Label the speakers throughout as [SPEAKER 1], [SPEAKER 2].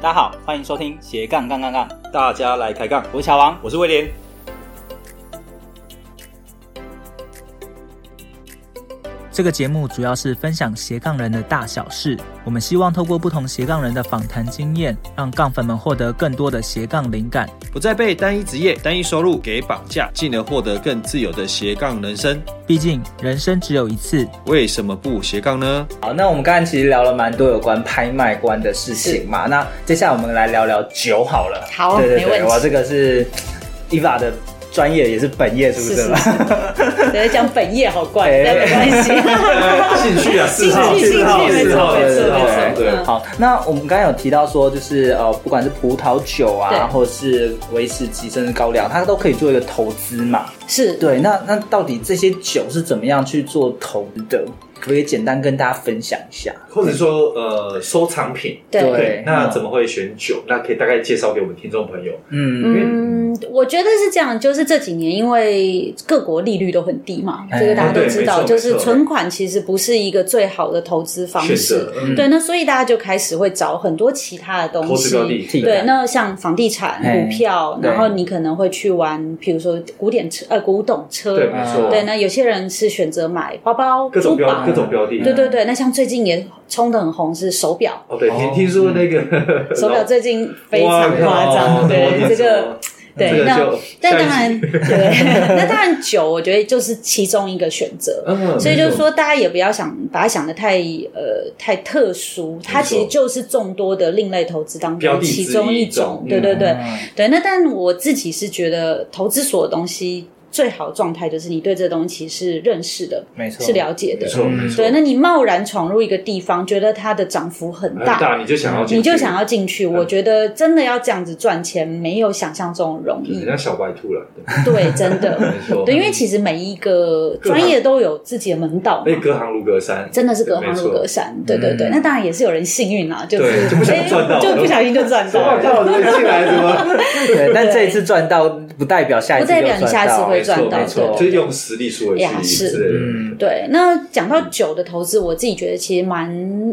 [SPEAKER 1] 大家好，欢迎收听斜杠杠杠杠，
[SPEAKER 2] 大家来开杠，
[SPEAKER 1] 我是乔王。
[SPEAKER 2] 我是威廉。
[SPEAKER 3] 这个节目主要是分享斜杠人的大小事，我们希望透过不同斜杠人的访谈经验，让杠粉们获得更多的斜杠灵感。
[SPEAKER 2] 不再被单一职业、单一收入给绑架，进而获得更自由的斜杠人生。
[SPEAKER 3] 毕竟人生只有一次，
[SPEAKER 2] 为什么不斜杠呢？
[SPEAKER 4] 好，那我们刚才其实聊了蛮多有关拍卖官的事情嘛，那接下来我们来聊聊酒好了。
[SPEAKER 5] 好
[SPEAKER 4] 对对
[SPEAKER 5] 没
[SPEAKER 4] 对，
[SPEAKER 5] 问题
[SPEAKER 4] 哇，这个是 Eva 的专业，也是本业，是不是嘛？
[SPEAKER 5] 是 在讲本业好怪，
[SPEAKER 4] 哎
[SPEAKER 5] 但没关系。
[SPEAKER 2] 兴趣啊，
[SPEAKER 5] 兴
[SPEAKER 2] 嗜
[SPEAKER 5] 趣
[SPEAKER 2] 好，
[SPEAKER 5] 兴趣
[SPEAKER 2] 嗜好，
[SPEAKER 5] 没错
[SPEAKER 2] 嗜好，
[SPEAKER 5] 没错
[SPEAKER 2] 嗜好哎
[SPEAKER 5] 没错
[SPEAKER 2] 对对对
[SPEAKER 5] 嗯
[SPEAKER 4] 好，那我们刚刚有提到说，就是呃，不管是葡萄酒
[SPEAKER 5] 对
[SPEAKER 4] 啊，或者是威士忌，甚至高粱，它都可以做一个投资嘛。
[SPEAKER 5] 是，
[SPEAKER 4] 对，那那到底这些酒是怎么样去做投资的？可不可以简单跟大家分享一下？
[SPEAKER 2] 或者说呃，收藏品。
[SPEAKER 5] 对
[SPEAKER 4] 对
[SPEAKER 2] 那怎么会选酒？那可以大概介绍给我们听众朋友。
[SPEAKER 4] 嗯，
[SPEAKER 5] 嗯，我觉得是这样，就是这几年因为各国利率都很低嘛，
[SPEAKER 4] 哎
[SPEAKER 5] 这个大家都
[SPEAKER 2] 哦对
[SPEAKER 5] 知道，
[SPEAKER 2] 没错
[SPEAKER 5] 就是
[SPEAKER 2] 没错
[SPEAKER 5] 存款其实不是一个最好的投资方
[SPEAKER 2] 选
[SPEAKER 5] 式
[SPEAKER 2] 择。嗯
[SPEAKER 5] 对，那所以大家就开始会找很多其他的东
[SPEAKER 2] 投资标
[SPEAKER 5] 西。
[SPEAKER 2] 的，
[SPEAKER 4] 对
[SPEAKER 5] 对，那像房地产、
[SPEAKER 4] 哎
[SPEAKER 5] 股票，
[SPEAKER 4] 对
[SPEAKER 5] 然后你可能会去玩，譬如说古典车、呃古董车，
[SPEAKER 2] 对，没错，
[SPEAKER 5] 对，那有些人是选择买包包、
[SPEAKER 2] 各种
[SPEAKER 5] 珠
[SPEAKER 2] 标
[SPEAKER 5] 宝
[SPEAKER 2] 各，种标的。
[SPEAKER 5] 对对对。那像最近也冲的很红是手表，
[SPEAKER 2] 哦，对，
[SPEAKER 4] 哦
[SPEAKER 2] 听听说那个
[SPEAKER 5] 嗯手表最近非常夸
[SPEAKER 2] 哇靠
[SPEAKER 5] 张，
[SPEAKER 2] 我听
[SPEAKER 5] 对这
[SPEAKER 2] 说
[SPEAKER 5] 个。
[SPEAKER 2] 这
[SPEAKER 5] 对，
[SPEAKER 2] 个
[SPEAKER 5] 那
[SPEAKER 2] 就
[SPEAKER 5] 但
[SPEAKER 2] 下一集
[SPEAKER 5] 当然，对， 那当然酒，我觉得就是其中一个选择。
[SPEAKER 2] 嗯
[SPEAKER 5] 所以
[SPEAKER 2] 没错
[SPEAKER 5] 就是说，大家也不要想把它想的太呃太特殊，它其实就是众多的另类投资当
[SPEAKER 2] 标
[SPEAKER 5] 中
[SPEAKER 2] 的
[SPEAKER 5] 其中一
[SPEAKER 2] 之
[SPEAKER 5] 种
[SPEAKER 2] 一。
[SPEAKER 5] 对对对
[SPEAKER 4] 嗯
[SPEAKER 5] 对，那但我自己是觉得，投资所有东西最好的状态就是你对这东西是认识的，
[SPEAKER 4] 没错
[SPEAKER 5] 是了解的
[SPEAKER 2] 没。错没错，
[SPEAKER 5] 嗯对，那你贸然闯入一个地方，觉得它的涨幅很
[SPEAKER 2] 很大你就想要进去，嗯
[SPEAKER 5] 你就想要进去。我觉得真的要这样子赚钱，没有想象中容
[SPEAKER 2] 就是
[SPEAKER 5] 易
[SPEAKER 2] 人。家小白兔了，对
[SPEAKER 5] 对，真 的
[SPEAKER 2] 没，错，
[SPEAKER 5] 对，因为其实每一个
[SPEAKER 2] 各行
[SPEAKER 5] 专业都有自己的门道嘛
[SPEAKER 2] 哎，隔行如隔山，
[SPEAKER 5] 真的是隔行
[SPEAKER 2] 没
[SPEAKER 5] 如
[SPEAKER 2] 错嗯
[SPEAKER 5] 隔山。对对对，那当然也是有人幸运啊，就是
[SPEAKER 2] 对就不小心
[SPEAKER 5] 哎
[SPEAKER 2] 赚到
[SPEAKER 5] 就不小心就赚
[SPEAKER 2] 怎 么到
[SPEAKER 5] 到。
[SPEAKER 2] 哦这进来怎么？
[SPEAKER 4] 对，但这一次赚到不代表下一次
[SPEAKER 5] 不代表你
[SPEAKER 4] 就赚
[SPEAKER 5] 下一次
[SPEAKER 4] 到
[SPEAKER 5] 会赚到
[SPEAKER 4] 没错，
[SPEAKER 5] 对
[SPEAKER 2] 就是用实力说
[SPEAKER 5] 呀
[SPEAKER 2] 服自己
[SPEAKER 5] 是
[SPEAKER 2] 之类的。
[SPEAKER 4] 嗯，
[SPEAKER 5] 对，那
[SPEAKER 2] 嗯
[SPEAKER 5] 讲到酒的投资，我自己觉得其实蛮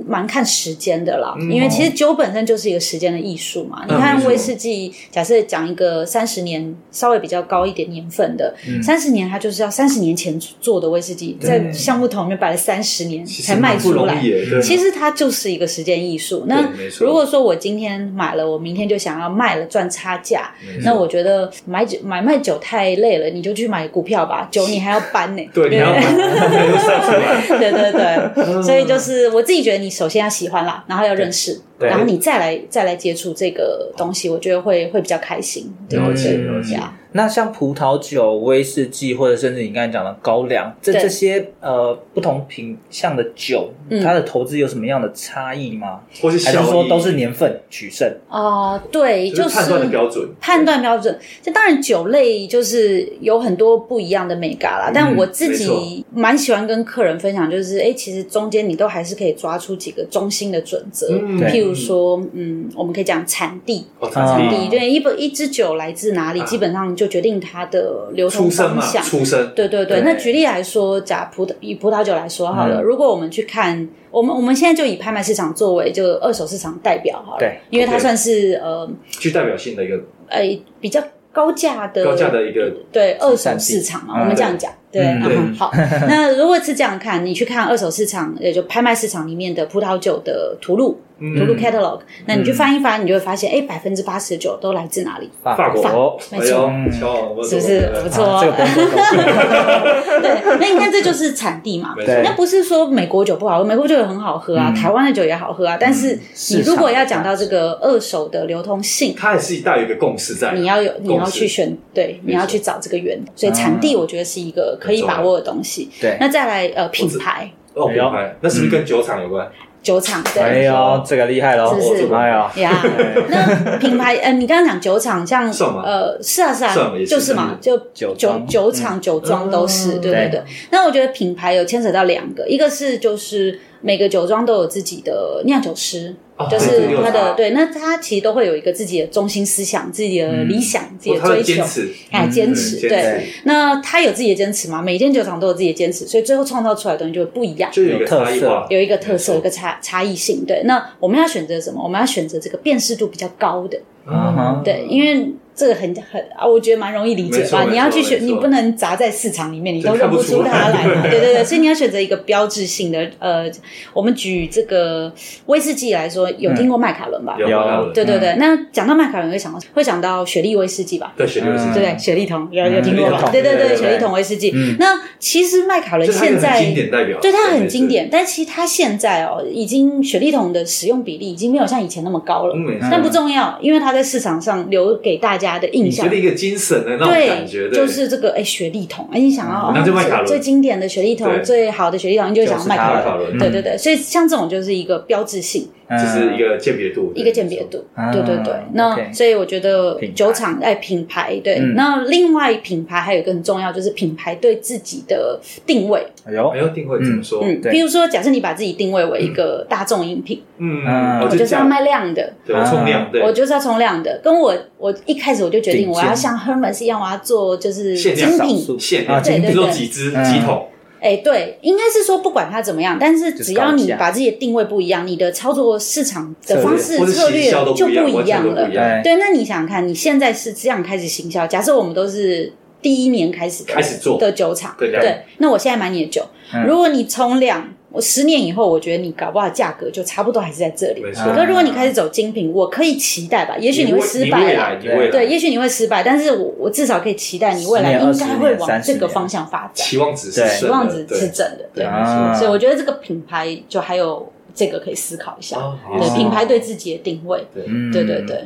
[SPEAKER 5] 蛮看时间的
[SPEAKER 2] 嗯
[SPEAKER 5] 啦，因为其实酒本身就是一个时间的艺术嘛。你
[SPEAKER 2] 没
[SPEAKER 5] 看
[SPEAKER 2] 错
[SPEAKER 5] 威士忌，假设讲一个三十年稍微比较高一点年份的，
[SPEAKER 2] 嗯
[SPEAKER 5] 三十年它就是要三十年前做的威士忌，在橡木桶里面摆了三十年
[SPEAKER 2] 其实
[SPEAKER 5] 才卖
[SPEAKER 2] 蛮不
[SPEAKER 5] 出
[SPEAKER 2] 容
[SPEAKER 5] 来
[SPEAKER 2] 易。耶，对
[SPEAKER 5] 其实它就是一个时间艺术。那
[SPEAKER 2] 没错
[SPEAKER 5] 如果说我今天买了，我明天就想要卖了赚差价
[SPEAKER 2] 没错，
[SPEAKER 5] 那我觉得买酒买卖酒太累了，你就去买股票吧，酒你还要搬呢、
[SPEAKER 2] 对你要把那个晒出来，
[SPEAKER 5] 对对对，
[SPEAKER 2] 嗯
[SPEAKER 5] 所以就是我自己觉得，你首先要喜欢啦，然后要认识，
[SPEAKER 4] 对
[SPEAKER 5] 然后你再来再来接触这个东西，我觉得会会比较开心。对
[SPEAKER 2] 了
[SPEAKER 5] 对
[SPEAKER 2] 解
[SPEAKER 5] 对
[SPEAKER 2] 了解
[SPEAKER 5] 呀
[SPEAKER 4] 那像葡萄酒、威士忌，或者甚至你刚才讲的高粱，这
[SPEAKER 5] 对
[SPEAKER 4] 这些呃不同品相的酒，
[SPEAKER 5] 嗯
[SPEAKER 4] 它的投资有什么样的差异吗？
[SPEAKER 2] 或是
[SPEAKER 4] 还
[SPEAKER 2] 效
[SPEAKER 4] 是
[SPEAKER 2] 益
[SPEAKER 4] 说都是年份取胜？
[SPEAKER 5] 哦，对，
[SPEAKER 2] 就是
[SPEAKER 5] 就是
[SPEAKER 2] 判断的标准，
[SPEAKER 5] 判断标准，这当然酒类就是有很多不一样的美嘎
[SPEAKER 2] 嗯
[SPEAKER 5] 啦，但我自己蛮喜欢跟客人分享，就是哎、诶其实中间你都还是可以抓出几个中心的准则，
[SPEAKER 2] 嗯
[SPEAKER 4] 对
[SPEAKER 5] 譬如说，嗯，我们可以讲产地，
[SPEAKER 2] 哦，产
[SPEAKER 4] 啊
[SPEAKER 2] 地
[SPEAKER 5] 你对一本一支酒来自哪里，
[SPEAKER 2] 啊
[SPEAKER 5] 基本上就决定它的流
[SPEAKER 2] 出
[SPEAKER 5] 通
[SPEAKER 2] 生
[SPEAKER 5] 方
[SPEAKER 2] 嘛，
[SPEAKER 5] 向。
[SPEAKER 2] 出生
[SPEAKER 5] 对对对，
[SPEAKER 4] 对
[SPEAKER 5] 那举例来说，假葡萄以葡萄酒来说好了，
[SPEAKER 4] 嗯
[SPEAKER 5] 如果我们去看，我们我们现在就以拍卖市场作为就二手市场代表好了，
[SPEAKER 4] 对，
[SPEAKER 5] 因为它
[SPEAKER 2] OK
[SPEAKER 5] 算是呃
[SPEAKER 2] 具代表性的一个
[SPEAKER 5] 呃比较高价的
[SPEAKER 2] 高价的一个
[SPEAKER 5] 对二手市场嘛，
[SPEAKER 4] 嗯
[SPEAKER 5] 我们这样讲。对，
[SPEAKER 4] 嗯
[SPEAKER 2] 对
[SPEAKER 5] 嗯，好。那如果是这样看，你去看二手市场，也就拍卖市场里面的葡萄酒的图录、
[SPEAKER 2] 嗯
[SPEAKER 5] 图录 catalog，那你去翻一翻，你就会发现，哎，百分之八十九都来自哪里？
[SPEAKER 2] 法国，
[SPEAKER 5] 法没错
[SPEAKER 2] 哎呦瞧我们
[SPEAKER 5] 是不是不错
[SPEAKER 4] 啊
[SPEAKER 5] 哦？
[SPEAKER 4] 这个不用多说
[SPEAKER 5] 对，那你看这就是产地嘛。
[SPEAKER 2] 没
[SPEAKER 4] 对
[SPEAKER 5] 那
[SPEAKER 2] 错，
[SPEAKER 5] 不是说美国酒不好喝，美国酒也很好喝啊，台湾的酒也好喝啊。但是你如果要讲到这个二手的流通性，
[SPEAKER 2] 它还是带有一个共识在，
[SPEAKER 5] 你要有你要
[SPEAKER 2] 共识
[SPEAKER 5] 去选，对，你要去找这个源。所以产地我觉得是一个可以把握的东西。
[SPEAKER 4] 对
[SPEAKER 5] 那再来呃品牌，
[SPEAKER 6] 哦，
[SPEAKER 4] 哎呦
[SPEAKER 6] 品牌，那是不是跟酒厂有关？
[SPEAKER 5] 酒厂
[SPEAKER 4] 哎
[SPEAKER 5] 对
[SPEAKER 4] 呦，这个厉害喽！
[SPEAKER 5] 是不是
[SPEAKER 4] 哎呦，
[SPEAKER 5] 呀。那品牌呃，你刚刚讲酒厂像
[SPEAKER 6] 算吗
[SPEAKER 5] 呃是啊是啊
[SPEAKER 6] 算吗也，是
[SPEAKER 5] 就是嘛，就
[SPEAKER 4] 酒
[SPEAKER 5] 酒
[SPEAKER 4] 庄
[SPEAKER 5] 酒厂酒庄都是
[SPEAKER 6] 嗯
[SPEAKER 5] 对对对。那我觉得品牌有牵扯到两个，一个是就是每个酒庄都有自己的酿酒师，
[SPEAKER 6] 哦
[SPEAKER 5] 就
[SPEAKER 6] 对这
[SPEAKER 5] 是
[SPEAKER 6] 个有
[SPEAKER 5] 他的
[SPEAKER 6] 差
[SPEAKER 5] 对，那他其实都会有一个自己的中心思想、自己的理想、自己
[SPEAKER 6] 哦
[SPEAKER 5] 的
[SPEAKER 6] 他的
[SPEAKER 5] 追
[SPEAKER 6] 坚
[SPEAKER 5] 求，
[SPEAKER 6] 持，
[SPEAKER 5] 哎，
[SPEAKER 4] 嗯
[SPEAKER 5] 坚持
[SPEAKER 6] 坚
[SPEAKER 5] 对。
[SPEAKER 6] 持
[SPEAKER 5] 那他有自己的坚持嘛？每间酒厂都有自己的坚持，所以最后创造出来的东西就会不一样。
[SPEAKER 6] 就有一个差异化，
[SPEAKER 5] 有一个特色，
[SPEAKER 6] 没错
[SPEAKER 5] 有一个差差异性。对，那我们要选择什么？我们要选择这个辨识度比较高的，
[SPEAKER 4] 嗯哼
[SPEAKER 5] 对，因为这个很很啊，我觉得蛮容易理解
[SPEAKER 6] 没错
[SPEAKER 5] 吧。
[SPEAKER 6] 没错
[SPEAKER 5] 你要去选，
[SPEAKER 6] 没
[SPEAKER 5] 你
[SPEAKER 6] 错
[SPEAKER 5] 不能砸在市场里面，你
[SPEAKER 6] 就
[SPEAKER 5] 都认
[SPEAKER 6] 看不出
[SPEAKER 5] 出它
[SPEAKER 6] 来
[SPEAKER 5] 来嘛。 对对对，所以你要选择一个标志性的。呃，我们举这个威士忌来说，
[SPEAKER 6] 嗯
[SPEAKER 5] 有听过麦卡伦吧？
[SPEAKER 6] 有
[SPEAKER 4] 有
[SPEAKER 5] 对对
[SPEAKER 6] 嗯
[SPEAKER 5] 对，那讲到麦卡伦，会想到会想到雪莉威士忌吧？
[SPEAKER 6] 对雪莉是
[SPEAKER 4] 嗯
[SPEAKER 5] 对不对？雪莉桶有有
[SPEAKER 6] 嗯
[SPEAKER 5] 听
[SPEAKER 6] 雪
[SPEAKER 5] 过
[SPEAKER 6] 莉
[SPEAKER 5] 吧？
[SPEAKER 6] 桶
[SPEAKER 5] 对对
[SPEAKER 4] 对
[SPEAKER 5] 对，
[SPEAKER 4] 对对
[SPEAKER 5] 雪莉桶威士忌
[SPEAKER 4] 嗯。
[SPEAKER 5] 那其实麦卡伦
[SPEAKER 6] 就是它有很
[SPEAKER 5] 现在
[SPEAKER 6] 经典代表，
[SPEAKER 5] 对，它很经典，但其实它现在哦，已经雪莉桶的使用比例已经没有像以前那么高了，
[SPEAKER 6] 嗯，没错
[SPEAKER 5] 但不重要，因为它在市场上留给大家的
[SPEAKER 4] 嗯
[SPEAKER 5] 印
[SPEAKER 6] 你
[SPEAKER 5] 象
[SPEAKER 6] 觉得。一个精神的那种感觉，
[SPEAKER 5] 对，
[SPEAKER 6] 对
[SPEAKER 5] 就是这个哎，雪莉桶，哎，你想要、
[SPEAKER 6] 然后就麦卡
[SPEAKER 5] 最
[SPEAKER 6] 伦
[SPEAKER 5] 最经典的雪莉桶，
[SPEAKER 6] 对
[SPEAKER 5] 最好的雪莉桶，你就会想要麦
[SPEAKER 6] 麦
[SPEAKER 5] 卡
[SPEAKER 6] 卡
[SPEAKER 5] 伦。
[SPEAKER 6] 伦，
[SPEAKER 5] 对对对，所以像这种就是一个标志性，
[SPEAKER 4] 嗯
[SPEAKER 6] 这是一
[SPEAKER 4] 个
[SPEAKER 6] 个鉴别度，
[SPEAKER 5] 一个鉴别度。
[SPEAKER 4] 啊
[SPEAKER 5] 对对对，那
[SPEAKER 4] OK
[SPEAKER 5] 所以我觉得
[SPEAKER 4] 品牌
[SPEAKER 5] 酒厂哎品牌对，
[SPEAKER 4] 嗯
[SPEAKER 5] 那另外品牌还有一个很重要就是品牌对自己的定位，
[SPEAKER 4] 哎呦
[SPEAKER 6] 没错。没有定位怎么说？
[SPEAKER 5] 嗯，
[SPEAKER 4] 对
[SPEAKER 5] 比如说假设你把自己定位为一个大众饮品，
[SPEAKER 6] 嗯，
[SPEAKER 4] 嗯啊
[SPEAKER 6] 我
[SPEAKER 5] 我就是要
[SPEAKER 6] 讲，
[SPEAKER 5] 卖亮的，
[SPEAKER 6] 对，我冲量，对，
[SPEAKER 5] 我就是要冲量的。跟我我一开始我就决定
[SPEAKER 4] 顶
[SPEAKER 5] 我
[SPEAKER 4] 尖
[SPEAKER 5] 要像 Hermes 一样，我要做就是
[SPEAKER 6] 限
[SPEAKER 5] 精
[SPEAKER 6] 量少
[SPEAKER 5] 品。
[SPEAKER 6] 数，限
[SPEAKER 4] 啊
[SPEAKER 6] 量，
[SPEAKER 5] 对对
[SPEAKER 6] 你说
[SPEAKER 5] 对
[SPEAKER 6] 几支
[SPEAKER 4] 嗯
[SPEAKER 6] 几桶，
[SPEAKER 5] 哎，对，应该是说不管它怎么样，但是
[SPEAKER 4] 就是
[SPEAKER 5] 只要
[SPEAKER 4] 高
[SPEAKER 5] 你
[SPEAKER 4] 价
[SPEAKER 5] 把自己的定位不一样，你的操作市场的方式
[SPEAKER 6] 或者
[SPEAKER 5] 策
[SPEAKER 6] 行
[SPEAKER 5] 略
[SPEAKER 6] 销都
[SPEAKER 5] 就
[SPEAKER 6] 不一样，
[SPEAKER 5] 不
[SPEAKER 6] 完
[SPEAKER 5] 一
[SPEAKER 6] 全
[SPEAKER 5] 样
[SPEAKER 6] 都不
[SPEAKER 5] 了
[SPEAKER 6] 一。样，
[SPEAKER 4] 对，
[SPEAKER 5] 对，那你想想看，你现在是这样开始行销，假设我们都是第一年开始的
[SPEAKER 6] 开始做
[SPEAKER 5] 的酒厂，
[SPEAKER 6] 对了
[SPEAKER 5] 对，那我现在买你的酒，
[SPEAKER 4] 嗯
[SPEAKER 5] 如果你冲量，我十年以后，我觉得你搞不好价格就差不多还是在这里
[SPEAKER 6] 没。
[SPEAKER 4] 嗯
[SPEAKER 6] 错。
[SPEAKER 5] 可如果你开始走精品，我可以期待吧，也许会失
[SPEAKER 6] 你
[SPEAKER 5] 败
[SPEAKER 6] 未
[SPEAKER 5] 啦
[SPEAKER 6] 来，，你未来
[SPEAKER 5] 对，也许你会失败，但是我我至少可以期待你未来
[SPEAKER 4] 10年
[SPEAKER 5] 应该会
[SPEAKER 4] 20年
[SPEAKER 5] 往这个
[SPEAKER 4] 30
[SPEAKER 5] 方向发展，
[SPEAKER 6] 期望值是
[SPEAKER 4] 对
[SPEAKER 6] 正的
[SPEAKER 5] 期望值是
[SPEAKER 6] 对
[SPEAKER 5] 正的，对
[SPEAKER 6] 对。
[SPEAKER 4] 啊
[SPEAKER 5] 所以我觉得这个品牌就还有这个可以思考一下，
[SPEAKER 6] 哦
[SPEAKER 5] 对品牌对自己的定位，
[SPEAKER 4] 嗯
[SPEAKER 5] 对对，对，
[SPEAKER 6] 哇，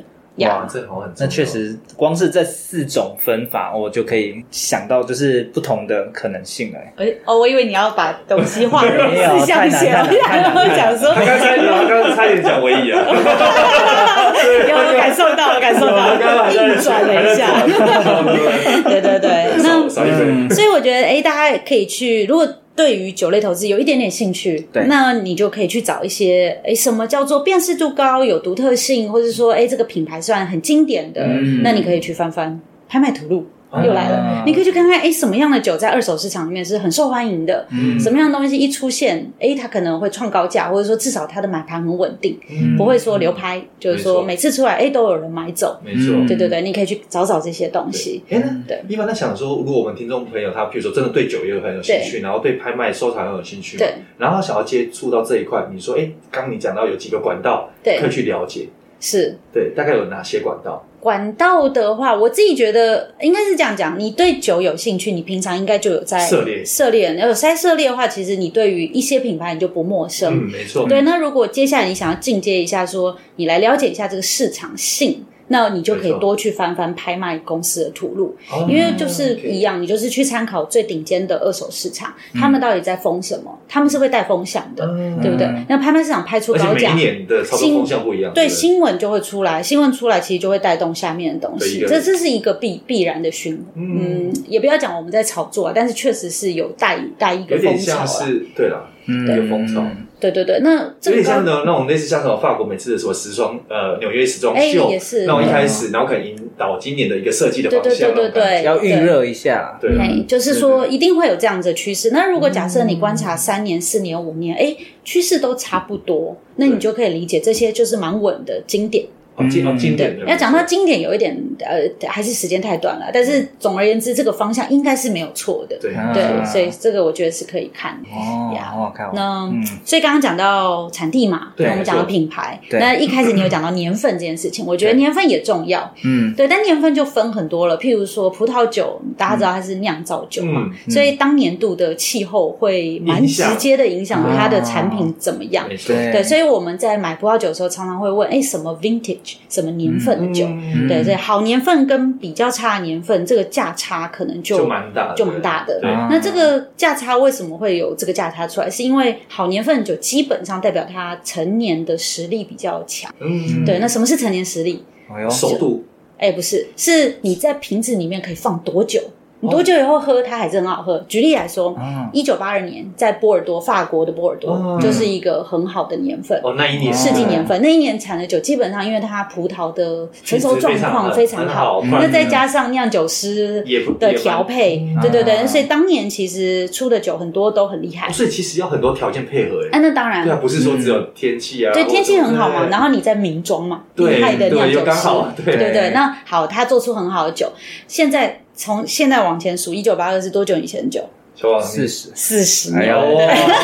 [SPEAKER 5] 呀，
[SPEAKER 6] 这好像很重要
[SPEAKER 4] 那确实，光是这四种分法，我就可以想到就是不同的可能性了。
[SPEAKER 5] 哎哦，我以为你要把东西划入
[SPEAKER 4] 没有
[SPEAKER 5] 四象限，
[SPEAKER 4] 太难
[SPEAKER 5] 我
[SPEAKER 4] 太难
[SPEAKER 5] 想要讲说
[SPEAKER 6] 他 刚才他刚才差点讲唯一啊，
[SPEAKER 5] 有我感受到，我感受到，
[SPEAKER 6] 我刚刚还在
[SPEAKER 5] 硬转了一下。 对 对对，那
[SPEAKER 6] 少少一分，
[SPEAKER 5] 所以我觉得，哎，大家可以去，如果对于酒类投资有一点点兴趣，
[SPEAKER 4] 对
[SPEAKER 5] 那你就可以去找一些，哎，什么叫做辨识度高、有独特性，或者说，哎，这个品牌算很经典的，
[SPEAKER 4] 嗯
[SPEAKER 5] 那你可以去翻翻拍卖图录。
[SPEAKER 6] 啊
[SPEAKER 5] 又来了，
[SPEAKER 4] 啊
[SPEAKER 5] 你可以去看看，哎，什么样的酒在二手市场里面是很受欢迎的？
[SPEAKER 4] 嗯
[SPEAKER 5] 什么样的东西一出现，哎，它可能会创高价，或者说至少它的买盘很稳定，不会说流拍，就
[SPEAKER 6] 嗯没
[SPEAKER 5] 是说
[SPEAKER 6] 错嗯
[SPEAKER 5] 每次出来，哎，都有人买走。
[SPEAKER 6] 没错。
[SPEAKER 5] 对对对，你可以去找找这些东西。
[SPEAKER 6] 哎，那
[SPEAKER 5] 对
[SPEAKER 6] 一般在想说，如果我们听众朋友他，譬如说真的对酒也很有兴趣，然后对拍卖收藏很有兴趣，
[SPEAKER 5] 对，
[SPEAKER 6] 然后他想要接触到这一块，你说，哎，刚你讲到有几个管道
[SPEAKER 5] 对
[SPEAKER 6] 可以去了解，
[SPEAKER 5] 是，
[SPEAKER 6] 对，大概有哪些管道？
[SPEAKER 5] 管道的话，我自己觉得应该是这样讲：你对酒有兴趣，你平常应该就有在
[SPEAKER 6] 涉猎
[SPEAKER 5] 涉猎。有在涉猎的话，其实你对于一些品牌你就不陌生。
[SPEAKER 6] 嗯，没错，
[SPEAKER 5] 对，那如果接下来你想要进阶一下说，你来了解一下这个市场性，那你就可
[SPEAKER 6] 没
[SPEAKER 5] 以
[SPEAKER 6] 错
[SPEAKER 5] 多去翻翻拍卖公司的图录，
[SPEAKER 6] 哦
[SPEAKER 5] 因为就是
[SPEAKER 6] OK
[SPEAKER 5] 一样，你就是去参考最顶尖的二手市场，他们到底在封什么？他们是会带风向的，
[SPEAKER 6] 嗯
[SPEAKER 5] 对不对？那拍卖市场拍出
[SPEAKER 6] 而且
[SPEAKER 5] 高
[SPEAKER 6] 每一
[SPEAKER 5] 价，
[SPEAKER 6] 年的操作
[SPEAKER 5] 新
[SPEAKER 6] 风向不一样，
[SPEAKER 5] 对
[SPEAKER 6] 不
[SPEAKER 5] 新闻就会出来，新闻出来其实就会带动下面的东
[SPEAKER 6] 对
[SPEAKER 5] 西，
[SPEAKER 6] 一个
[SPEAKER 5] 这这是一个必必然的循环。嗯
[SPEAKER 6] 嗯
[SPEAKER 5] 也不要讲我们在炒作啊，但是确实是有带带一个
[SPEAKER 6] 有
[SPEAKER 5] 风
[SPEAKER 6] 点
[SPEAKER 5] 潮
[SPEAKER 6] 像
[SPEAKER 5] 啊。
[SPEAKER 6] 是对啦，
[SPEAKER 4] 嗯
[SPEAKER 6] 一个风潮。
[SPEAKER 5] 对对对，那这
[SPEAKER 6] 有点
[SPEAKER 5] 个
[SPEAKER 6] 像那种那种类似像什么法国每次的什么时装呃纽约时装
[SPEAKER 5] 哎
[SPEAKER 6] 秀，
[SPEAKER 5] 也是
[SPEAKER 6] 那种一开始，然后可能引导今年的一个设计的
[SPEAKER 5] 对
[SPEAKER 6] 方
[SPEAKER 5] 对
[SPEAKER 6] 向，
[SPEAKER 5] 对对对，
[SPEAKER 4] 要预
[SPEAKER 5] 对。
[SPEAKER 4] 热一下，
[SPEAKER 6] 对嗯
[SPEAKER 5] 哎，就是说一定会有这样子的趋势。那如果假设你观察三年、四年、五年，哎，趋势都差不多，那你就可以理解这些就是蛮稳的经典。
[SPEAKER 6] 哦经哦经典
[SPEAKER 5] 对
[SPEAKER 6] 的，
[SPEAKER 5] 要讲到经典有一点呃，还是时间太短了。但是总而言之，这个方向应该是没有错的。
[SPEAKER 6] 嗯对
[SPEAKER 4] 啊
[SPEAKER 5] 对，所以这个我觉得是可以看的。
[SPEAKER 4] 哦，
[SPEAKER 5] 呀
[SPEAKER 4] 好好看哦，
[SPEAKER 5] 那、
[SPEAKER 4] 嗯
[SPEAKER 5] 所以刚刚讲到产地嘛，
[SPEAKER 4] 对
[SPEAKER 5] 那我们讲到品牌，
[SPEAKER 4] 对
[SPEAKER 5] 那一开始你有讲到年份这件事情，我觉得
[SPEAKER 4] 对
[SPEAKER 5] 年份也重要，
[SPEAKER 4] 嗯
[SPEAKER 5] 对，但年份就分很多了，譬如说葡萄酒，大家知道它是酿造酒嘛，
[SPEAKER 6] 嗯
[SPEAKER 5] 所以当年度的气候会蛮
[SPEAKER 6] 影
[SPEAKER 5] 直
[SPEAKER 6] 响
[SPEAKER 5] 接的影响
[SPEAKER 4] 啊
[SPEAKER 5] 它的产品怎么样。
[SPEAKER 6] 没错，
[SPEAKER 4] 对，
[SPEAKER 5] 对，所以我们在买葡萄酒的时候，常常会问，哎，什么 vintage？什么年份的酒，
[SPEAKER 6] 嗯
[SPEAKER 5] 对，所以好年份跟比较差的年份，这个价差可能就
[SPEAKER 6] 就蛮大的，
[SPEAKER 5] 就蛮大的
[SPEAKER 6] 对，
[SPEAKER 4] 啊
[SPEAKER 5] 那这个价差为什么会有这个价差出来？是因为好年份酒基本上代表它成年的实力比较强。
[SPEAKER 6] 嗯，
[SPEAKER 5] 对，那什么是成年实力？
[SPEAKER 4] 哎呦，
[SPEAKER 6] 熟度
[SPEAKER 5] 哎，不是，是你在瓶子里面可以放多久？你
[SPEAKER 6] 哦
[SPEAKER 5] 多久以后喝它还是很好喝？举例来说
[SPEAKER 4] 啊，
[SPEAKER 5] 一九八二年在波尔多，法国的波尔多
[SPEAKER 6] 哦
[SPEAKER 5] 就是一个很好的年份。
[SPEAKER 6] 哦，那一年
[SPEAKER 5] 世纪年份那一年产的酒，基本上因为它葡萄的成熟状况非
[SPEAKER 6] 非
[SPEAKER 5] 常
[SPEAKER 6] 常
[SPEAKER 5] 好，
[SPEAKER 6] 好，
[SPEAKER 4] 嗯
[SPEAKER 5] 那再加上酿酒师
[SPEAKER 6] 也不
[SPEAKER 5] 的
[SPEAKER 6] 也不嗯
[SPEAKER 5] 调配，对对对，所以当年其实出的酒很多都很厉害
[SPEAKER 6] 哦。所以其实要很多条件配合，
[SPEAKER 5] 哎，
[SPEAKER 6] 哎，
[SPEAKER 5] 那当
[SPEAKER 6] 对啊，
[SPEAKER 5] 然，
[SPEAKER 6] 不是说只有天气啊，
[SPEAKER 5] 对
[SPEAKER 6] 或者
[SPEAKER 5] 天气很好嘛，
[SPEAKER 6] 对
[SPEAKER 5] 然后你在名庄嘛，厉害的
[SPEAKER 6] 对
[SPEAKER 5] 酿
[SPEAKER 6] 对，
[SPEAKER 5] 酒
[SPEAKER 6] 又刚
[SPEAKER 5] 师，
[SPEAKER 6] 好，啊对，
[SPEAKER 5] 对对，那好，他做出很好的酒。现在从现在往前数，一九八二是多久以前的酒？
[SPEAKER 6] 小王
[SPEAKER 4] 四十，
[SPEAKER 5] 四十
[SPEAKER 4] 哎
[SPEAKER 5] 年。
[SPEAKER 4] 呦，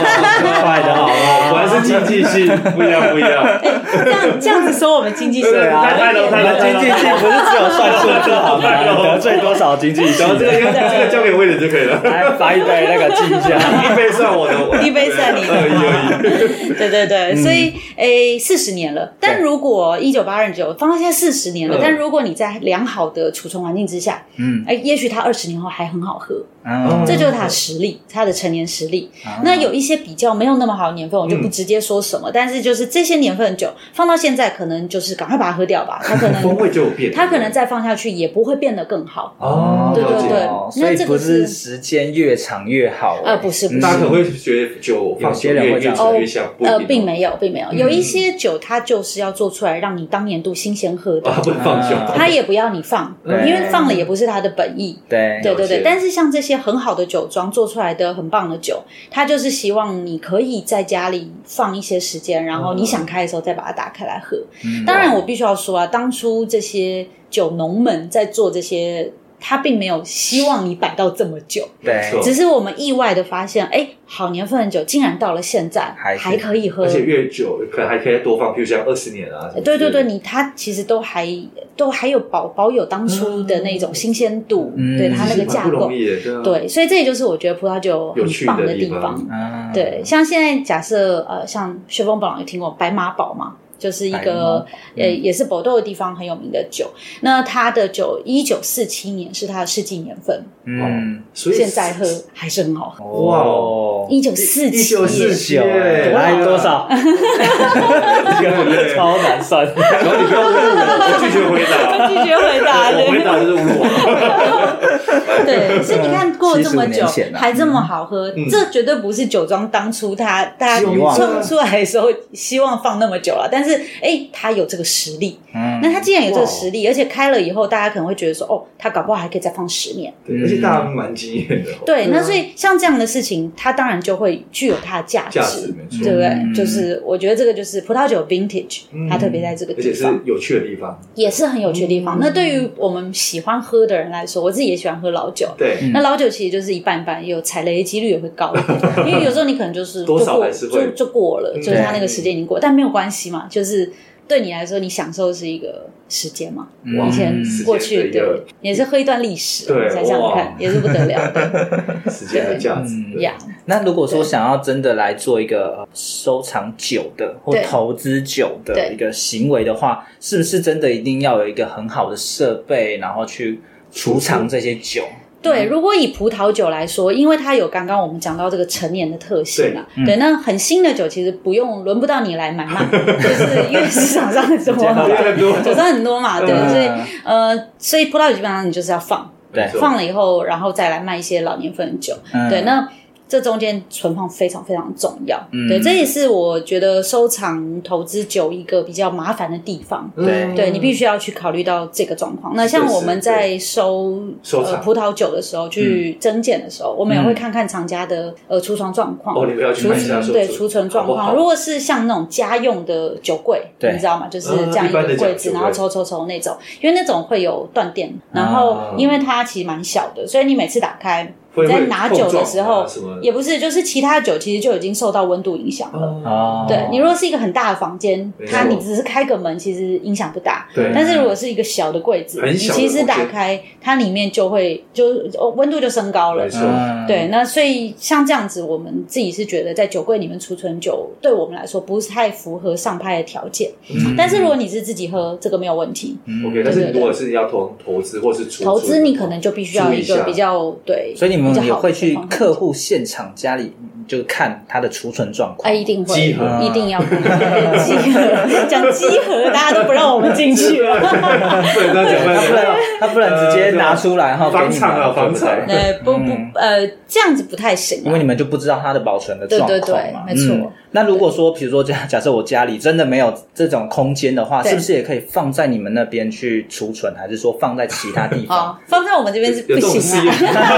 [SPEAKER 6] 快的好啊，果然是经济性，不一样不一样。
[SPEAKER 5] 这样这样子说，我们经济是
[SPEAKER 6] 对啊
[SPEAKER 5] 有点
[SPEAKER 6] 太
[SPEAKER 4] 我
[SPEAKER 6] 太
[SPEAKER 4] 们经济系不是只有算数字好吗？ 你得罪多少经济系
[SPEAKER 6] 然？后这个这个交给魏的就可以了，
[SPEAKER 4] 来把一杯那个记一下。
[SPEAKER 6] 一杯算我的，我
[SPEAKER 5] 一杯算你的
[SPEAKER 6] 二一二一。嗯
[SPEAKER 5] 对对对，所以诶，四十年了。但如果一九八二九放到现在四十年了，
[SPEAKER 6] 嗯
[SPEAKER 5] 但如果你在良好的储存环境之下，
[SPEAKER 4] 嗯，
[SPEAKER 5] 哎，也许它二十年后还很好喝，
[SPEAKER 4] 嗯
[SPEAKER 5] 这就是它的实力，它的成年实力。
[SPEAKER 6] 啊
[SPEAKER 5] 那有一些比较没有那么好的年份，我就
[SPEAKER 6] 嗯
[SPEAKER 5] 不直接说什么，但是就是这些年份的酒放到现在，可能就是赶快把它喝掉吧，它可
[SPEAKER 6] 风味
[SPEAKER 5] 能
[SPEAKER 6] 就有变，
[SPEAKER 5] 它可能再放下去也不会变得更好。
[SPEAKER 6] 哦，
[SPEAKER 5] 对对
[SPEAKER 6] 了解
[SPEAKER 5] 对
[SPEAKER 4] 所
[SPEAKER 5] 那这
[SPEAKER 4] 以
[SPEAKER 5] 个
[SPEAKER 4] 不
[SPEAKER 5] 是
[SPEAKER 4] 是时间越长越好
[SPEAKER 5] 呃，不是不
[SPEAKER 6] 嗯大家
[SPEAKER 5] 是
[SPEAKER 6] 可。能会觉得酒放久越越陈越香，不一定嗯
[SPEAKER 5] 呃
[SPEAKER 6] 哦，
[SPEAKER 5] 并没有，并没有，有一些酒它就是要做出来让你当年度新鲜喝的
[SPEAKER 6] 啊，，不嗯能放久，
[SPEAKER 4] 啊
[SPEAKER 5] 它也不要你放，
[SPEAKER 4] 对
[SPEAKER 5] 因为放了也不是它的本意。
[SPEAKER 4] 对
[SPEAKER 5] 对
[SPEAKER 6] 了
[SPEAKER 5] 对对，
[SPEAKER 6] 解
[SPEAKER 5] 但是像这些很好的酒庄做出来的很棒的酒，它就是希望你可以在家里放一些时间，然
[SPEAKER 6] 嗯
[SPEAKER 5] 后你想开的时候再把它打开来喝。
[SPEAKER 4] 嗯
[SPEAKER 5] 当然，我必须要说啊，当初这些酒农们在做这些，他并没有希望你摆到这么久，
[SPEAKER 4] 对
[SPEAKER 6] 没错
[SPEAKER 5] 只是我们意外的发现，哎，好年份的酒竟然到了现在
[SPEAKER 4] 还是
[SPEAKER 5] 还可以喝
[SPEAKER 6] 而，且越久可能还可以多放，比如像二十年啊，什么之
[SPEAKER 5] 对
[SPEAKER 6] 类
[SPEAKER 5] 对
[SPEAKER 6] 的
[SPEAKER 5] 对，，你它其实都还都还有保保有当初的那种新鲜度，
[SPEAKER 4] 嗯
[SPEAKER 5] 对它那个
[SPEAKER 6] 其实蛮
[SPEAKER 5] 架
[SPEAKER 6] 不
[SPEAKER 5] 构
[SPEAKER 6] 容，易的，对啊，
[SPEAKER 5] 对，所以这也就是我觉得葡萄酒
[SPEAKER 6] 有趣
[SPEAKER 5] 很棒
[SPEAKER 6] 的
[SPEAKER 5] 地
[SPEAKER 6] 地方嗯
[SPEAKER 5] 方。
[SPEAKER 4] 啊
[SPEAKER 5] 对，像现在假设呃，像薛峰宝有听过白马堡嘛，就是一
[SPEAKER 4] 白马
[SPEAKER 5] 个
[SPEAKER 4] 堡
[SPEAKER 5] 呃
[SPEAKER 6] 嗯
[SPEAKER 5] 也是bordeaux 的地方很有名的酒。那它的酒一九四七年是它的世纪年份，
[SPEAKER 4] 嗯，
[SPEAKER 6] 所以
[SPEAKER 5] 现在喝还是很好喝。
[SPEAKER 6] 哇哦
[SPEAKER 5] 一九四
[SPEAKER 6] 一九四七
[SPEAKER 5] 七，
[SPEAKER 6] 耶，
[SPEAKER 4] 来多？ 少？超难算。
[SPEAKER 6] 然后你不要问我，我拒绝回 答，
[SPEAKER 5] 拒绝回答
[SPEAKER 6] 我回
[SPEAKER 5] 对
[SPEAKER 6] 答就是侮辱我，
[SPEAKER 5] 对，所以你看过这么久
[SPEAKER 4] 75年前啊
[SPEAKER 5] 还这么好喝，
[SPEAKER 6] 嗯
[SPEAKER 5] 这绝对不是酒庄当初他他
[SPEAKER 6] 希望啊
[SPEAKER 5] 创出来的时候希望放那么久了，但是哎，他有这个实力，那
[SPEAKER 4] 嗯，
[SPEAKER 5] 他既然有这个实力，而且开了以后，大家可能会觉得说，哦，他搞不好还可以再放十年。
[SPEAKER 6] 对而且大家蛮惊艳的哦，
[SPEAKER 5] 嗯对，那所以像这样的事情，它当然就会具有它的价值，
[SPEAKER 6] 价值没错
[SPEAKER 5] 对不对？
[SPEAKER 4] 嗯
[SPEAKER 5] 就是我觉得这个就是葡萄酒 vintage，、
[SPEAKER 6] 嗯
[SPEAKER 5] 它特别在这个
[SPEAKER 6] 而
[SPEAKER 5] 地
[SPEAKER 6] 且是嗯
[SPEAKER 5] 方
[SPEAKER 6] 有趣的地方，
[SPEAKER 5] 也是很有趣的地方。那对于我们喜欢喝的人来说，我自己也喜欢喝老酒。
[SPEAKER 6] 对，
[SPEAKER 5] 那老酒其实就是一半一半，有踩雷的几率也会高一 点，因为有时候你可能就是
[SPEAKER 6] 多少
[SPEAKER 5] 就过
[SPEAKER 6] 还是会
[SPEAKER 5] 就就过了，
[SPEAKER 6] 嗯
[SPEAKER 5] 就是它那个时间已经过，但没有关系嘛，就是对你来说，你享受是一个时间嘛，
[SPEAKER 6] 哇
[SPEAKER 5] 嗯以前过去
[SPEAKER 6] 嗯时间的一
[SPEAKER 5] 对
[SPEAKER 6] 个，
[SPEAKER 5] 也是喝一段历史，
[SPEAKER 6] 对
[SPEAKER 5] 想想看
[SPEAKER 6] 哇，
[SPEAKER 5] 也是不得 了的
[SPEAKER 6] 时间的价值，
[SPEAKER 4] 嗯
[SPEAKER 6] 对
[SPEAKER 5] 呀。
[SPEAKER 4] 那如果说想要真的来做一个呃收藏酒的或
[SPEAKER 5] 对
[SPEAKER 4] 投资酒的
[SPEAKER 5] 对
[SPEAKER 4] 一个行为的话，是不是真的一定要有一个很好的设备，然后去储藏这些酒？
[SPEAKER 5] 对，如果以葡萄酒来说，因为它有刚刚我们讲到这个成年的特性啊，
[SPEAKER 6] 嗯
[SPEAKER 5] 对，那很新的酒其实不用轮不到你来买 嘛，就是因为市场上很多嘛， 酒商很多嘛，对，
[SPEAKER 4] 嗯
[SPEAKER 6] 嗯
[SPEAKER 5] 所以呃，所以葡萄酒基本上你就是要放，
[SPEAKER 4] 对
[SPEAKER 6] 没错
[SPEAKER 5] 放了以后，然后再来卖一些老年份的酒。
[SPEAKER 4] 嗯
[SPEAKER 5] 对，那这中间存放非常非常重要。
[SPEAKER 4] 嗯
[SPEAKER 5] 对，这也是我觉得收藏投资酒一个比较麻烦的地方。
[SPEAKER 4] 对
[SPEAKER 5] 对你必须要去考虑到这个状况。那像
[SPEAKER 6] 嗯是
[SPEAKER 5] 我们在收
[SPEAKER 6] 收
[SPEAKER 5] 呃
[SPEAKER 6] 藏嗯
[SPEAKER 5] 葡萄酒的时候，去增减的时候，我们也会看看厂家的呃储存状况。
[SPEAKER 6] 哦，你不要去
[SPEAKER 5] 储
[SPEAKER 6] 买一下
[SPEAKER 5] 存
[SPEAKER 6] 说
[SPEAKER 5] 对储存状
[SPEAKER 6] 好不好
[SPEAKER 5] 况，如果是像那种家用的酒柜，
[SPEAKER 4] 对
[SPEAKER 5] 你知道吗？就是
[SPEAKER 6] 嗯
[SPEAKER 5] 这样一
[SPEAKER 6] 一般
[SPEAKER 5] 个
[SPEAKER 6] 的
[SPEAKER 5] 柜
[SPEAKER 6] 酒
[SPEAKER 5] 子，
[SPEAKER 6] 柜
[SPEAKER 5] 然后抽抽抽那种，因为那种会有断电，然后因为它其实蛮小的，所以你每次打开
[SPEAKER 6] 啊会
[SPEAKER 5] 在
[SPEAKER 6] 会
[SPEAKER 5] 拿
[SPEAKER 6] 碰
[SPEAKER 5] 酒的
[SPEAKER 6] 撞
[SPEAKER 5] 时
[SPEAKER 6] 啊
[SPEAKER 5] 候
[SPEAKER 6] 什么，
[SPEAKER 5] 也不是，就是其他酒其实就已经受到温度影响了。
[SPEAKER 4] 哦，
[SPEAKER 5] 对你如果是一个很大的房间
[SPEAKER 6] 没，
[SPEAKER 5] 它
[SPEAKER 6] 错
[SPEAKER 5] 你只是开个门，其实影响不大。
[SPEAKER 6] 对
[SPEAKER 5] 但是如果是一个小的柜子，
[SPEAKER 6] 很
[SPEAKER 5] 你
[SPEAKER 6] 小的
[SPEAKER 5] 其实
[SPEAKER 6] 空间
[SPEAKER 5] 打开它里面就会就哦温度就升高了
[SPEAKER 6] 没。错
[SPEAKER 4] 嗯
[SPEAKER 5] 对，，那所以像这样子，我们自己是觉得在酒柜里面储存酒，对我们来说不是太符合上拍的条件。
[SPEAKER 4] 嗯
[SPEAKER 5] 但是如果你是自己喝，这个没有问题。
[SPEAKER 6] OK，但是你如果是要投投资或是储
[SPEAKER 5] 投资
[SPEAKER 6] 存
[SPEAKER 5] 你可能就必须要
[SPEAKER 6] 注
[SPEAKER 5] 一
[SPEAKER 6] 意一
[SPEAKER 5] 个
[SPEAKER 6] 下
[SPEAKER 5] 比较对，
[SPEAKER 4] 所以你们
[SPEAKER 5] 比较
[SPEAKER 4] 也
[SPEAKER 5] 好的
[SPEAKER 4] 会去
[SPEAKER 5] 方法
[SPEAKER 4] 客户现场家里就看他的储存状况。
[SPEAKER 5] 哎，一定会，
[SPEAKER 6] 集合
[SPEAKER 5] 一定要 集合。讲集合，大家都不让我们进去 了。
[SPEAKER 6] 对，那讲
[SPEAKER 4] 他不能
[SPEAKER 6] 半天。，
[SPEAKER 4] 他不能直接拿出来哈，给
[SPEAKER 6] 呃啊房
[SPEAKER 4] 你
[SPEAKER 6] 产啊，
[SPEAKER 4] 们，
[SPEAKER 6] 房
[SPEAKER 4] 对
[SPEAKER 6] 产
[SPEAKER 4] 不对，
[SPEAKER 5] 呃，不不，呃，这样子不太行
[SPEAKER 4] 因为
[SPEAKER 5] 啊。
[SPEAKER 4] 你们就不知道它的保存的状
[SPEAKER 5] 对
[SPEAKER 4] 况
[SPEAKER 5] 对对
[SPEAKER 4] 嘛。
[SPEAKER 5] 没错
[SPEAKER 4] 嗯那如果说，比如说 假假设我家里真的没有这种空间的话，
[SPEAKER 5] 对
[SPEAKER 4] 是不是也可以放在你们那边去储存，还是说放在其他地 方？
[SPEAKER 5] 好，放在我们这边是
[SPEAKER 6] 有这
[SPEAKER 5] 不
[SPEAKER 6] 种事
[SPEAKER 5] 行
[SPEAKER 6] 业，
[SPEAKER 5] 啊。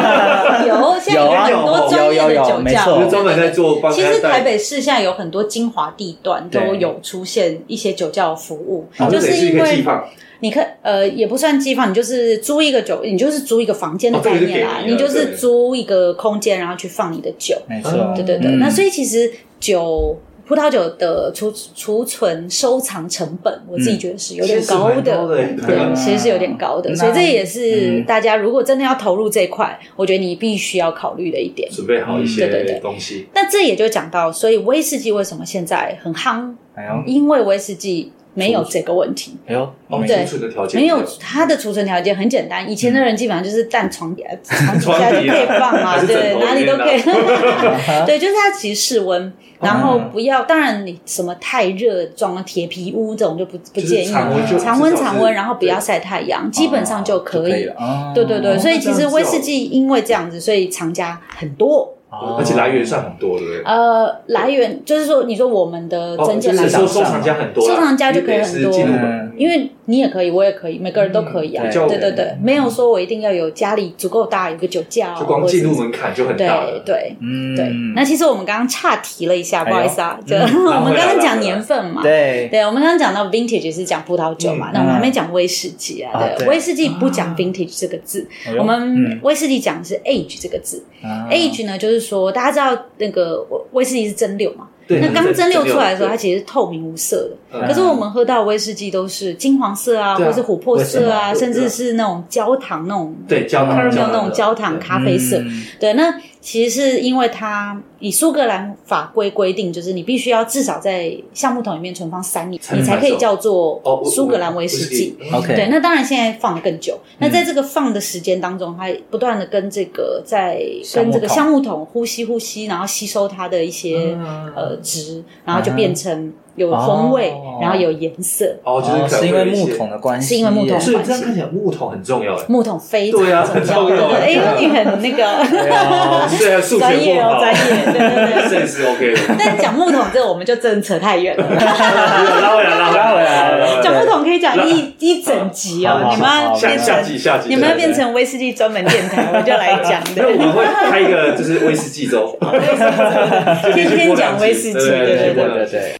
[SPEAKER 5] 有，现在
[SPEAKER 4] 有啊
[SPEAKER 5] 很多专业
[SPEAKER 4] 有有
[SPEAKER 5] 的
[SPEAKER 4] 有
[SPEAKER 5] 酒
[SPEAKER 4] 没
[SPEAKER 5] 窖
[SPEAKER 4] 错
[SPEAKER 6] 就是，专门在做帮
[SPEAKER 5] 其实
[SPEAKER 6] 他带
[SPEAKER 5] 台北市现在有很多精华地段都
[SPEAKER 4] 对
[SPEAKER 5] 有出现一些酒窖服务
[SPEAKER 6] 哦，
[SPEAKER 5] 就
[SPEAKER 6] 这也是一
[SPEAKER 5] 因
[SPEAKER 6] 个
[SPEAKER 5] 为
[SPEAKER 6] 寄放
[SPEAKER 5] 你可呃也不算寄放，你就是租一个酒，你就是租一个房间的
[SPEAKER 6] 哦这
[SPEAKER 5] 概
[SPEAKER 6] 个就
[SPEAKER 5] 念啦，啊
[SPEAKER 6] 便宜了
[SPEAKER 5] 你就是
[SPEAKER 6] 对
[SPEAKER 5] 租一个空间，然后去放你的酒。
[SPEAKER 4] 没错，
[SPEAKER 6] 嗯
[SPEAKER 5] 对对对，
[SPEAKER 4] 嗯
[SPEAKER 5] 那所以其实酒。葡萄酒的储储存、收藏成本，我自己觉得是有点
[SPEAKER 6] 其实蛮
[SPEAKER 5] 的，
[SPEAKER 6] 高的欸对
[SPEAKER 5] 对，
[SPEAKER 6] 啊
[SPEAKER 5] 其实是有点高的，
[SPEAKER 4] 那
[SPEAKER 5] 所以这也是
[SPEAKER 4] 嗯
[SPEAKER 5] 大家如果真的要投入这一块，我觉得你必须要考虑的一点。
[SPEAKER 6] 准备好一
[SPEAKER 5] 嗯对对
[SPEAKER 6] 些
[SPEAKER 5] 对
[SPEAKER 6] 东西，
[SPEAKER 5] 那这也就讲到，所以威士忌为什么现在很夯？
[SPEAKER 4] 哎呦
[SPEAKER 5] 因为威士忌没有这个问题，
[SPEAKER 4] 哎呦，
[SPEAKER 6] 哦，
[SPEAKER 4] 没
[SPEAKER 5] 对
[SPEAKER 6] 储存的条件
[SPEAKER 5] 没有它的储存条件很简单，以前的人基本上就是蛋床底下、 床底下就可以放啊，
[SPEAKER 6] 嗯床底啊
[SPEAKER 5] 对，哪里都可
[SPEAKER 6] 还
[SPEAKER 5] 以
[SPEAKER 6] 是枕。啊
[SPEAKER 5] 对，就是它其实室
[SPEAKER 6] 嗯
[SPEAKER 5] 温，然后不要，当然你什么太热装铁皮屋这种就不不
[SPEAKER 6] 就是
[SPEAKER 5] 建议，
[SPEAKER 6] 常温就
[SPEAKER 5] 常温
[SPEAKER 6] 至少是哦
[SPEAKER 5] 常温，然后不要晒太阳，基本上就可以。
[SPEAKER 4] 了。哦
[SPEAKER 5] 对对对，所以其
[SPEAKER 6] 这
[SPEAKER 5] 实
[SPEAKER 6] 样子哦
[SPEAKER 5] 威士忌因为这样子，所以藏家很多。
[SPEAKER 4] 哦
[SPEAKER 6] 而且来源算很多，对不对？
[SPEAKER 5] 呃，来源就是说，你说我们的
[SPEAKER 6] 哦，
[SPEAKER 5] 增
[SPEAKER 6] 就
[SPEAKER 5] 减来
[SPEAKER 6] 是说
[SPEAKER 5] 源
[SPEAKER 6] 收藏家很多啦，
[SPEAKER 5] 收藏家就可以很
[SPEAKER 6] 因为也
[SPEAKER 5] 多
[SPEAKER 6] 是进入
[SPEAKER 4] 嗯
[SPEAKER 6] 门
[SPEAKER 5] 因为你也可以，我也可以，每个人都可以啊。
[SPEAKER 4] 嗯
[SPEAKER 5] 对
[SPEAKER 6] 对
[SPEAKER 5] 对对，没有说我一定要有家里足够大，有个酒窖啊，
[SPEAKER 6] 就光
[SPEAKER 5] 或者
[SPEAKER 6] 进
[SPEAKER 5] 是
[SPEAKER 6] 入门槛就很
[SPEAKER 5] 对
[SPEAKER 6] 大了。
[SPEAKER 5] 对
[SPEAKER 4] 嗯
[SPEAKER 5] 对。那其实我们刚刚岔题了一下，
[SPEAKER 4] 哎
[SPEAKER 5] 不
[SPEAKER 4] 呦
[SPEAKER 5] 好意思啊，就
[SPEAKER 4] 嗯
[SPEAKER 5] 我们刚刚
[SPEAKER 6] 拉回来
[SPEAKER 5] 讲年份嘛。
[SPEAKER 4] 对
[SPEAKER 5] 对，我们刚刚讲到 vintage 是讲葡萄酒嘛，
[SPEAKER 6] 嗯
[SPEAKER 5] 那我们还没讲威士忌啊。
[SPEAKER 4] 啊对
[SPEAKER 5] 威士忌不讲 vintage 这个字，
[SPEAKER 4] 哎呦
[SPEAKER 5] 我们
[SPEAKER 4] 嗯
[SPEAKER 5] 威士忌讲的是 age 这个字。
[SPEAKER 4] 啊
[SPEAKER 5] age 呢，就是说大家知道那个威士忌是蒸馏嘛，
[SPEAKER 6] 对
[SPEAKER 5] 那刚蒸馏出来的时候，它
[SPEAKER 6] 对
[SPEAKER 5] 其实是透明无色的。
[SPEAKER 6] 嗯
[SPEAKER 5] 可是我们喝到威士忌都是金黄色啊，
[SPEAKER 6] 对
[SPEAKER 5] 或
[SPEAKER 6] 啊
[SPEAKER 5] 是琥珀色啊，
[SPEAKER 6] 为什么
[SPEAKER 5] 甚至是那种焦糖那种
[SPEAKER 6] 对焦糖
[SPEAKER 5] caramel
[SPEAKER 6] 焦糖
[SPEAKER 5] 那种焦糖
[SPEAKER 6] 对
[SPEAKER 5] 咖啡色。
[SPEAKER 4] 嗯
[SPEAKER 5] 对，那其实是因为它以苏格兰法规规定，就是你必须要至少在橡木桶里面存放三年，
[SPEAKER 6] 才
[SPEAKER 5] 你
[SPEAKER 6] 能
[SPEAKER 5] 才可以
[SPEAKER 6] 买走
[SPEAKER 5] 叫做
[SPEAKER 6] 哦，我
[SPEAKER 5] 苏格兰
[SPEAKER 6] 我
[SPEAKER 5] 威士忌。
[SPEAKER 6] 嗯
[SPEAKER 4] OK
[SPEAKER 5] 对，那当然现在放的更久。那在这个放的时间当中，它不断的跟这个在
[SPEAKER 4] 橡木桶
[SPEAKER 5] 跟这个橡木桶呼吸呼吸，然后吸收它的一些
[SPEAKER 6] 嗯
[SPEAKER 5] 呃值，然后就变成有风味
[SPEAKER 4] 哦，
[SPEAKER 5] 然后有颜色，
[SPEAKER 6] 哦，就是
[SPEAKER 4] 哦
[SPEAKER 6] 可能
[SPEAKER 4] 是因
[SPEAKER 6] 会
[SPEAKER 4] 为
[SPEAKER 6] 有一些
[SPEAKER 4] 木桶，的关系，
[SPEAKER 5] 是因为木桶
[SPEAKER 6] 所以这样看起来木桶很重要哎。
[SPEAKER 5] 木桶非常
[SPEAKER 6] 对啊
[SPEAKER 5] 重要。
[SPEAKER 6] 很重要
[SPEAKER 5] 对对对哎呦，你很那
[SPEAKER 4] 对
[SPEAKER 5] 个
[SPEAKER 4] 啊
[SPEAKER 6] 虽然数学
[SPEAKER 5] 专业
[SPEAKER 6] 不
[SPEAKER 5] 哦，
[SPEAKER 6] 好，
[SPEAKER 5] 专业，对对对。
[SPEAKER 6] 这 是 OK 的。
[SPEAKER 5] 但讲木桶这个我们就真的扯太远 了。
[SPEAKER 6] 拉回来，拉回来，
[SPEAKER 4] 拉回来
[SPEAKER 6] 拉回来
[SPEAKER 5] 讲木桶可以讲一一整集哦，
[SPEAKER 4] 好
[SPEAKER 5] 你们要
[SPEAKER 4] 好
[SPEAKER 6] 下
[SPEAKER 5] 变
[SPEAKER 6] 下集，
[SPEAKER 5] 成
[SPEAKER 6] 下集，
[SPEAKER 5] 你们要变
[SPEAKER 6] 下集。
[SPEAKER 5] 成威士忌专门电台，我就来讲
[SPEAKER 6] 没 有，我
[SPEAKER 5] 的。
[SPEAKER 6] 们会开一个 就是威士忌周，就连
[SPEAKER 5] 天
[SPEAKER 6] 续播两
[SPEAKER 5] 天讲
[SPEAKER 6] 集
[SPEAKER 5] 威士忌，
[SPEAKER 6] 对
[SPEAKER 5] 对
[SPEAKER 4] 对
[SPEAKER 5] 对
[SPEAKER 4] 对。
[SPEAKER 5] 对
[SPEAKER 4] 对对，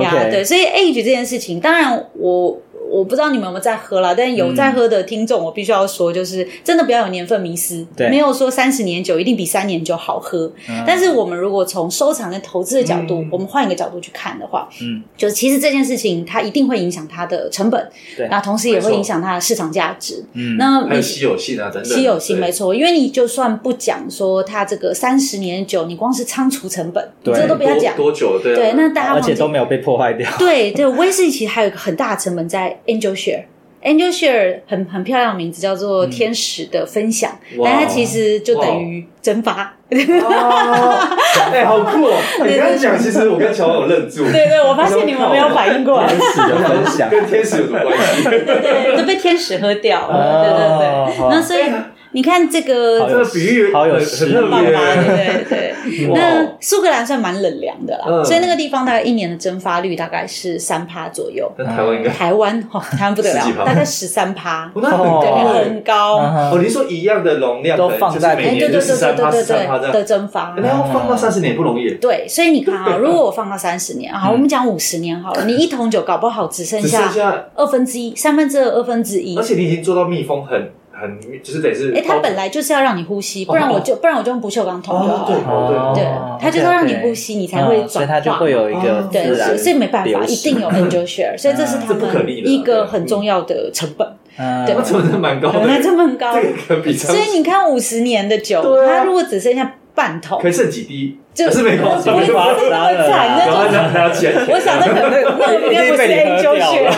[SPEAKER 5] 呀
[SPEAKER 4] OK
[SPEAKER 5] 对，所以 age 这件事情，当然我我不知道你们有没有在喝啦，但有在喝的听众，我必须要说，就是真的不要有年份迷失，
[SPEAKER 4] 对嗯
[SPEAKER 5] 没有说三十年酒一定比三年酒好喝。但是我们如果从收藏跟投资的角度，我们换一个角度去看的话，
[SPEAKER 4] 嗯，
[SPEAKER 5] 就是其实这件事情它一定会影响它的成本，
[SPEAKER 4] 对
[SPEAKER 5] 那同时也
[SPEAKER 6] 没
[SPEAKER 5] 会
[SPEAKER 6] 错
[SPEAKER 5] 影响它的市场价值。
[SPEAKER 4] 嗯
[SPEAKER 5] 那
[SPEAKER 6] 还有
[SPEAKER 5] 你
[SPEAKER 6] 稀有性啊等等。
[SPEAKER 5] 稀有性
[SPEAKER 6] 对
[SPEAKER 5] 没错，因为你就算不讲说它这个三十年酒，你光是仓储成本，
[SPEAKER 4] 对
[SPEAKER 5] 这个都不要讲。
[SPEAKER 6] 多多久了？对啊
[SPEAKER 5] 对，那大家
[SPEAKER 4] 而
[SPEAKER 5] 忘记
[SPEAKER 4] 且都没有被破坏掉，
[SPEAKER 5] 对对，威士忌其实还有一个很大的成本在 Angel Share。Angel Share 很很漂亮的名字叫做天使的分享，
[SPEAKER 6] 哇
[SPEAKER 5] 但它其实就等于蒸发。
[SPEAKER 6] 哦，哎，好酷！哦！你刚才讲，其实我跟乔王有愣住。
[SPEAKER 5] 对对，我发现你们没有反 应过来，
[SPEAKER 4] 自己的分 享。
[SPEAKER 6] 跟天使有什么关系？
[SPEAKER 5] 对，都被天使喝掉了。对对对，
[SPEAKER 4] 哦
[SPEAKER 5] 那所以
[SPEAKER 6] 哎
[SPEAKER 5] 你看这个
[SPEAKER 6] 这个比喻
[SPEAKER 4] 好有
[SPEAKER 6] 很
[SPEAKER 4] 诗
[SPEAKER 6] 很
[SPEAKER 4] 意
[SPEAKER 6] 特
[SPEAKER 5] 很棒
[SPEAKER 6] 别
[SPEAKER 5] 吧？对对对。 那苏格兰算蛮冷凉的啦，
[SPEAKER 6] 嗯
[SPEAKER 5] 所以那个地方大概一年的蒸发率大概是三趴左右。
[SPEAKER 6] 那台湾应该
[SPEAKER 5] 台湾 哦，台湾不
[SPEAKER 6] 嗯
[SPEAKER 5] 得
[SPEAKER 6] 十几
[SPEAKER 5] 了，
[SPEAKER 6] 趴
[SPEAKER 5] 大概十三趴，
[SPEAKER 6] 哦那很高
[SPEAKER 5] 对，
[SPEAKER 6] 欸
[SPEAKER 5] 很高。
[SPEAKER 4] 嗯
[SPEAKER 6] 哦，
[SPEAKER 4] 哼
[SPEAKER 6] 你说一样的容量，
[SPEAKER 4] 都
[SPEAKER 6] 可能
[SPEAKER 4] 放
[SPEAKER 6] 就是
[SPEAKER 4] 在
[SPEAKER 6] 每
[SPEAKER 5] 哎，对
[SPEAKER 6] 年
[SPEAKER 5] 对
[SPEAKER 6] 就
[SPEAKER 5] 对
[SPEAKER 6] 十
[SPEAKER 5] 对
[SPEAKER 6] 三趴、
[SPEAKER 5] 对
[SPEAKER 6] 十
[SPEAKER 5] 对
[SPEAKER 6] 三趴这
[SPEAKER 5] 对
[SPEAKER 6] 样
[SPEAKER 5] 的，蒸发。
[SPEAKER 6] 那要放到三十年不容易，
[SPEAKER 5] 对，所以你 看啊，如果我放到三十年，好，我们讲五十年好了，你一桶酒搞不好只剩
[SPEAKER 6] 只剩
[SPEAKER 5] 下
[SPEAKER 6] 下，
[SPEAKER 5] 二分之一、三分之二、二分之一
[SPEAKER 6] 而。且哦你已经做到密封很很，就是得是
[SPEAKER 5] 哎，它本来就是要让你呼吸，不然我就不然我就用不锈钢桶就
[SPEAKER 6] 哦
[SPEAKER 5] 好
[SPEAKER 6] 对
[SPEAKER 5] 了。
[SPEAKER 6] 哦
[SPEAKER 5] 对
[SPEAKER 4] 哦，
[SPEAKER 5] 它就是要让你呼吸，你才会
[SPEAKER 4] 嗯所以
[SPEAKER 5] 转
[SPEAKER 4] 它就
[SPEAKER 5] 化
[SPEAKER 4] 会。有一个
[SPEAKER 6] 哦
[SPEAKER 4] 自
[SPEAKER 5] 对，所
[SPEAKER 4] 然
[SPEAKER 5] 以所以没办法，
[SPEAKER 4] 流
[SPEAKER 5] 一
[SPEAKER 4] 失
[SPEAKER 5] 定有 angel share，所以这是
[SPEAKER 6] 啊
[SPEAKER 5] 他
[SPEAKER 6] 这不可
[SPEAKER 5] 们
[SPEAKER 6] 逆的
[SPEAKER 5] 一个
[SPEAKER 6] 对哦
[SPEAKER 5] 很重要的成本，
[SPEAKER 4] 嗯
[SPEAKER 5] 对
[SPEAKER 6] 对，那成本是蛮高的，
[SPEAKER 5] 那这么高
[SPEAKER 6] 这。个可比上
[SPEAKER 5] 所以你看五十年的酒，
[SPEAKER 6] 对啊
[SPEAKER 5] 它如果只剩下半桶
[SPEAKER 6] 可，以剩几滴，
[SPEAKER 5] 就
[SPEAKER 6] 可是没空
[SPEAKER 5] 我不会
[SPEAKER 6] 没
[SPEAKER 5] 真
[SPEAKER 6] 办法
[SPEAKER 5] 的那么惨，
[SPEAKER 6] 然后
[SPEAKER 5] 那就
[SPEAKER 6] 还要钱，
[SPEAKER 5] 我想那可能那个应该不是 angel share，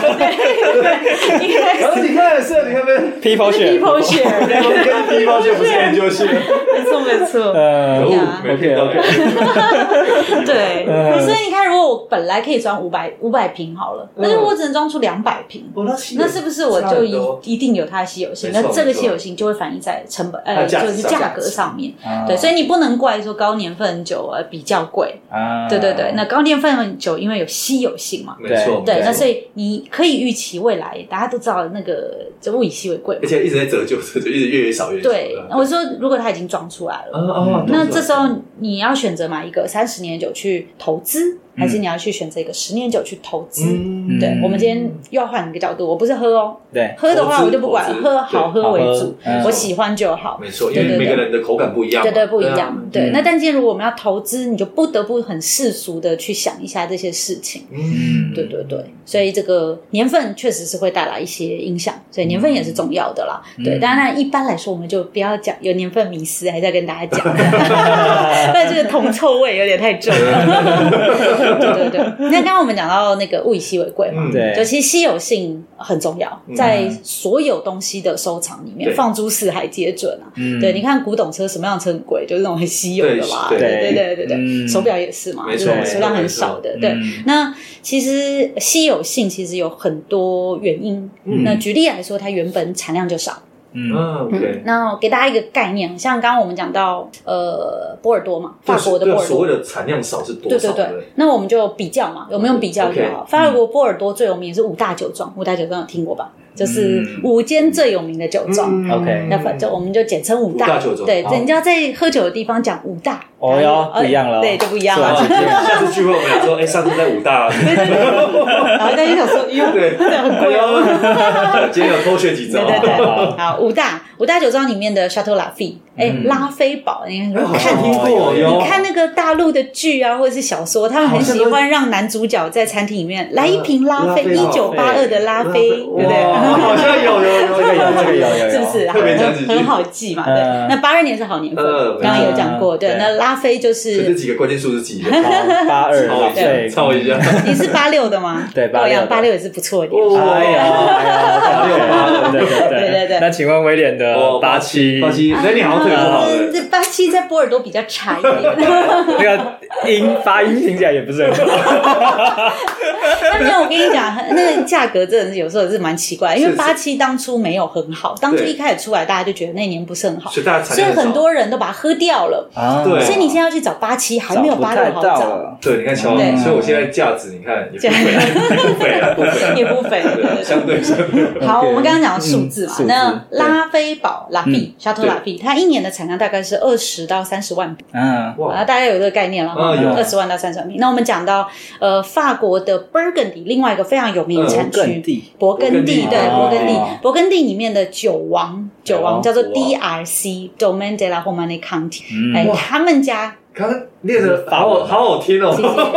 [SPEAKER 5] 对，应该
[SPEAKER 6] 然后你看是，你看没？
[SPEAKER 4] people
[SPEAKER 5] 是
[SPEAKER 4] share
[SPEAKER 5] people share，
[SPEAKER 6] 跟第一包就不是研究线，
[SPEAKER 5] 没错没错，
[SPEAKER 6] 可
[SPEAKER 4] 呃
[SPEAKER 6] 恶，没听到。嗯
[SPEAKER 5] 对。所以你看，如果我本来可以装五百五百瓶好了，但是
[SPEAKER 6] 嗯
[SPEAKER 5] 我只能装出两百瓶。
[SPEAKER 6] 我那是
[SPEAKER 5] 那是不是我就
[SPEAKER 6] 差很多
[SPEAKER 5] 一一定有它的稀有性？
[SPEAKER 6] 没
[SPEAKER 5] 那
[SPEAKER 6] 错
[SPEAKER 5] 这个
[SPEAKER 6] 没错
[SPEAKER 5] 稀有性就会反映在成本，
[SPEAKER 6] 它
[SPEAKER 5] 呃，
[SPEAKER 6] 的价
[SPEAKER 5] 就
[SPEAKER 6] 值嗯
[SPEAKER 5] 是
[SPEAKER 6] 上
[SPEAKER 5] 价格上面。
[SPEAKER 4] 啊
[SPEAKER 5] 对，所以你不能怪说高年份酒呃比较贵。
[SPEAKER 6] 嗯
[SPEAKER 4] 啊
[SPEAKER 5] 对对对，那高年份酒因为有稀有性嘛，
[SPEAKER 6] 没错，
[SPEAKER 5] 对，
[SPEAKER 6] 没错
[SPEAKER 5] 那所以你可以预期未来，大家都知道那个就物以稀为贵嘛
[SPEAKER 6] 而。且一直在折旧，折旧一直越来越少，越来越少
[SPEAKER 5] 对，我说如果它已经装出来了，
[SPEAKER 6] 嗯哦，
[SPEAKER 5] 那这时候你要选择买一个三十年酒去投资，还是你要去选择一个十年酒去投资？
[SPEAKER 6] 嗯，
[SPEAKER 5] 对，我们今天又要换一个角度，我不是喝哦，
[SPEAKER 4] 对
[SPEAKER 5] 喝的话
[SPEAKER 6] 投资
[SPEAKER 5] 我就不管
[SPEAKER 6] 投
[SPEAKER 5] 了，
[SPEAKER 6] 资
[SPEAKER 5] 喝好喝为主
[SPEAKER 4] 好喝没，
[SPEAKER 6] 错
[SPEAKER 5] 我喜欢就好。
[SPEAKER 6] 嗯没错，因
[SPEAKER 5] 对
[SPEAKER 6] 为
[SPEAKER 5] 对
[SPEAKER 6] 每个
[SPEAKER 5] 对。
[SPEAKER 6] 人的口感不一样嘛，
[SPEAKER 5] 对对，不一
[SPEAKER 6] 啊
[SPEAKER 5] 样。对，那但今天如果我们要投资，你就不得不很世俗的去想一下这些事情。
[SPEAKER 6] 嗯，
[SPEAKER 5] 对对对，所以这个年份确实是会带来一些影响，所以年份也是重要的啦。
[SPEAKER 6] 嗯
[SPEAKER 5] 对，当然一般来说我们就不要讲有年份迷失，还在跟大家 讲，但这个铜臭味有点太重了。对对对，那刚刚我们讲到那个物以稀为贵嘛。
[SPEAKER 6] 嗯
[SPEAKER 4] 对
[SPEAKER 5] 就其实稀有性很重要，在所有东西的收藏里面，
[SPEAKER 6] 对嗯
[SPEAKER 5] 放诸四海皆准啊。
[SPEAKER 4] 嗯
[SPEAKER 5] 对，你看古董车什么样的车很贵，就是那种很稀有的嘛。
[SPEAKER 6] 对
[SPEAKER 5] 对
[SPEAKER 4] 对
[SPEAKER 5] 对对对，
[SPEAKER 4] 嗯
[SPEAKER 5] 手表也是嘛，
[SPEAKER 6] 没错
[SPEAKER 5] 就是
[SPEAKER 6] 没错嗯
[SPEAKER 5] 数量很少的。对，那其实稀有性其实有很多原因。那举例来说，它原本产量就少。
[SPEAKER 6] 嗯
[SPEAKER 5] 嗯
[SPEAKER 6] ，OK，，
[SPEAKER 5] 那我给大家一个概念，像刚刚我们讲到呃波尔多嘛，法国的
[SPEAKER 6] 对
[SPEAKER 5] 波
[SPEAKER 6] 啊
[SPEAKER 5] 尔
[SPEAKER 6] 所
[SPEAKER 5] 多
[SPEAKER 6] 谓。的产量少是多
[SPEAKER 5] 对对
[SPEAKER 6] 少？
[SPEAKER 5] 对，那我们就比较嘛，我们用比较就好。
[SPEAKER 6] OK，嗯
[SPEAKER 5] 法国波尔多最有名也是五大酒庄，五大酒庄有听过吧？就是五间最有名的酒庄。
[SPEAKER 6] 嗯
[SPEAKER 4] OK
[SPEAKER 5] 那反正我们就简称五
[SPEAKER 6] 五
[SPEAKER 5] 大
[SPEAKER 6] 大酒庄
[SPEAKER 5] 对，
[SPEAKER 6] 好
[SPEAKER 5] 人家在喝酒的地方讲五大，
[SPEAKER 4] 哦哟
[SPEAKER 5] 呃
[SPEAKER 4] 不一样了哦
[SPEAKER 5] 对，就不一样
[SPEAKER 6] 啊
[SPEAKER 5] 了。
[SPEAKER 6] 下次聚会我们来说，哎，上次在武大，
[SPEAKER 5] 然后大家就 想说，哟，
[SPEAKER 6] 对，
[SPEAKER 5] 这样很贵哦。
[SPEAKER 6] 哎呦今天有偷学几招
[SPEAKER 5] 对，对对，
[SPEAKER 4] 好
[SPEAKER 5] 好，五大五大酒庄里面的 Chateau La f i 哎，拉菲堡，你看
[SPEAKER 6] 哎，好
[SPEAKER 5] 看
[SPEAKER 6] 像听过
[SPEAKER 4] 有
[SPEAKER 6] 哟，
[SPEAKER 5] 你看那个大陆的剧啊，或者是小说，他们很喜欢让男主角在餐厅里面来一瓶拉菲，
[SPEAKER 6] 拉菲
[SPEAKER 5] 一九八二的拉菲，对不对？
[SPEAKER 6] 哇好像有有有
[SPEAKER 4] 这个有这个有有有
[SPEAKER 5] 是不是
[SPEAKER 6] 特别讲几
[SPEAKER 5] 很
[SPEAKER 6] 句
[SPEAKER 5] 很好记嘛？对
[SPEAKER 4] 嗯，
[SPEAKER 5] 那八二年是好年份
[SPEAKER 6] 嗯，
[SPEAKER 5] 刚刚有讲过。对，
[SPEAKER 4] 对
[SPEAKER 5] 那拉菲就
[SPEAKER 6] 就这
[SPEAKER 5] 是
[SPEAKER 6] 几个关键数字记一下，
[SPEAKER 4] 八二
[SPEAKER 6] 抄一下，
[SPEAKER 4] 对
[SPEAKER 6] 抄一下，
[SPEAKER 5] 你是八六的吗？
[SPEAKER 4] 对
[SPEAKER 5] 跟我一样
[SPEAKER 4] 86的
[SPEAKER 5] 八六也是不错的年份。
[SPEAKER 4] 哎呀
[SPEAKER 6] 哇，
[SPEAKER 4] 哎呀
[SPEAKER 6] 六八
[SPEAKER 4] 对对对
[SPEAKER 5] 对对对
[SPEAKER 4] 那请问威廉的
[SPEAKER 6] 哦
[SPEAKER 4] 八七
[SPEAKER 6] 八七，那你好像特别不好
[SPEAKER 5] 嗯
[SPEAKER 6] 的，
[SPEAKER 5] 这八七在波尔多比较差一点，
[SPEAKER 4] 那个音发音听起来也不是很好，
[SPEAKER 5] 但没有，我跟你讲，那个价格真的是有时候也是蛮奇怪，因为
[SPEAKER 6] 是是
[SPEAKER 5] 八七当初没有很好，当初
[SPEAKER 6] 对
[SPEAKER 5] 一开始出来，大家就觉得那年不是很好，
[SPEAKER 6] 所以大家产
[SPEAKER 5] 所以
[SPEAKER 6] 量
[SPEAKER 5] 很
[SPEAKER 6] 少
[SPEAKER 5] 多人都把它喝掉了。
[SPEAKER 4] 啊
[SPEAKER 6] 对
[SPEAKER 5] 所以你现在要去找八七，还没有八六好找，
[SPEAKER 4] 了，
[SPEAKER 6] 对，你看乔，
[SPEAKER 5] 对
[SPEAKER 6] 所以我现在价值，你看也不
[SPEAKER 5] 这样
[SPEAKER 6] 菲啊 了，不菲了，
[SPEAKER 5] 也啊不菲。
[SPEAKER 6] 对啊相对相对，
[SPEAKER 5] 好，
[SPEAKER 4] OK
[SPEAKER 5] 我们刚刚讲的数字
[SPEAKER 4] 嗯
[SPEAKER 5] 嘛
[SPEAKER 4] 数，字
[SPEAKER 5] 那
[SPEAKER 4] 对
[SPEAKER 5] 拉菲堡拉菲、小头
[SPEAKER 6] 嗯对
[SPEAKER 5] 拉菲，它一年的产量大概是二十到三十万瓶，
[SPEAKER 4] 嗯
[SPEAKER 5] 啊，
[SPEAKER 6] 哇，
[SPEAKER 5] 大家有这个概念了哈
[SPEAKER 6] 哦啊有，
[SPEAKER 5] 二十万到三十万瓶。那我们讲到呃，法国的 Burgundy 另外一个非常有
[SPEAKER 6] 嗯
[SPEAKER 5] 名的产
[SPEAKER 4] 勃艮
[SPEAKER 5] 区
[SPEAKER 4] 第，
[SPEAKER 5] 勃艮第，
[SPEAKER 6] 勃艮第
[SPEAKER 5] 对，勃
[SPEAKER 4] 哦
[SPEAKER 5] 艮第
[SPEAKER 4] 哦，
[SPEAKER 5] 勃艮第里面的酒王，酒
[SPEAKER 4] 酒
[SPEAKER 5] 王
[SPEAKER 4] 王
[SPEAKER 5] 叫做
[SPEAKER 6] 哇
[SPEAKER 5] DRC Domaine de la Romanée Conti，
[SPEAKER 4] 嗯
[SPEAKER 5] 哎，
[SPEAKER 6] 哇
[SPEAKER 5] 他们家
[SPEAKER 6] 刚刚练的好好好好听
[SPEAKER 5] 其实
[SPEAKER 6] 哦，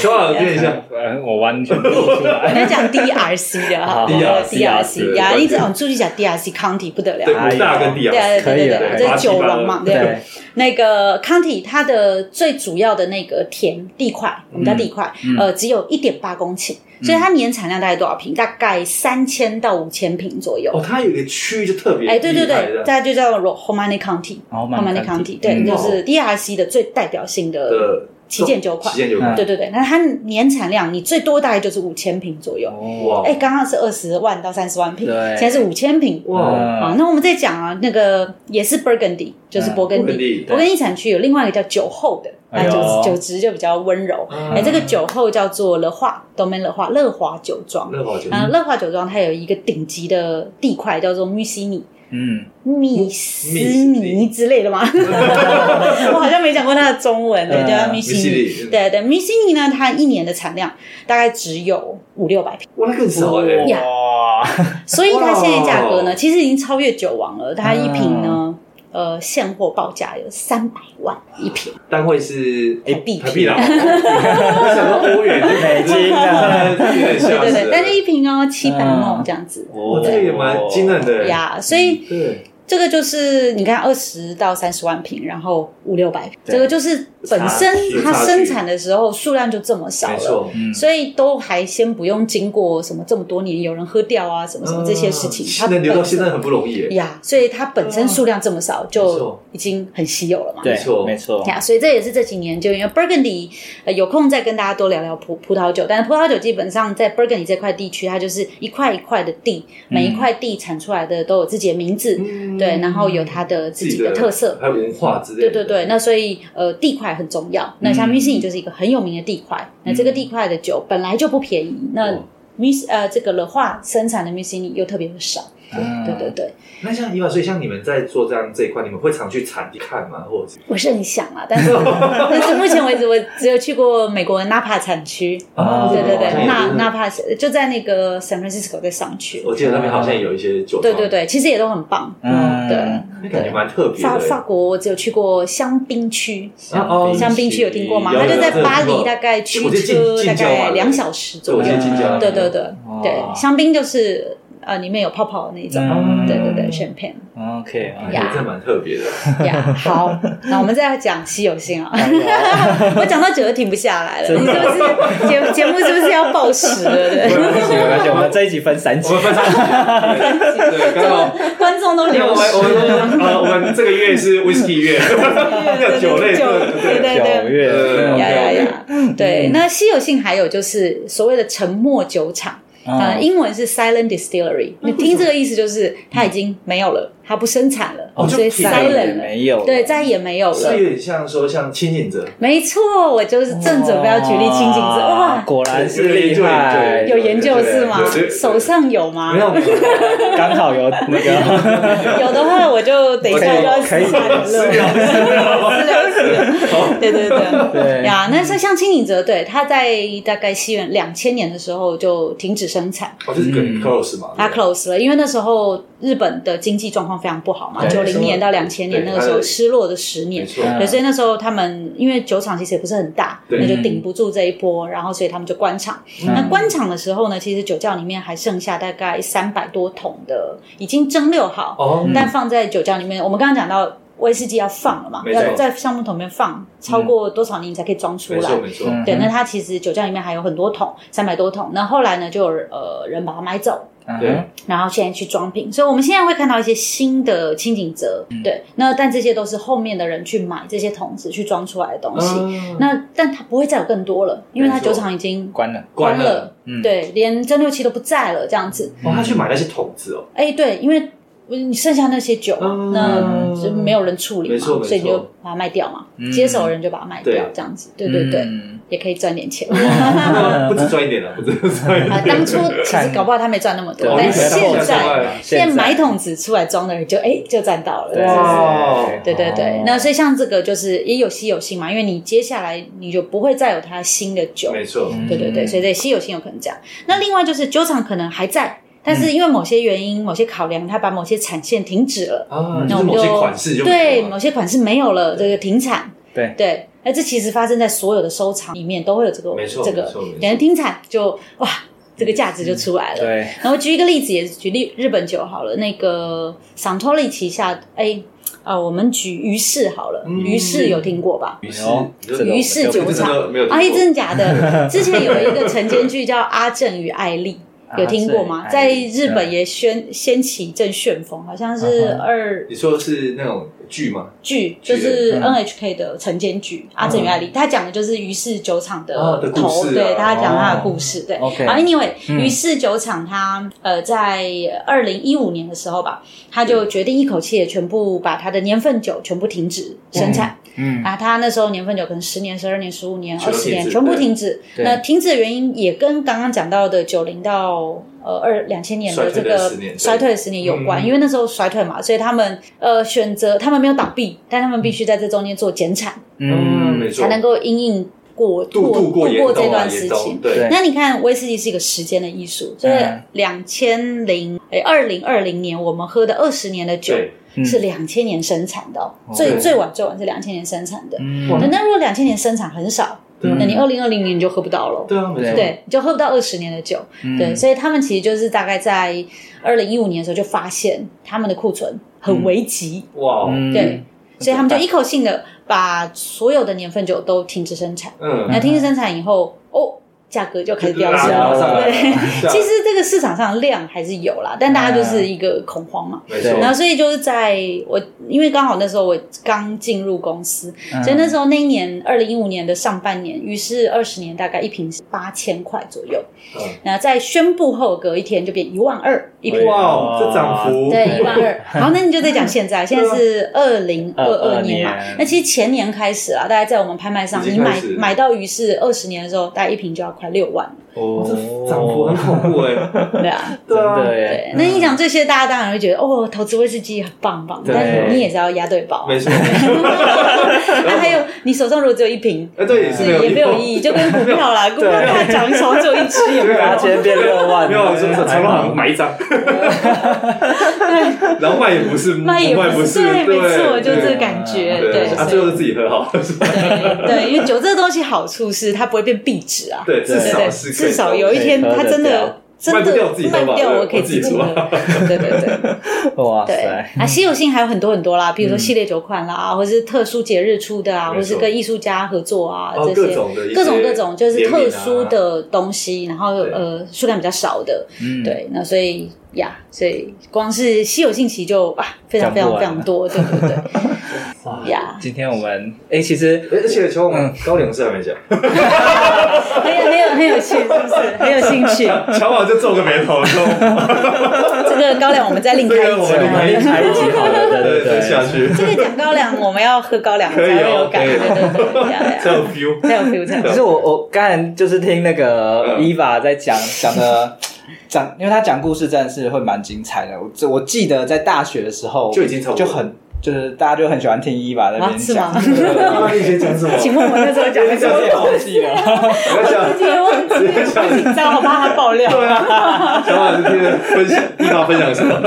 [SPEAKER 6] 乔老师练一下，
[SPEAKER 4] 呃我完全不出来，
[SPEAKER 5] 你要讲 DRC 的
[SPEAKER 6] 啊
[SPEAKER 5] 哈
[SPEAKER 4] 好
[SPEAKER 6] DRC
[SPEAKER 5] ，DRC
[SPEAKER 6] 对
[SPEAKER 5] 呀，
[SPEAKER 6] 对
[SPEAKER 5] 一直哦，你注意讲 DRC County 不得了
[SPEAKER 6] 对，。
[SPEAKER 4] 哎
[SPEAKER 6] 武大跟地
[SPEAKER 5] 对啊
[SPEAKER 6] 亚，
[SPEAKER 5] 对对对
[SPEAKER 4] 可以
[SPEAKER 5] 对
[SPEAKER 4] 了
[SPEAKER 5] 对，这
[SPEAKER 6] 八七
[SPEAKER 5] 是酒
[SPEAKER 6] 八
[SPEAKER 5] 王嘛， 对。
[SPEAKER 4] 对，
[SPEAKER 5] 那个康体，它的最主要的那个田地块，我
[SPEAKER 6] 嗯
[SPEAKER 5] 们叫地块，呃，只有一点八公顷，所以它年产量大概多少瓶？大概三千到五千瓶左右
[SPEAKER 6] 哦，。它有一个区域就特别
[SPEAKER 5] 哎，对对
[SPEAKER 6] 厉害
[SPEAKER 5] 对，
[SPEAKER 6] 的
[SPEAKER 5] 大家就叫 Romani County，Romani
[SPEAKER 4] 嗯 Romani County 哦
[SPEAKER 5] County，对，
[SPEAKER 4] 嗯
[SPEAKER 5] 就是 DRC 的最代表性的
[SPEAKER 6] 的
[SPEAKER 5] 旗舰酒款
[SPEAKER 6] 旗。舰酒款
[SPEAKER 5] 对对对，那它年产量你最多大概就是五千瓶左右。
[SPEAKER 6] 哇
[SPEAKER 5] 哎，刚刚是二十万到三十万瓶，
[SPEAKER 4] 对
[SPEAKER 5] 现在是五千瓶。
[SPEAKER 4] 哇
[SPEAKER 5] 啊，那我们再讲啊，那个也是 Burgundy，就是勃艮
[SPEAKER 6] 勃艮
[SPEAKER 5] 第
[SPEAKER 6] 第，
[SPEAKER 5] 勃艮第产区有另外一个叫酒后的，那
[SPEAKER 4] 嗯哎呦
[SPEAKER 5] 酒酒质就比较温柔。哎，这个酒后叫做乐化 d o m a i 乐化乐华酒庄。
[SPEAKER 6] 乐华酒
[SPEAKER 5] 嗯，乐华酒庄它有一个顶级的地块叫做密西尼。
[SPEAKER 4] 嗯，
[SPEAKER 5] 米斯尼之类的吗？ 我好像没讲过它的中文，对，
[SPEAKER 4] 嗯
[SPEAKER 5] 叫它米西尼
[SPEAKER 6] 米西尼。
[SPEAKER 5] 对对，米西尼呢，它一年的产量大概只有五六百瓶，
[SPEAKER 6] 哇，那更少哎，
[SPEAKER 5] 呀
[SPEAKER 4] 哇，
[SPEAKER 5] 所以它现在价格呢，
[SPEAKER 6] 哇嗯
[SPEAKER 5] 其实已经超越酒王了。它一瓶呢，呃，现货报价有三百万一瓶，
[SPEAKER 6] 单位是
[SPEAKER 5] 台币
[SPEAKER 6] 台币啦，我想到欧元就
[SPEAKER 4] 北京啊，
[SPEAKER 6] 有点吓
[SPEAKER 5] 对对
[SPEAKER 6] 死
[SPEAKER 5] 对，
[SPEAKER 6] 人。
[SPEAKER 5] 但是一瓶哦七百
[SPEAKER 4] 嗯
[SPEAKER 5] 毛这样子
[SPEAKER 6] 我这个也蛮惊人的欸，
[SPEAKER 5] 呀，所以
[SPEAKER 6] 对，
[SPEAKER 5] 这个就是你看二十到三十万瓶，然后五六百瓶，
[SPEAKER 4] 对
[SPEAKER 5] 这个就是本身
[SPEAKER 6] 差距
[SPEAKER 5] 它
[SPEAKER 6] 差距
[SPEAKER 5] 生产的时候数量就这么少
[SPEAKER 6] 没
[SPEAKER 5] 了。
[SPEAKER 6] 错，
[SPEAKER 4] 嗯
[SPEAKER 5] 所以都还先不用经过什么这么多年有人喝掉啊，什么什么这些事情，
[SPEAKER 6] 嗯
[SPEAKER 5] 它
[SPEAKER 6] 能留到
[SPEAKER 5] 本身
[SPEAKER 6] 现在很不容易欸，
[SPEAKER 5] 呀，所以它本身数量这么少，
[SPEAKER 6] 没
[SPEAKER 5] 就
[SPEAKER 6] 错
[SPEAKER 5] 已经很稀有了嘛。
[SPEAKER 4] 对
[SPEAKER 6] 没，错
[SPEAKER 4] 没错，
[SPEAKER 5] 呀，所以这也是这几年就因为 Burgundy 呃有空再跟大家多聊聊葡葡萄酒，但是葡萄酒基本上在 Burgundy 这块地区，它就是一块一块的地，
[SPEAKER 6] 嗯
[SPEAKER 5] 每一块地产出来的都有自己的名字，对，然后有它的自己的特色，
[SPEAKER 6] 还有文化之类
[SPEAKER 5] 对
[SPEAKER 6] 的。
[SPEAKER 5] 对对，那所以呃，地块很重要。
[SPEAKER 6] 嗯
[SPEAKER 5] 那像 m i s s i 就是一个很有名的地块，那这个地块的酒本来就不便宜，那
[SPEAKER 6] 哦
[SPEAKER 5] Miss 呃这个的话生产的 m i s s i 又特别的少，
[SPEAKER 6] 啊
[SPEAKER 5] 对对对，
[SPEAKER 6] 那像以往，所以像你们在做这样这一块，你们会常去产地看吗？或者是
[SPEAKER 5] 我是很想 啊，但是但是目前为止我只有去过美国的 Napa 产区，
[SPEAKER 6] 哦
[SPEAKER 5] 对对对，那
[SPEAKER 6] 那
[SPEAKER 5] Napa 是就在那个 San Francisco 在上去，
[SPEAKER 6] 我记得那边好像有一些酒
[SPEAKER 5] 对
[SPEAKER 6] 庄，
[SPEAKER 5] 对对，其实也都很棒，
[SPEAKER 4] 嗯，
[SPEAKER 5] 对。
[SPEAKER 6] 那感觉蛮特别
[SPEAKER 5] 法
[SPEAKER 6] 的。
[SPEAKER 5] 法国我只有去过香槟区，
[SPEAKER 6] 啊哦
[SPEAKER 5] 香槟区有听过吗？
[SPEAKER 6] 有
[SPEAKER 5] 它
[SPEAKER 6] 有
[SPEAKER 5] 就在
[SPEAKER 6] 有
[SPEAKER 5] 巴
[SPEAKER 6] 有听
[SPEAKER 5] 黎，
[SPEAKER 6] 过
[SPEAKER 5] 大概驱
[SPEAKER 6] 我记得
[SPEAKER 5] 车
[SPEAKER 6] 近
[SPEAKER 5] 大
[SPEAKER 6] 近郊
[SPEAKER 5] 概
[SPEAKER 6] 啊
[SPEAKER 5] 两小时
[SPEAKER 6] 对，
[SPEAKER 5] 左
[SPEAKER 6] 我记
[SPEAKER 5] 右
[SPEAKER 6] 得。晋江，
[SPEAKER 5] 对对对
[SPEAKER 4] 哦
[SPEAKER 5] 对，香槟就是呃里面有泡泡的那一种，
[SPEAKER 4] 嗯
[SPEAKER 5] 对对对，champagne
[SPEAKER 4] ，OK，
[SPEAKER 6] 哎
[SPEAKER 5] 呀
[SPEAKER 6] 这蛮特别的。
[SPEAKER 5] 呀。好，那我们再讲稀有性啊，
[SPEAKER 6] 哎
[SPEAKER 5] 我讲到酒都停不下来 了，
[SPEAKER 4] 真
[SPEAKER 5] 你是
[SPEAKER 4] 的
[SPEAKER 5] 不是节节目是不是要报时了？对
[SPEAKER 4] 没关系，没关系，我们这一集分三集
[SPEAKER 6] 我，们分三集，对，刚好。
[SPEAKER 5] 观众都
[SPEAKER 6] 因为我
[SPEAKER 5] 流
[SPEAKER 6] 们
[SPEAKER 5] 失
[SPEAKER 6] 我们呃，我们这个月是 whisky 月，
[SPEAKER 5] 了，
[SPEAKER 6] 酒类
[SPEAKER 5] 酒
[SPEAKER 6] 对
[SPEAKER 5] 对对
[SPEAKER 4] 九
[SPEAKER 5] 对。
[SPEAKER 4] 月，
[SPEAKER 6] 呃
[SPEAKER 5] 呀呀
[SPEAKER 6] OK，OK
[SPEAKER 5] 呀！对，那稀有性还有就是所谓的沉默酒厂，
[SPEAKER 6] 嗯
[SPEAKER 5] 呃，英文是 silent distillery。你听这个意思就是它已经没有了，它不生产了，
[SPEAKER 4] 哦
[SPEAKER 5] 所以
[SPEAKER 6] 就停了
[SPEAKER 5] silent 了，
[SPEAKER 4] 没有，
[SPEAKER 5] 对，再也没有
[SPEAKER 6] 是
[SPEAKER 5] 了。
[SPEAKER 6] 有点像说像清醒者，
[SPEAKER 5] 没错，我就是正准备要举例清景子，哇，
[SPEAKER 4] 果然是厉害，
[SPEAKER 5] 有研究是吗
[SPEAKER 6] 对对？对
[SPEAKER 5] 手上有吗
[SPEAKER 6] 没？有没 有
[SPEAKER 4] 刚好有那个，
[SPEAKER 5] 有的话我就等一下就要
[SPEAKER 4] 可以
[SPEAKER 5] 私聊了，私聊私聊私聊， 对对对。
[SPEAKER 4] 对，
[SPEAKER 5] 呀，那像像清景泽，对，他在大概西元两千年的时候就停止生产，
[SPEAKER 6] 哦，就是跟 close 嘛，
[SPEAKER 5] 他 close 了，因为那时候日本的经济状况非常不好嘛，
[SPEAKER 4] 对
[SPEAKER 5] 九零年到两千年
[SPEAKER 6] 对
[SPEAKER 5] 那个时候
[SPEAKER 6] 它
[SPEAKER 5] 失落的十
[SPEAKER 6] 没
[SPEAKER 5] 年，
[SPEAKER 6] 错，
[SPEAKER 4] 嗯
[SPEAKER 5] 对，所以那时候他们因为酒厂其实也不是很大，
[SPEAKER 6] 对嗯
[SPEAKER 5] 那就顶不住这一波，然后所以他们就关厂。那关厂的时候呢，其实酒窖里面还剩下大概三百多桶的已经蒸馏好，
[SPEAKER 6] 哦，
[SPEAKER 5] 但放在酒窖里面，我们刚刚讲到。威士忌要放了嘛？
[SPEAKER 6] 没错嗯
[SPEAKER 5] 要在橡木桶里面放，超过多少年你才可以装出
[SPEAKER 6] 没
[SPEAKER 5] 来
[SPEAKER 6] 错？没错，
[SPEAKER 5] 对，那它其实酒窖里面还有很多桶，三百多桶。那后来呢，就有呃人把它买走，
[SPEAKER 4] 嗯
[SPEAKER 6] 对，
[SPEAKER 5] 然后现在去装瓶，所以我们现在会看到一些新的清景泽，
[SPEAKER 6] 嗯
[SPEAKER 5] 对，那但这些都是后面的人去买这些桶子去装出来的东西，
[SPEAKER 6] 嗯
[SPEAKER 5] 那但它不会再有更多了，因为它
[SPEAKER 6] 没错
[SPEAKER 5] 酒厂已经
[SPEAKER 4] 关了，
[SPEAKER 5] 关
[SPEAKER 6] 关
[SPEAKER 5] 了，
[SPEAKER 6] 了，
[SPEAKER 4] 嗯
[SPEAKER 5] 对，连蒸馏器都不在了，这样子，
[SPEAKER 6] 哦，他去买那些桶子 哦，
[SPEAKER 5] 哎，对，因为你剩下那些酒，
[SPEAKER 6] 嗯
[SPEAKER 5] 那就没有人处理
[SPEAKER 6] 没
[SPEAKER 5] 嘛，
[SPEAKER 6] 错没错嗯
[SPEAKER 5] 所以你就把它卖掉嘛，接手人就把它卖掉
[SPEAKER 6] 对，嗯
[SPEAKER 5] 这样子，对对对，
[SPEAKER 4] 嗯
[SPEAKER 5] 也可以赚点钱。
[SPEAKER 6] 不止赚一点了，不止赚一
[SPEAKER 5] 啊，
[SPEAKER 6] 点，
[SPEAKER 5] 当初其实搞不好他没赚那么多
[SPEAKER 4] 对，
[SPEAKER 5] 但
[SPEAKER 6] 现
[SPEAKER 5] 现在
[SPEAKER 6] 在
[SPEAKER 5] 现在买桶子出来装的人就哎就赚到了，
[SPEAKER 4] 对哦
[SPEAKER 5] 是不是
[SPEAKER 6] 哇
[SPEAKER 5] 对对对，那所以像这个就是也有稀有性嘛，因为你接下来你就不会再有它新的酒，
[SPEAKER 6] 没错，
[SPEAKER 5] 对对对，所以这稀有性有可能这样。那另外就是酒厂可能还在，但是因为某些原因、某些考量，它把某些产线停止了，
[SPEAKER 6] 啊，就
[SPEAKER 5] 那我
[SPEAKER 6] 是
[SPEAKER 5] 们
[SPEAKER 6] 某
[SPEAKER 5] 就
[SPEAKER 6] 些款式就
[SPEAKER 5] 对
[SPEAKER 6] 没有
[SPEAKER 5] 某
[SPEAKER 6] 了
[SPEAKER 5] 些款式没有了，这个停产，
[SPEAKER 4] 对
[SPEAKER 5] 对。那这其实发生在所有的收藏里面都会有这个
[SPEAKER 6] 没错
[SPEAKER 5] 这
[SPEAKER 6] 没
[SPEAKER 5] 个
[SPEAKER 6] 错没，错
[SPEAKER 5] 人家停产就哇，这个价值就出来了。
[SPEAKER 4] 对，
[SPEAKER 5] 然后举一个例子，也是举例日本酒好了，那个 Santori 旗下，哎，啊，我们举于氏好了，
[SPEAKER 6] 嗯
[SPEAKER 5] 于氏有听过吧？
[SPEAKER 6] 于是
[SPEAKER 4] 哦这个
[SPEAKER 5] 于氏酒
[SPEAKER 6] 我真
[SPEAKER 5] 厂
[SPEAKER 6] 的没有
[SPEAKER 5] 啊，哎，
[SPEAKER 6] 听
[SPEAKER 5] 真的假的？ 之前有一个晨间剧叫《阿正与艾 丽》。
[SPEAKER 6] 啊
[SPEAKER 5] 有听过吗？
[SPEAKER 4] 阿正与
[SPEAKER 5] 在
[SPEAKER 4] 艾丽
[SPEAKER 6] 啊
[SPEAKER 5] 日本也掀掀起一阵旋风，好像是
[SPEAKER 4] 嗯
[SPEAKER 5] 二
[SPEAKER 6] 你说是那种剧嘛，
[SPEAKER 5] 剧，就是
[SPEAKER 6] 剧
[SPEAKER 5] NHK 的晨间剧《阿正与艾丽》，他讲的就是于氏酒厂
[SPEAKER 6] 嗯哦的故
[SPEAKER 5] 头，
[SPEAKER 6] 事啊
[SPEAKER 5] 对他讲他
[SPEAKER 4] 哦
[SPEAKER 5] 的故事，对。
[SPEAKER 4] OK，
[SPEAKER 5] 啊，anyway，
[SPEAKER 4] 嗯
[SPEAKER 5] 于是酒厂他呃，在二零一五年的时候吧，他就决定一口气也全部把他的年份酒全部停止生产、
[SPEAKER 4] 嗯
[SPEAKER 5] 啊。他那时候年份酒可能十年、十二年、十五年、
[SPEAKER 6] 全
[SPEAKER 5] 二
[SPEAKER 6] 部
[SPEAKER 5] 十年
[SPEAKER 6] 停止
[SPEAKER 5] 全部停止。
[SPEAKER 4] 对
[SPEAKER 5] 那停止的原因也跟刚刚讲到的九零到呃二两千年的这
[SPEAKER 6] 衰退的
[SPEAKER 5] 个
[SPEAKER 6] 10年对
[SPEAKER 5] 衰退的十年有关，
[SPEAKER 6] 嗯
[SPEAKER 5] 因为那时候衰退嘛，所以他们呃选择他们没有倒闭，但他们必须在这中间做减产，
[SPEAKER 6] 嗯，没错，
[SPEAKER 5] 才能够因应过
[SPEAKER 6] 度
[SPEAKER 5] 过
[SPEAKER 6] 度过严
[SPEAKER 5] 过
[SPEAKER 6] 冬
[SPEAKER 5] 这
[SPEAKER 6] 啊，
[SPEAKER 5] 段时
[SPEAKER 6] 严
[SPEAKER 5] 期
[SPEAKER 6] 冬。对
[SPEAKER 4] 对
[SPEAKER 5] 那你看，威士忌是一个时间的艺术，所以
[SPEAKER 4] 嗯
[SPEAKER 5] 两千零诶二零二零年我们喝的二十年的酒
[SPEAKER 6] 对，
[SPEAKER 4] 嗯
[SPEAKER 5] 是两千年生产的哦、最最晚最晚是两千年生产的。
[SPEAKER 4] 嗯
[SPEAKER 5] 那那如果两千年生产很少，
[SPEAKER 6] 对啊
[SPEAKER 5] 那你二零二零年你就喝不到了。
[SPEAKER 6] 对啊，没错，
[SPEAKER 5] 对，你就喝不到二十年的酒，
[SPEAKER 4] 嗯
[SPEAKER 5] 对，所以他们其实就是大概在二零一五年的时候就发现他们的库存很危急，
[SPEAKER 6] 哇，嗯，
[SPEAKER 5] 对，所以他们就一口性的把所有的年份酒都停止生产。
[SPEAKER 6] 嗯，
[SPEAKER 5] 那停止生产以后，哦，价格就开始飙升
[SPEAKER 6] 拉上
[SPEAKER 5] 了。
[SPEAKER 6] 来了
[SPEAKER 5] 对，
[SPEAKER 6] 对啊
[SPEAKER 5] 其实这个市场上量还是有啦，但大家就是一个恐慌嘛。
[SPEAKER 6] 没
[SPEAKER 4] 对
[SPEAKER 5] 然后，
[SPEAKER 6] 错，
[SPEAKER 5] 所以就是在我，因为刚好那时候我刚进入公司，
[SPEAKER 4] 嗯
[SPEAKER 5] 所以那时候那一年二零一五年的上半年，于是二十年大概一瓶是八千块左右。
[SPEAKER 6] 嗯
[SPEAKER 5] 那在宣布后隔一天就变一万二一瓶。
[SPEAKER 6] 哇哦，这涨幅，
[SPEAKER 5] 对，一万 二。好，那你就再讲现
[SPEAKER 6] 啊
[SPEAKER 5] 在，现在是二零二二年嘛
[SPEAKER 4] 22年。
[SPEAKER 5] 那其实前年开始啊，大概在我们拍卖上，
[SPEAKER 6] 已
[SPEAKER 5] 你
[SPEAKER 6] 经开
[SPEAKER 5] 买
[SPEAKER 6] 始
[SPEAKER 5] 买到鱼是二十年的时候，大概一瓶就要快六万了。
[SPEAKER 6] 哇这涨幅很恐怖哎，
[SPEAKER 5] 对啊，
[SPEAKER 6] 对啊，
[SPEAKER 4] 对耶，
[SPEAKER 5] 对。那你讲这些，大家当然会觉得哦，投资威士忌很棒很棒，
[SPEAKER 4] 对
[SPEAKER 5] 但是你也是要押对宝啊。
[SPEAKER 6] 没错，没错
[SPEAKER 5] 那还有，你手上如果只有一瓶，
[SPEAKER 6] 哎，对，也是没有
[SPEAKER 5] 也没有意义，就跟股票啦，股票它涨一涨就一 只也没
[SPEAKER 6] 对
[SPEAKER 5] 有
[SPEAKER 6] 啊
[SPEAKER 4] 八千变六万，
[SPEAKER 6] 没有，我说
[SPEAKER 4] 还好
[SPEAKER 6] 长隆好像买一张，然后卖也不是，
[SPEAKER 5] 卖也
[SPEAKER 6] 不卖
[SPEAKER 5] 不
[SPEAKER 6] 是，
[SPEAKER 5] 对，没错，就这个
[SPEAKER 6] 觉，
[SPEAKER 5] 感觉，
[SPEAKER 6] 对，啊，
[SPEAKER 5] 所
[SPEAKER 6] 最
[SPEAKER 5] 以
[SPEAKER 6] 后是自己喝好，
[SPEAKER 5] 对，对，因为酒这个东西好处是它不会变壁纸 啊，
[SPEAKER 6] 对，至
[SPEAKER 5] 对
[SPEAKER 6] 少
[SPEAKER 5] 对，
[SPEAKER 6] 是可以
[SPEAKER 5] 至少有一天它真的真
[SPEAKER 6] 卖
[SPEAKER 5] 的
[SPEAKER 6] 不掉自己喝吧
[SPEAKER 5] 卖不掉
[SPEAKER 6] 对
[SPEAKER 5] 我可以
[SPEAKER 6] 我自己
[SPEAKER 5] 喝
[SPEAKER 6] 煮啊。
[SPEAKER 5] 对 对对
[SPEAKER 4] 哇
[SPEAKER 5] 对
[SPEAKER 4] 塞，
[SPEAKER 5] 啊，稀有性还有很多很多啦，比如说系列酒款啦，或是特殊节日出的啊，
[SPEAKER 6] 嗯没错
[SPEAKER 5] 或是跟艺术家合作啊，
[SPEAKER 6] 哦
[SPEAKER 5] 这
[SPEAKER 6] 各
[SPEAKER 5] 些
[SPEAKER 6] 种的一些
[SPEAKER 5] 各种各种就是
[SPEAKER 6] 联名啊
[SPEAKER 5] 特殊的东西，然后
[SPEAKER 6] 对
[SPEAKER 5] 呃数量比较少的，
[SPEAKER 4] 嗯，
[SPEAKER 5] 对，那所以呀，所以光是稀有性其实就啊非常非
[SPEAKER 4] 讲不
[SPEAKER 5] 常
[SPEAKER 4] 完
[SPEAKER 5] 非常多，对对 对，呀，
[SPEAKER 4] 今天我们哎，其实
[SPEAKER 6] 而且乔
[SPEAKER 4] 嗯
[SPEAKER 6] 王高粱是还没讲，
[SPEAKER 5] 很有很有很有趣，是不是很有兴趣？
[SPEAKER 6] 乔王就皱个眉头说：“
[SPEAKER 5] 这个高粱我们再另
[SPEAKER 6] 这
[SPEAKER 5] 开一
[SPEAKER 6] 个我
[SPEAKER 5] 集
[SPEAKER 6] 们另
[SPEAKER 5] 啊
[SPEAKER 6] 外。
[SPEAKER 4] 开一集好了对对
[SPEAKER 6] 对
[SPEAKER 4] 对
[SPEAKER 6] 下去
[SPEAKER 5] 这个讲高粱，我们要喝高粱才
[SPEAKER 6] 可以
[SPEAKER 5] 会
[SPEAKER 6] 哦
[SPEAKER 5] 有，感，
[SPEAKER 6] 可以
[SPEAKER 5] 对对对，对呀
[SPEAKER 6] 才
[SPEAKER 5] 呀
[SPEAKER 6] 有 feel。
[SPEAKER 5] 才有 feel 才有
[SPEAKER 4] 可
[SPEAKER 5] feel
[SPEAKER 4] 是我我刚才就是听那个
[SPEAKER 6] 啊嗯
[SPEAKER 4] 伊娃在讲讲的讲，因为他讲故事真的是会蛮精彩的。我这我记得在大学的时候
[SPEAKER 6] 就已经差不多
[SPEAKER 4] 就很就是大家就很喜欢听伊娃在那边
[SPEAKER 5] 啊是
[SPEAKER 4] 讲
[SPEAKER 5] 吗，
[SPEAKER 6] 那你以前讲什么？
[SPEAKER 5] 请问我那时候讲的什么？
[SPEAKER 4] 我也忘记了。
[SPEAKER 6] 我在想，
[SPEAKER 5] 自己也忘记
[SPEAKER 6] 直接
[SPEAKER 5] 了，
[SPEAKER 6] 讲
[SPEAKER 5] 我紧张，我怕他爆料。
[SPEAKER 6] 对啊，乔王今天分享，一到分享什么？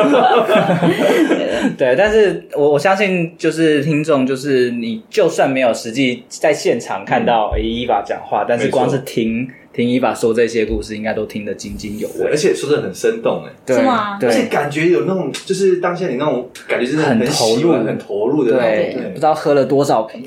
[SPEAKER 4] 对，但是我我相信就是听众，就是你就算没有实际在现场看到伊娃讲话，但是
[SPEAKER 6] 嗯没错
[SPEAKER 4] 光是听听伊娃说这些故事，应该都听得津津有味
[SPEAKER 6] 而。且说的很生动哎。”
[SPEAKER 4] 对
[SPEAKER 5] 是吗
[SPEAKER 6] 而且
[SPEAKER 4] 对。
[SPEAKER 6] 感觉有那种，就是当下你那种感觉，就是
[SPEAKER 4] 很投
[SPEAKER 6] 喜
[SPEAKER 4] 入
[SPEAKER 6] 欢、很投入的那
[SPEAKER 4] 对
[SPEAKER 6] 种，
[SPEAKER 4] 不。知道喝了多少瓶。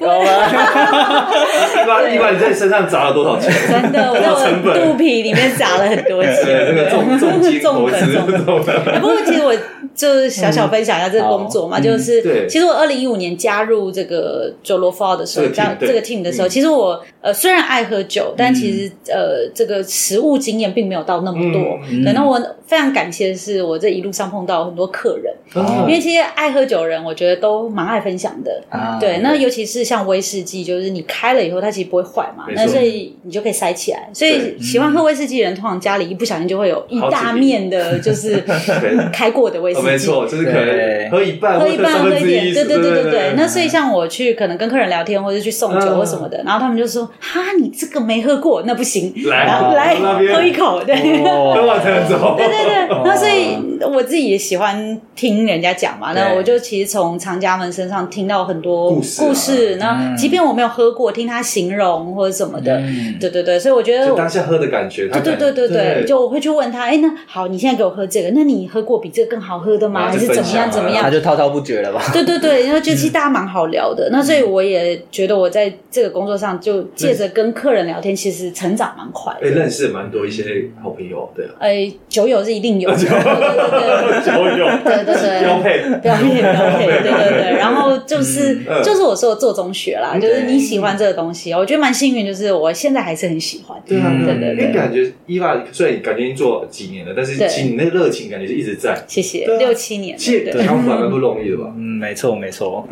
[SPEAKER 6] 一般一般你在你身上砸了多少钱？
[SPEAKER 5] 真的，我在
[SPEAKER 6] 成
[SPEAKER 5] 我
[SPEAKER 6] 本
[SPEAKER 5] 肚皮里面砸了很多
[SPEAKER 6] 对，
[SPEAKER 5] 钱。
[SPEAKER 6] 这个重重金投资，
[SPEAKER 5] 重本
[SPEAKER 6] 重本。
[SPEAKER 5] 不过其实我就是小小分享一下这个工作嘛，就
[SPEAKER 6] 嗯对
[SPEAKER 5] 是其实我二零一五年加入这个九罗 f a 的时候，
[SPEAKER 6] 这个 team，
[SPEAKER 5] 加
[SPEAKER 6] 对
[SPEAKER 5] 这个 team 的时候，
[SPEAKER 6] 嗯
[SPEAKER 5] 其实我呃虽然爱喝酒，但其实呃这个食物经验并没有到那么多。
[SPEAKER 4] 嗯
[SPEAKER 5] 对，那我非常感谢的是我这一路上碰到很多客人，
[SPEAKER 6] 哦
[SPEAKER 5] 因为其实爱喝酒的人，我觉得都蛮爱分享的。
[SPEAKER 4] 啊
[SPEAKER 5] 对，那尤其是像威士忌，就是你开了以后，它其实不会坏嘛
[SPEAKER 6] 没，错
[SPEAKER 5] 那所以你就可以塞起来。所以
[SPEAKER 6] 对
[SPEAKER 5] 喜欢喝威士忌的人，通常家里一不小心就会有一大面的，就是
[SPEAKER 6] 对
[SPEAKER 5] 开过的威士
[SPEAKER 6] 哦，
[SPEAKER 5] 忌。
[SPEAKER 6] 没错，就是可能
[SPEAKER 4] 对
[SPEAKER 6] 喝一半
[SPEAKER 5] 喝
[SPEAKER 6] 或
[SPEAKER 5] 一
[SPEAKER 6] 者
[SPEAKER 5] 半，
[SPEAKER 6] 三
[SPEAKER 5] 喝
[SPEAKER 6] 分
[SPEAKER 5] 一
[SPEAKER 6] 之
[SPEAKER 5] 点，
[SPEAKER 6] 一，
[SPEAKER 5] 对对对对对。
[SPEAKER 6] 对
[SPEAKER 5] 那所以像我去可能跟客人聊天，或者去送酒
[SPEAKER 6] 嗯
[SPEAKER 5] 或什么的，然后他们就说：“哈，你这个没喝过，那不行，
[SPEAKER 6] 来
[SPEAKER 5] 然后来
[SPEAKER 6] 那边
[SPEAKER 5] 喝一口。”对，
[SPEAKER 6] 喝
[SPEAKER 4] 哦，
[SPEAKER 6] 完才能走。
[SPEAKER 5] 对对对，
[SPEAKER 6] 哦
[SPEAKER 5] 那所以我自己也喜欢听人家讲嘛，那
[SPEAKER 4] 对
[SPEAKER 5] 我就其实从藏家们身上听到很多
[SPEAKER 6] 故事啊
[SPEAKER 5] 那即便我没有喝过，听他形容或者什么的，
[SPEAKER 4] 嗯
[SPEAKER 5] 对对对，所以我觉得
[SPEAKER 6] 就
[SPEAKER 5] 我
[SPEAKER 6] 当下喝的感觉，他
[SPEAKER 5] 对
[SPEAKER 6] 感
[SPEAKER 5] 对对对对，
[SPEAKER 6] 对，
[SPEAKER 5] 就我会去问他，哎，那好，你现在给我喝这个，那你喝过比这个更好喝的吗？
[SPEAKER 6] 啊
[SPEAKER 5] 还
[SPEAKER 6] 就是
[SPEAKER 5] 怎么样
[SPEAKER 6] 分享
[SPEAKER 5] 怎
[SPEAKER 6] 啊
[SPEAKER 5] 么样
[SPEAKER 4] 他？就滔滔不绝了吧？
[SPEAKER 5] 对对对，然后就其实大家蛮好聊的，
[SPEAKER 6] 嗯
[SPEAKER 5] 那所以我也觉得我在这个工作上就借着跟客人聊天，其实成长蛮快的
[SPEAKER 6] 哎，。认识蛮多一些好朋友，对啊，
[SPEAKER 5] 呃，酒友是一定有的，对对对对
[SPEAKER 6] 酒友
[SPEAKER 5] 对对对
[SPEAKER 6] 标配，
[SPEAKER 5] 标配标 配，对对对。然后就是
[SPEAKER 6] 嗯
[SPEAKER 5] 就是我说的做中学啦，
[SPEAKER 6] 嗯
[SPEAKER 5] 就是你喜欢这个东西，我觉得蛮幸运，就是我现在还是很喜欢。
[SPEAKER 6] 对啊，
[SPEAKER 4] 嗯
[SPEAKER 6] 对
[SPEAKER 5] 对对
[SPEAKER 6] 因为感觉伊娃虽然感觉已经做几年了，但是
[SPEAKER 5] 对
[SPEAKER 6] 其实你那个热情感觉是一直在。
[SPEAKER 5] 谢谢
[SPEAKER 6] 对啊，
[SPEAKER 5] 六七年了，
[SPEAKER 6] 其实
[SPEAKER 5] 对，
[SPEAKER 6] 康复还蛮不容易的吧？
[SPEAKER 4] 嗯，没错没 错，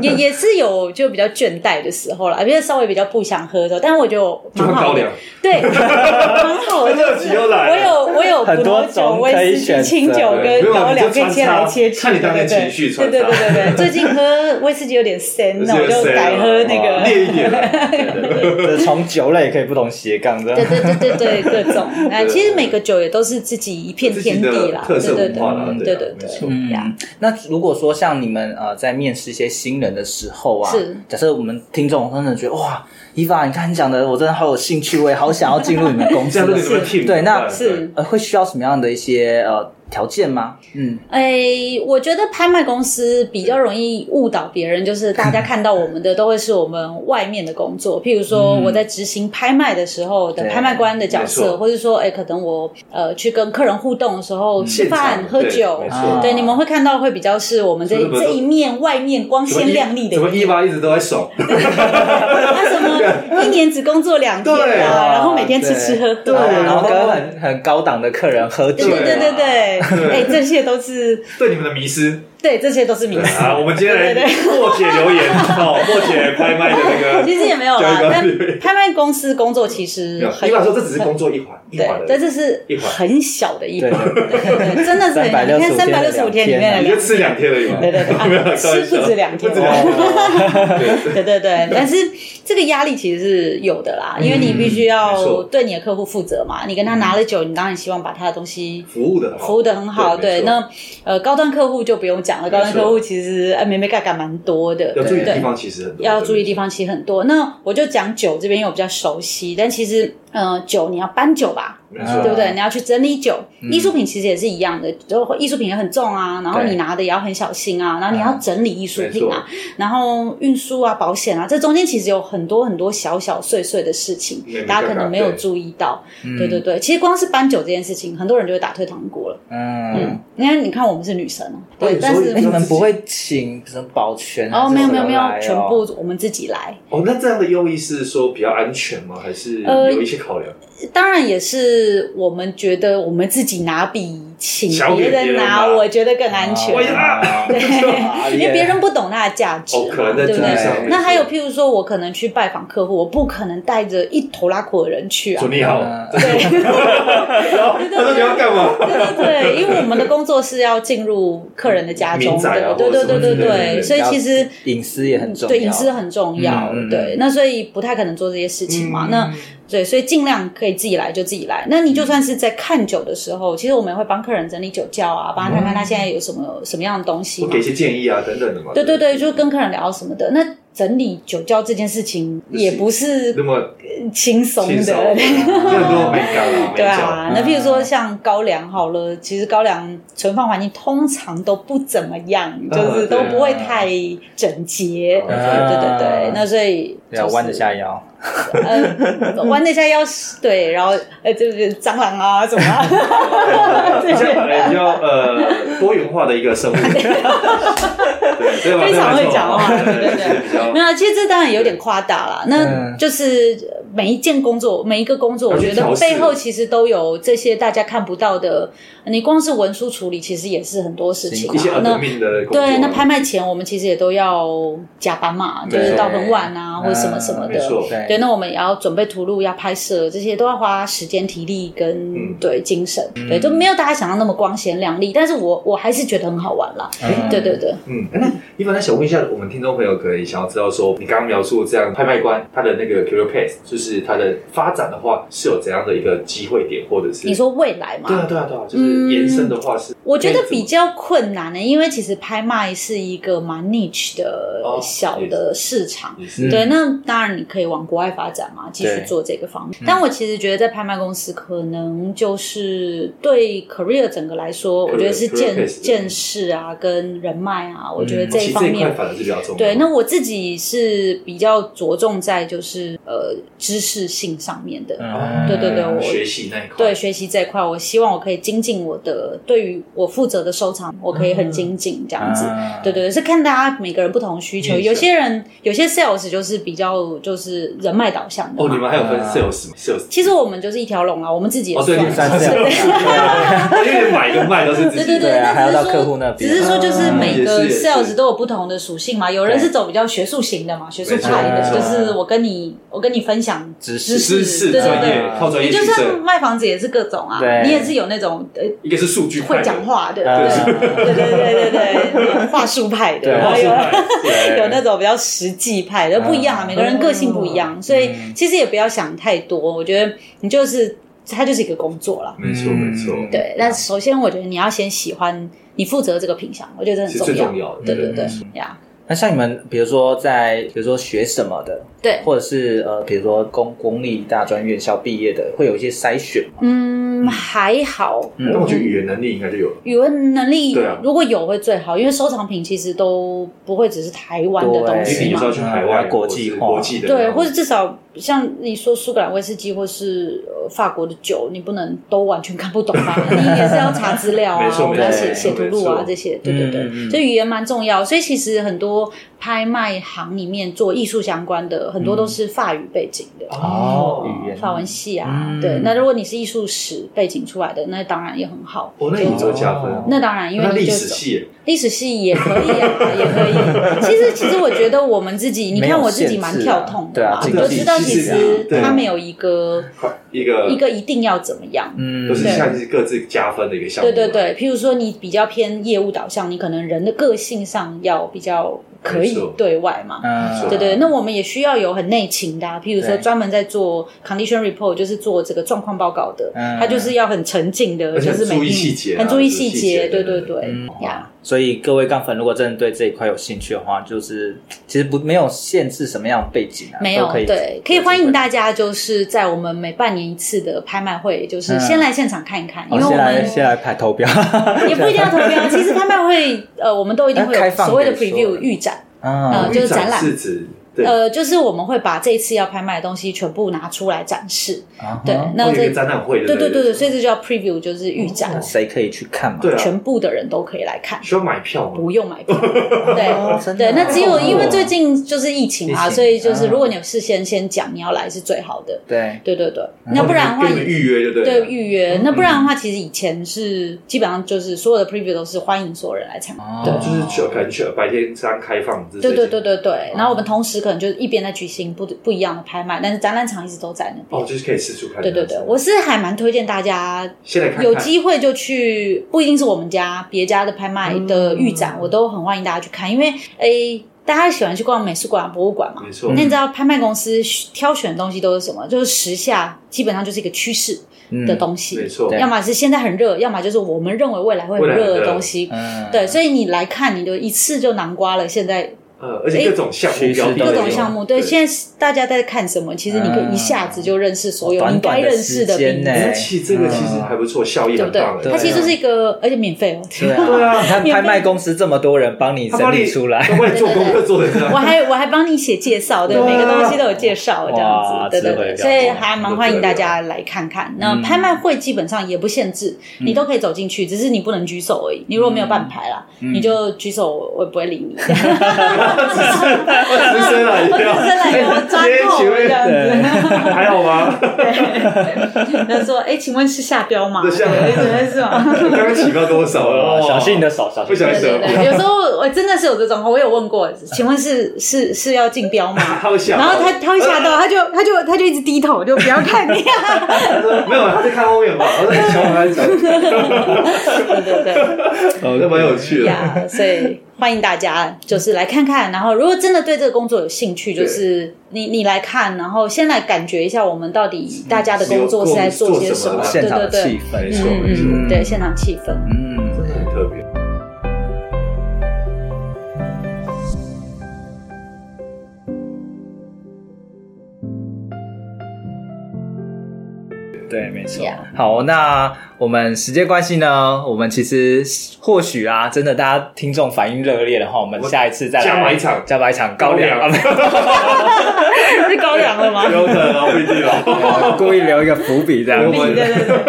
[SPEAKER 5] 也也是有就比较倦怠的时候啦，因为稍微比较不想喝的时候，但是我觉得我
[SPEAKER 6] 就
[SPEAKER 5] 蛮
[SPEAKER 6] 很
[SPEAKER 5] 好
[SPEAKER 6] 高
[SPEAKER 5] 的
[SPEAKER 6] 粱，，
[SPEAKER 5] 对， 蛮好 的。
[SPEAKER 6] 热情又来
[SPEAKER 5] 我
[SPEAKER 6] 了。
[SPEAKER 5] 有我有
[SPEAKER 4] 很
[SPEAKER 5] 葡
[SPEAKER 4] 多
[SPEAKER 5] 萄酒、
[SPEAKER 4] 种可
[SPEAKER 5] 威
[SPEAKER 4] 以
[SPEAKER 5] 士
[SPEAKER 4] 选择
[SPEAKER 5] 忌、清酒
[SPEAKER 6] 对
[SPEAKER 5] 跟
[SPEAKER 6] 没有
[SPEAKER 5] 高粱
[SPEAKER 6] 你
[SPEAKER 5] 可
[SPEAKER 6] 就
[SPEAKER 5] 以切来切去，
[SPEAKER 6] 穿插看你当天
[SPEAKER 5] 对对
[SPEAKER 6] 情绪穿
[SPEAKER 5] 对
[SPEAKER 6] 插
[SPEAKER 5] 对对对对，最近喝威士忌有点咸，那我
[SPEAKER 6] 有
[SPEAKER 5] 就
[SPEAKER 6] 谁
[SPEAKER 5] 改
[SPEAKER 6] 了
[SPEAKER 5] 喝那
[SPEAKER 6] 哇
[SPEAKER 5] 个。
[SPEAKER 6] 烈一点了，对对对
[SPEAKER 4] 这从酒类可以不同斜杠这
[SPEAKER 5] 对
[SPEAKER 4] 样。
[SPEAKER 5] 对对对对，各 种哎，
[SPEAKER 6] 对
[SPEAKER 5] 其实每个酒也都是自己一片
[SPEAKER 6] 自己
[SPEAKER 5] 天地
[SPEAKER 6] 的
[SPEAKER 5] 啦，
[SPEAKER 6] 特
[SPEAKER 5] 对
[SPEAKER 6] 色
[SPEAKER 5] 对
[SPEAKER 6] 文
[SPEAKER 5] 对
[SPEAKER 6] 化啦，
[SPEAKER 5] 对
[SPEAKER 6] 对
[SPEAKER 5] 对
[SPEAKER 6] 啊没错
[SPEAKER 5] 对，呀
[SPEAKER 4] 嗯，那如果说像你们呃在面试一些新人的时候啊，
[SPEAKER 5] 是
[SPEAKER 4] 假设我们听众真的觉得哇，伊娃，你看你讲的，我真的好有兴趣，我也好想要进入你们 公司
[SPEAKER 6] 这样
[SPEAKER 4] 了
[SPEAKER 6] 对。你们 team
[SPEAKER 4] 对那
[SPEAKER 5] 是
[SPEAKER 4] 呃，会需要什么样的一些呃条件吗？嗯，
[SPEAKER 5] 哎，我觉得拍卖公司比较容易误导别人，就是大家看到我们的都会是我们外面的工作，譬如说我在执行拍卖的时候的
[SPEAKER 4] 对
[SPEAKER 5] 拍卖官的角
[SPEAKER 6] 没
[SPEAKER 5] 色，
[SPEAKER 6] 错
[SPEAKER 5] 或者说哎，可能我呃去跟客人互动的时候吃
[SPEAKER 6] 嗯现场
[SPEAKER 5] 饭喝
[SPEAKER 6] 对
[SPEAKER 5] 酒
[SPEAKER 6] 没，
[SPEAKER 4] 啊
[SPEAKER 6] 错。
[SPEAKER 5] 对，你们会看到会比较是我们这
[SPEAKER 6] 就是比如说
[SPEAKER 5] 这一面外面光
[SPEAKER 6] 怎么
[SPEAKER 5] 鲜亮丽的
[SPEAKER 6] 怎么
[SPEAKER 5] 一
[SPEAKER 6] 伊
[SPEAKER 5] 面。
[SPEAKER 6] 娃一直都在手？
[SPEAKER 5] 他什么一年只工作两天
[SPEAKER 6] 对
[SPEAKER 5] 啊，
[SPEAKER 6] 啊
[SPEAKER 5] 然后每天吃吃喝喝，啊
[SPEAKER 6] 对
[SPEAKER 4] 然后跟
[SPEAKER 6] 然后
[SPEAKER 4] 很很高档的客人喝酒
[SPEAKER 5] 对
[SPEAKER 4] 啊，
[SPEAKER 5] 对对对对，哎，这些都是
[SPEAKER 6] 对你们的迷失
[SPEAKER 5] 对，这些都是名词。
[SPEAKER 6] 啊！我们今天
[SPEAKER 5] 对对
[SPEAKER 6] 来破解留言， 哦，破解拍卖的那个。
[SPEAKER 5] 其实也没有啦，
[SPEAKER 6] 对
[SPEAKER 5] 但
[SPEAKER 6] 对 对
[SPEAKER 5] 拍卖公司工作其
[SPEAKER 6] 没
[SPEAKER 5] 实
[SPEAKER 6] 有
[SPEAKER 5] 很
[SPEAKER 6] 伊娃说这只是工作一环，一
[SPEAKER 5] 对
[SPEAKER 6] 环，而
[SPEAKER 5] 但
[SPEAKER 6] 已。
[SPEAKER 5] 这是
[SPEAKER 6] 一环
[SPEAKER 5] 很小的一环，
[SPEAKER 4] 对对
[SPEAKER 5] 对对对真的是很小。你看三百六十五
[SPEAKER 4] 365
[SPEAKER 5] 天里啊面的
[SPEAKER 6] 你就
[SPEAKER 5] 两，
[SPEAKER 6] 吃两天而已嘛。
[SPEAKER 5] 对对对啊
[SPEAKER 6] 没有开玩笑
[SPEAKER 5] 吃不止两天哦
[SPEAKER 6] 不止两天。对
[SPEAKER 5] 对对对，但是这个压力其实是有的啦，因为你必须
[SPEAKER 6] 没
[SPEAKER 5] 要
[SPEAKER 6] 错
[SPEAKER 5] 对你的客户负责嘛，你跟他拿了酒，你当然希望把他的东西。
[SPEAKER 6] 服务的很好，
[SPEAKER 5] 服务的很好，对，
[SPEAKER 6] 没错
[SPEAKER 5] 那呃高端客户就不用讲了，
[SPEAKER 6] 没错
[SPEAKER 5] 高端客户其实呃没没嘎嘎蛮多的，
[SPEAKER 6] 要注意的
[SPEAKER 5] 对
[SPEAKER 6] 地方其实很多，
[SPEAKER 5] 要注意地方其实很多。那我就讲酒这边，因为我比较熟悉，但其实呃酒你要搬酒吧，
[SPEAKER 6] 没错，
[SPEAKER 5] 对不对？你要去整理酒，
[SPEAKER 6] 嗯
[SPEAKER 5] 艺术品其实也是一样的，就艺术品也很重啊，然后
[SPEAKER 4] 对
[SPEAKER 5] 你拿的也要很小心啊，然后你要整理艺术
[SPEAKER 6] 嗯没
[SPEAKER 5] 品
[SPEAKER 6] 错
[SPEAKER 5] 啊，然后运输啊、保险啊，这中间其实有很多很多小小碎碎的事情
[SPEAKER 6] 没，没
[SPEAKER 5] 大家可
[SPEAKER 6] 办法
[SPEAKER 5] 能没有
[SPEAKER 6] 对
[SPEAKER 5] 注意到。
[SPEAKER 4] 嗯
[SPEAKER 5] 对对对，其实光是搬酒这件事情，很多人就会打退堂鼓了。
[SPEAKER 4] 嗯，
[SPEAKER 5] 因为你看我们是女生啊，
[SPEAKER 6] 哦
[SPEAKER 5] 对，
[SPEAKER 6] 你说
[SPEAKER 5] 但是
[SPEAKER 4] 哎，你们不会请什么保全啊
[SPEAKER 5] 哦，没有没有没有
[SPEAKER 4] 这种来，哦
[SPEAKER 5] 全 部我们自己来。
[SPEAKER 6] 哦，那这样的用意是说比较安全吗？还是
[SPEAKER 5] 呃
[SPEAKER 6] 有一些考量？
[SPEAKER 5] 当然也是我们觉得我们自己拿比请
[SPEAKER 6] 小给
[SPEAKER 5] 别
[SPEAKER 6] 别
[SPEAKER 5] 人
[SPEAKER 6] 人
[SPEAKER 5] 拿，
[SPEAKER 6] 拿
[SPEAKER 5] 我觉得更
[SPEAKER 4] 啊
[SPEAKER 5] 安全。
[SPEAKER 6] 哎呀
[SPEAKER 5] 对，因为别人不懂它的价值
[SPEAKER 6] 哦，可
[SPEAKER 5] 嘛，
[SPEAKER 6] 能在
[SPEAKER 5] 对不
[SPEAKER 6] 专业
[SPEAKER 5] 对？
[SPEAKER 6] 上面，
[SPEAKER 5] 那还有，譬如说，我可能去拜访客户，我不可能带着一头拉苦的人去啊
[SPEAKER 6] 说。你好，
[SPEAKER 4] 嗯
[SPEAKER 6] 对， 他说你要干嘛？
[SPEAKER 5] 对对 对，因为我们的工作是要进入客人的家中
[SPEAKER 6] 民宅啊
[SPEAKER 5] 的，对对
[SPEAKER 6] 或者
[SPEAKER 5] 对
[SPEAKER 6] 什么
[SPEAKER 5] 对
[SPEAKER 6] 之类的对对对
[SPEAKER 5] 所以其实
[SPEAKER 4] 隐私也很重要，
[SPEAKER 5] 对隐私很重要，
[SPEAKER 4] 嗯嗯嗯
[SPEAKER 5] 对，那所以不太可能做这些事
[SPEAKER 4] 嗯
[SPEAKER 5] 情
[SPEAKER 6] 嗯
[SPEAKER 5] 嘛。那对，所以尽量可以自己来就自己来。那你就算是在看酒的时候，其实我们也会帮客人整理酒窖啊，帮他看看他现在有什么什么样的东西
[SPEAKER 6] 我
[SPEAKER 5] 嘛
[SPEAKER 6] 给一。些建议啊，等等的嘛。
[SPEAKER 5] 对对对，就跟客人聊什么的。那整理酒窖这件事情也不是
[SPEAKER 6] 那么
[SPEAKER 5] 轻松
[SPEAKER 6] 轻松，
[SPEAKER 5] 的，
[SPEAKER 6] 很多美感啊，美
[SPEAKER 5] 对
[SPEAKER 6] 角。
[SPEAKER 5] 啊。那譬如说像高粱好了，其实高粱存放环境通常都不怎么样，就是都不会太整洁。
[SPEAKER 6] 对
[SPEAKER 5] 对对对，那所以就是
[SPEAKER 4] 要啊弯得下腰，
[SPEAKER 5] 呃，弯得下腰，对，然后呃，就是蟑螂啊什么啊，
[SPEAKER 6] 这样反而比较呃多元化的一个 生物，对对吧？
[SPEAKER 5] 非常会讲话
[SPEAKER 6] 对
[SPEAKER 5] 对对对
[SPEAKER 6] 对，比较
[SPEAKER 5] 没有，其实这当然有点夸大啦。那就是每一件工作，每一个工作，我
[SPEAKER 6] 要去
[SPEAKER 5] 觉得
[SPEAKER 6] 调试
[SPEAKER 5] 背后其实都有这些大家看不到的。你光是文书处理，其实也是很多事情
[SPEAKER 6] 一些
[SPEAKER 5] 啊。那
[SPEAKER 6] 耳命的工作啊
[SPEAKER 5] 对，那拍卖前我们其实也都要加班嘛，就
[SPEAKER 6] 对
[SPEAKER 5] 是到很晚啊，
[SPEAKER 4] 嗯
[SPEAKER 5] 或者什么什么
[SPEAKER 6] 没
[SPEAKER 5] 的。
[SPEAKER 6] 错，
[SPEAKER 4] 对
[SPEAKER 5] 对，那我们也要准备图录，要拍摄，这些都要花时间、体力跟、
[SPEAKER 6] 嗯
[SPEAKER 5] 对精神，对，都没有大家想象那么光鲜亮丽。但是我我还是觉得很好玩啦，
[SPEAKER 4] 嗯
[SPEAKER 5] 对对对，
[SPEAKER 6] 嗯，那一般来想问一下，我们听众朋友可以想要知道说，你刚刚描述这样拍卖官他的那个 career path，就是他的发展的话，是有怎样的一个机会点，或者是
[SPEAKER 5] 你说未来嘛，
[SPEAKER 6] 对啊对啊对啊，就是延伸的话是，
[SPEAKER 5] 我觉
[SPEAKER 6] 可
[SPEAKER 5] 得
[SPEAKER 6] 以怎么
[SPEAKER 5] 比较困难呢、因为其实拍卖是一个蛮 niche 的
[SPEAKER 6] 哦
[SPEAKER 5] 小的市场。
[SPEAKER 6] 也是嗯
[SPEAKER 5] 对，那当然你可以往国外发展嘛，继续
[SPEAKER 4] 对
[SPEAKER 5] 做这个方面。
[SPEAKER 6] 嗯
[SPEAKER 5] 但我其实觉得在拍卖公司，可能就是对 career 整个来说，
[SPEAKER 6] Career-
[SPEAKER 5] 我觉得是
[SPEAKER 6] career
[SPEAKER 5] 见
[SPEAKER 6] pace
[SPEAKER 5] 见识啊，跟人脉啊，我觉得这一
[SPEAKER 6] 其实
[SPEAKER 5] 方
[SPEAKER 6] 这一
[SPEAKER 5] 面
[SPEAKER 6] 块。反而是比较重要。
[SPEAKER 5] 对，那我自己是比较着重在就是呃知识性上面的，
[SPEAKER 4] 嗯
[SPEAKER 5] 对对对我
[SPEAKER 6] 学习那一块，
[SPEAKER 5] 对学习这一块，我希望我可以精进我的对于我负责的收藏，我可以
[SPEAKER 6] 嗯
[SPEAKER 5] 很精进这样子。
[SPEAKER 4] 啊
[SPEAKER 5] 对对对，是看大家每个人不同的需求，
[SPEAKER 6] 需求
[SPEAKER 5] 有些人有些 sales 就是比较就是人脉导向的
[SPEAKER 6] 哦，
[SPEAKER 5] 嘛。
[SPEAKER 6] 你们还有分
[SPEAKER 4] 啊
[SPEAKER 6] sales 吗？sales
[SPEAKER 5] 其实我们就是一条龙啊，我们自己也
[SPEAKER 6] 哦，对，
[SPEAKER 5] 算
[SPEAKER 6] 你们
[SPEAKER 4] 算
[SPEAKER 6] 是
[SPEAKER 4] 是
[SPEAKER 6] 因为买跟卖都是自
[SPEAKER 5] 对
[SPEAKER 6] 己
[SPEAKER 5] 对
[SPEAKER 6] 的。
[SPEAKER 5] 对，
[SPEAKER 4] 对啊还
[SPEAKER 5] 那
[SPEAKER 4] 要
[SPEAKER 5] 只
[SPEAKER 4] 到
[SPEAKER 5] 是
[SPEAKER 4] 客
[SPEAKER 5] 说
[SPEAKER 4] 户那，边
[SPEAKER 5] 只是说就是
[SPEAKER 4] 嗯
[SPEAKER 5] 每个
[SPEAKER 6] 也是也是
[SPEAKER 5] sales 都有不同的属性嘛，有人
[SPEAKER 4] 对
[SPEAKER 5] 是走比较学术型的嘛，学术
[SPEAKER 6] 没错
[SPEAKER 5] 派的，
[SPEAKER 4] 没
[SPEAKER 5] 就
[SPEAKER 4] 错
[SPEAKER 5] 是我跟你我跟你分享
[SPEAKER 4] 知识
[SPEAKER 5] 识，
[SPEAKER 6] 知识
[SPEAKER 5] 对对
[SPEAKER 6] 专
[SPEAKER 5] 对。
[SPEAKER 6] 业靠专业
[SPEAKER 5] 你
[SPEAKER 6] 取
[SPEAKER 5] 就像
[SPEAKER 6] 胜，
[SPEAKER 5] 卖房子也是各种啊
[SPEAKER 4] 对，
[SPEAKER 5] 你也是有那种呃
[SPEAKER 6] 一个是数据派
[SPEAKER 5] 会
[SPEAKER 6] 的
[SPEAKER 5] 讲，话的，
[SPEAKER 4] 啊
[SPEAKER 5] 对对对对对，话术派的，
[SPEAKER 4] 对
[SPEAKER 5] 然后
[SPEAKER 6] 话术派
[SPEAKER 5] 有
[SPEAKER 6] 对
[SPEAKER 5] 有那种比较实际派的，不一
[SPEAKER 4] 嗯
[SPEAKER 5] 样啊，每个人个性不一样，所以其实也不要想太多，我觉得你就是它就是一个工作啦。
[SPEAKER 6] 没错
[SPEAKER 4] 嗯
[SPEAKER 6] 没错，
[SPEAKER 5] 对，但首先我觉得你要先喜欢你负责这个品相，我觉得这
[SPEAKER 6] 是
[SPEAKER 5] 很
[SPEAKER 6] 最
[SPEAKER 5] 重要
[SPEAKER 6] 重。要的。
[SPEAKER 5] 对对对
[SPEAKER 6] 没错，
[SPEAKER 5] 呀，
[SPEAKER 4] 那像你们，比如说在，比如说学什么的，
[SPEAKER 5] 对，
[SPEAKER 4] 或者是呃，比如说公公立大专院校毕业的，会有一些筛选吗？
[SPEAKER 5] 嗯，还好。
[SPEAKER 4] 嗯
[SPEAKER 6] 但我觉得语言能力应该就有了。
[SPEAKER 5] 语文能力
[SPEAKER 6] 对啊
[SPEAKER 5] 如果有会最好，因为收藏品其实都不会只是台湾的东
[SPEAKER 4] 对
[SPEAKER 6] 你
[SPEAKER 5] 西
[SPEAKER 6] 你就
[SPEAKER 5] 嘛
[SPEAKER 6] 是，要去海外
[SPEAKER 4] 嗯国际化
[SPEAKER 6] 国际的那种，
[SPEAKER 5] 对，或者至少像你说苏格兰威士忌或是呃法国的酒，你不能都完全看不懂吧？你也是要查资料
[SPEAKER 6] 没
[SPEAKER 5] 啊，
[SPEAKER 6] 错
[SPEAKER 5] 我们要
[SPEAKER 4] 没错
[SPEAKER 5] 写写读录
[SPEAKER 6] 没
[SPEAKER 5] 啊
[SPEAKER 6] 错
[SPEAKER 5] 这些，对对
[SPEAKER 4] 嗯嗯嗯
[SPEAKER 5] 对，所以语言蛮重要。所以其实很多拍卖行里面做艺术相关的，很多都是法语背景的。
[SPEAKER 4] 哦，语言
[SPEAKER 5] 法文系啊，
[SPEAKER 4] 嗯
[SPEAKER 5] 对，那如果你是艺术史背景出来的，那当然也很好。
[SPEAKER 6] 哦，那你就加分啊。
[SPEAKER 5] 那当然，因为
[SPEAKER 6] 那
[SPEAKER 5] 你
[SPEAKER 6] 历
[SPEAKER 5] 就
[SPEAKER 6] 史
[SPEAKER 5] 走
[SPEAKER 6] 系耶，
[SPEAKER 5] 历史系也可以啊， 也可以。其实，其实我觉得我们自己，你
[SPEAKER 4] 没有
[SPEAKER 5] 看我自
[SPEAKER 4] 限
[SPEAKER 5] 己
[SPEAKER 4] 制
[SPEAKER 5] 蛮
[SPEAKER 4] 啊
[SPEAKER 5] 跳痛
[SPEAKER 4] 对
[SPEAKER 5] 的
[SPEAKER 4] 啊
[SPEAKER 5] 嘛，
[SPEAKER 4] 这
[SPEAKER 5] 你
[SPEAKER 4] 个
[SPEAKER 5] 就知道
[SPEAKER 4] 是
[SPEAKER 5] 其
[SPEAKER 4] 是啊
[SPEAKER 5] 实
[SPEAKER 6] 对
[SPEAKER 5] 它没有一个
[SPEAKER 6] 快一个
[SPEAKER 5] 一个一定要怎么样。
[SPEAKER 4] 嗯
[SPEAKER 6] 都是现在是各自加分的一个项目。
[SPEAKER 5] 对对，对，譬如说你比较偏业务导向，你可能人的个性上要比较可
[SPEAKER 6] 没
[SPEAKER 5] 以
[SPEAKER 6] 错
[SPEAKER 5] 对外嘛。
[SPEAKER 4] 嗯
[SPEAKER 5] 对对，那我们也需要有很内勤的、啊，譬如说
[SPEAKER 4] 对
[SPEAKER 5] 专门在做 condition report，就是做这个状况报告的，
[SPEAKER 4] 嗯
[SPEAKER 5] 他就是要很沉静的，
[SPEAKER 6] 而且
[SPEAKER 5] 就
[SPEAKER 6] 很
[SPEAKER 5] 是每
[SPEAKER 6] 注意
[SPEAKER 5] 天
[SPEAKER 6] 细节啊
[SPEAKER 5] 很注意
[SPEAKER 6] 注意
[SPEAKER 5] 细
[SPEAKER 6] 细节
[SPEAKER 5] 节，对
[SPEAKER 6] 对
[SPEAKER 5] 对
[SPEAKER 6] 对
[SPEAKER 5] 对
[SPEAKER 4] 嗯，
[SPEAKER 5] 呀，
[SPEAKER 4] 所以各位杠粉，如果真的对这一块有兴趣的话，就是其实不没有限制什么样的背景啊，
[SPEAKER 5] 没有
[SPEAKER 4] 都可以
[SPEAKER 5] 对，可以欢迎大家就是在我们每半年一次的拍卖会，就是
[SPEAKER 4] 嗯
[SPEAKER 5] 先来现场看一看，
[SPEAKER 4] 哦
[SPEAKER 5] 因为我
[SPEAKER 4] 先来
[SPEAKER 5] 们
[SPEAKER 4] 先来排投 啊标，
[SPEAKER 5] 也不一定要投 标，其实拍卖会呃，我们都一定会
[SPEAKER 4] 开
[SPEAKER 5] 有
[SPEAKER 4] 放
[SPEAKER 5] 所谓的
[SPEAKER 4] 给所有
[SPEAKER 5] preview
[SPEAKER 4] 人
[SPEAKER 5] 预展。
[SPEAKER 4] 啊
[SPEAKER 6] 哦
[SPEAKER 5] 呃就是展览
[SPEAKER 6] 是指对，
[SPEAKER 5] 呃，就是我们会把这一次要拍卖的东西全部拿出来展示。
[SPEAKER 4] 啊
[SPEAKER 5] 对，那
[SPEAKER 6] 哦有一
[SPEAKER 5] 这
[SPEAKER 6] 个展览会的，
[SPEAKER 5] 对对对
[SPEAKER 6] 对
[SPEAKER 5] 对，所以这就叫 preview，就是
[SPEAKER 4] 哦
[SPEAKER 5] 预展，
[SPEAKER 4] 谁可以去看嘛？
[SPEAKER 6] 对啊，
[SPEAKER 5] 全部的人都可以来看，
[SPEAKER 6] 需要买票吗？
[SPEAKER 5] 不用买 票。
[SPEAKER 4] 哦
[SPEAKER 5] 对
[SPEAKER 4] 真的啊
[SPEAKER 5] 对，那只
[SPEAKER 4] 好
[SPEAKER 5] 有
[SPEAKER 4] 酷哦
[SPEAKER 5] 因为最近就是疫情
[SPEAKER 4] 疫
[SPEAKER 5] 啊，
[SPEAKER 4] 情
[SPEAKER 5] 所以就是
[SPEAKER 4] 嗯
[SPEAKER 5] 如果你有事先先讲你要来是最好的。
[SPEAKER 4] 对，
[SPEAKER 5] 对对对，那不然的话
[SPEAKER 6] 跟你们预约就对啊嗯
[SPEAKER 5] 对
[SPEAKER 6] 了。
[SPEAKER 5] 预约，那不然的话，其实以前是基本上就是所有的 preview 都是欢迎所有人来参加。
[SPEAKER 4] 哦
[SPEAKER 6] 哦就是全可能全白天这样开放，这是啊
[SPEAKER 5] 对对对
[SPEAKER 6] 最近
[SPEAKER 5] 对对，然后我们同时可能就是一边在举行不不一样的拍卖，但是展览场一直都在那边。
[SPEAKER 6] 哦，就是可以四处看。
[SPEAKER 5] 对对对，我是还蛮推荐大家
[SPEAKER 6] 现在看看
[SPEAKER 5] 有机会就去，不一定是我们家别家的拍卖的 预
[SPEAKER 6] 嗯
[SPEAKER 5] 展，我都很欢迎大家去看，因为诶、大家喜欢去逛美术馆、博物馆嘛。
[SPEAKER 6] 没错
[SPEAKER 5] 嗯那，你知道拍卖公司挑选的东西都是什么？就是时下基本上就是一个趋势的东西，
[SPEAKER 6] 嗯没错，
[SPEAKER 4] 对
[SPEAKER 5] 要么是现在很热，要么就是我们认为未来会很热的东西。
[SPEAKER 4] 嗯，
[SPEAKER 5] 对，所以你来看，你就一次就囊括了现在
[SPEAKER 6] 呃，而且各种项目
[SPEAKER 4] 趋势
[SPEAKER 6] 标的
[SPEAKER 4] 都
[SPEAKER 5] 各
[SPEAKER 4] 有
[SPEAKER 5] 种项目。对，
[SPEAKER 6] 对
[SPEAKER 5] 现在大家在看什么？其实你可以一下子就认识所有
[SPEAKER 4] 短
[SPEAKER 5] 你
[SPEAKER 4] 哦短
[SPEAKER 5] 该
[SPEAKER 4] 的
[SPEAKER 5] 认识的
[SPEAKER 4] 时间
[SPEAKER 5] 名字
[SPEAKER 4] 内，
[SPEAKER 6] 哎其实这个其实
[SPEAKER 4] 嗯
[SPEAKER 6] 还不错，效益
[SPEAKER 5] 对不
[SPEAKER 6] 很
[SPEAKER 5] 对
[SPEAKER 6] 棒。哎？
[SPEAKER 5] 它其实就是一个，而且免 费哦。
[SPEAKER 4] 对啊，
[SPEAKER 6] 对啊
[SPEAKER 4] 你看拍卖公司这么多人帮你
[SPEAKER 6] 他帮
[SPEAKER 4] 整
[SPEAKER 6] 你
[SPEAKER 4] 理出来，
[SPEAKER 6] 他帮你做功课做的 这
[SPEAKER 5] 我
[SPEAKER 6] 样，
[SPEAKER 5] 还我还帮你写介绍，对，
[SPEAKER 6] 对啊
[SPEAKER 5] 每个东西都有介绍，这样
[SPEAKER 4] 哇
[SPEAKER 5] 子，对对对，
[SPEAKER 4] 智慧
[SPEAKER 5] 所以还蛮欢迎大家来看看。那
[SPEAKER 4] 嗯
[SPEAKER 5] 拍卖会基本上也不限制，你都可以走进去，只是你不能举手而已。你如果没有
[SPEAKER 4] 嗯
[SPEAKER 5] 办牌啦，你就举手，我我也不会理 你。
[SPEAKER 6] 我 只是伸啊了一哎
[SPEAKER 5] 我只
[SPEAKER 6] 跳，
[SPEAKER 5] 是来给我抓头这样子，
[SPEAKER 6] 还好吗？
[SPEAKER 5] 对，就说哎，请问是下标吗？
[SPEAKER 6] 对下标
[SPEAKER 5] 对对是吗？
[SPEAKER 6] 刚刚起标多少了？
[SPEAKER 4] 哦
[SPEAKER 6] 哦
[SPEAKER 4] 小心你的手，小
[SPEAKER 6] 不
[SPEAKER 4] 心。
[SPEAKER 6] 小
[SPEAKER 5] 对
[SPEAKER 6] 心
[SPEAKER 5] 对
[SPEAKER 6] 了。
[SPEAKER 5] 哎 对，有时候我真的是有这种，我有问过，请问是是是要竞标吗？
[SPEAKER 6] 他会吓
[SPEAKER 5] 然
[SPEAKER 6] 到
[SPEAKER 5] 后 他他会吓到，他就他就他就一直低头，就不要看你。啊
[SPEAKER 6] 他说 没有，啊他在看后面吧。他说你瞧，他在瞧，
[SPEAKER 5] 对对 对，
[SPEAKER 6] 哦， 那蛮有趣的。
[SPEAKER 5] 呀，所以欢迎大家就是来看看，啊然后如果真的对这个工作有兴趣，就是你你来看，然后先来感觉一下我们到底大家的工作是在做些什么，
[SPEAKER 6] 做
[SPEAKER 5] 对
[SPEAKER 4] 哦现场
[SPEAKER 5] 对
[SPEAKER 4] 的
[SPEAKER 5] 对
[SPEAKER 4] 气，氛
[SPEAKER 6] 没，
[SPEAKER 5] 嗯
[SPEAKER 6] 错
[SPEAKER 5] 嗯
[SPEAKER 6] 没错
[SPEAKER 5] 嗯，对现场气氛。
[SPEAKER 4] 嗯，
[SPEAKER 6] 真的很特别。
[SPEAKER 4] 对，没错。
[SPEAKER 5] Yeah
[SPEAKER 4] 好，那我们时间关系呢，我们其实或许啊，真的大家听众反应热烈的话，我们
[SPEAKER 6] 我
[SPEAKER 4] 下一次再来
[SPEAKER 6] 加码一场
[SPEAKER 4] 加码一场高粱
[SPEAKER 6] 高
[SPEAKER 4] 啊，
[SPEAKER 6] 粱
[SPEAKER 4] 没
[SPEAKER 5] 是高粱了吗？
[SPEAKER 6] 有可能啊，不一定哦。
[SPEAKER 4] 有故意留一个伏笔这样
[SPEAKER 6] 伏
[SPEAKER 5] 对
[SPEAKER 4] 子。
[SPEAKER 6] 笔
[SPEAKER 5] 对对，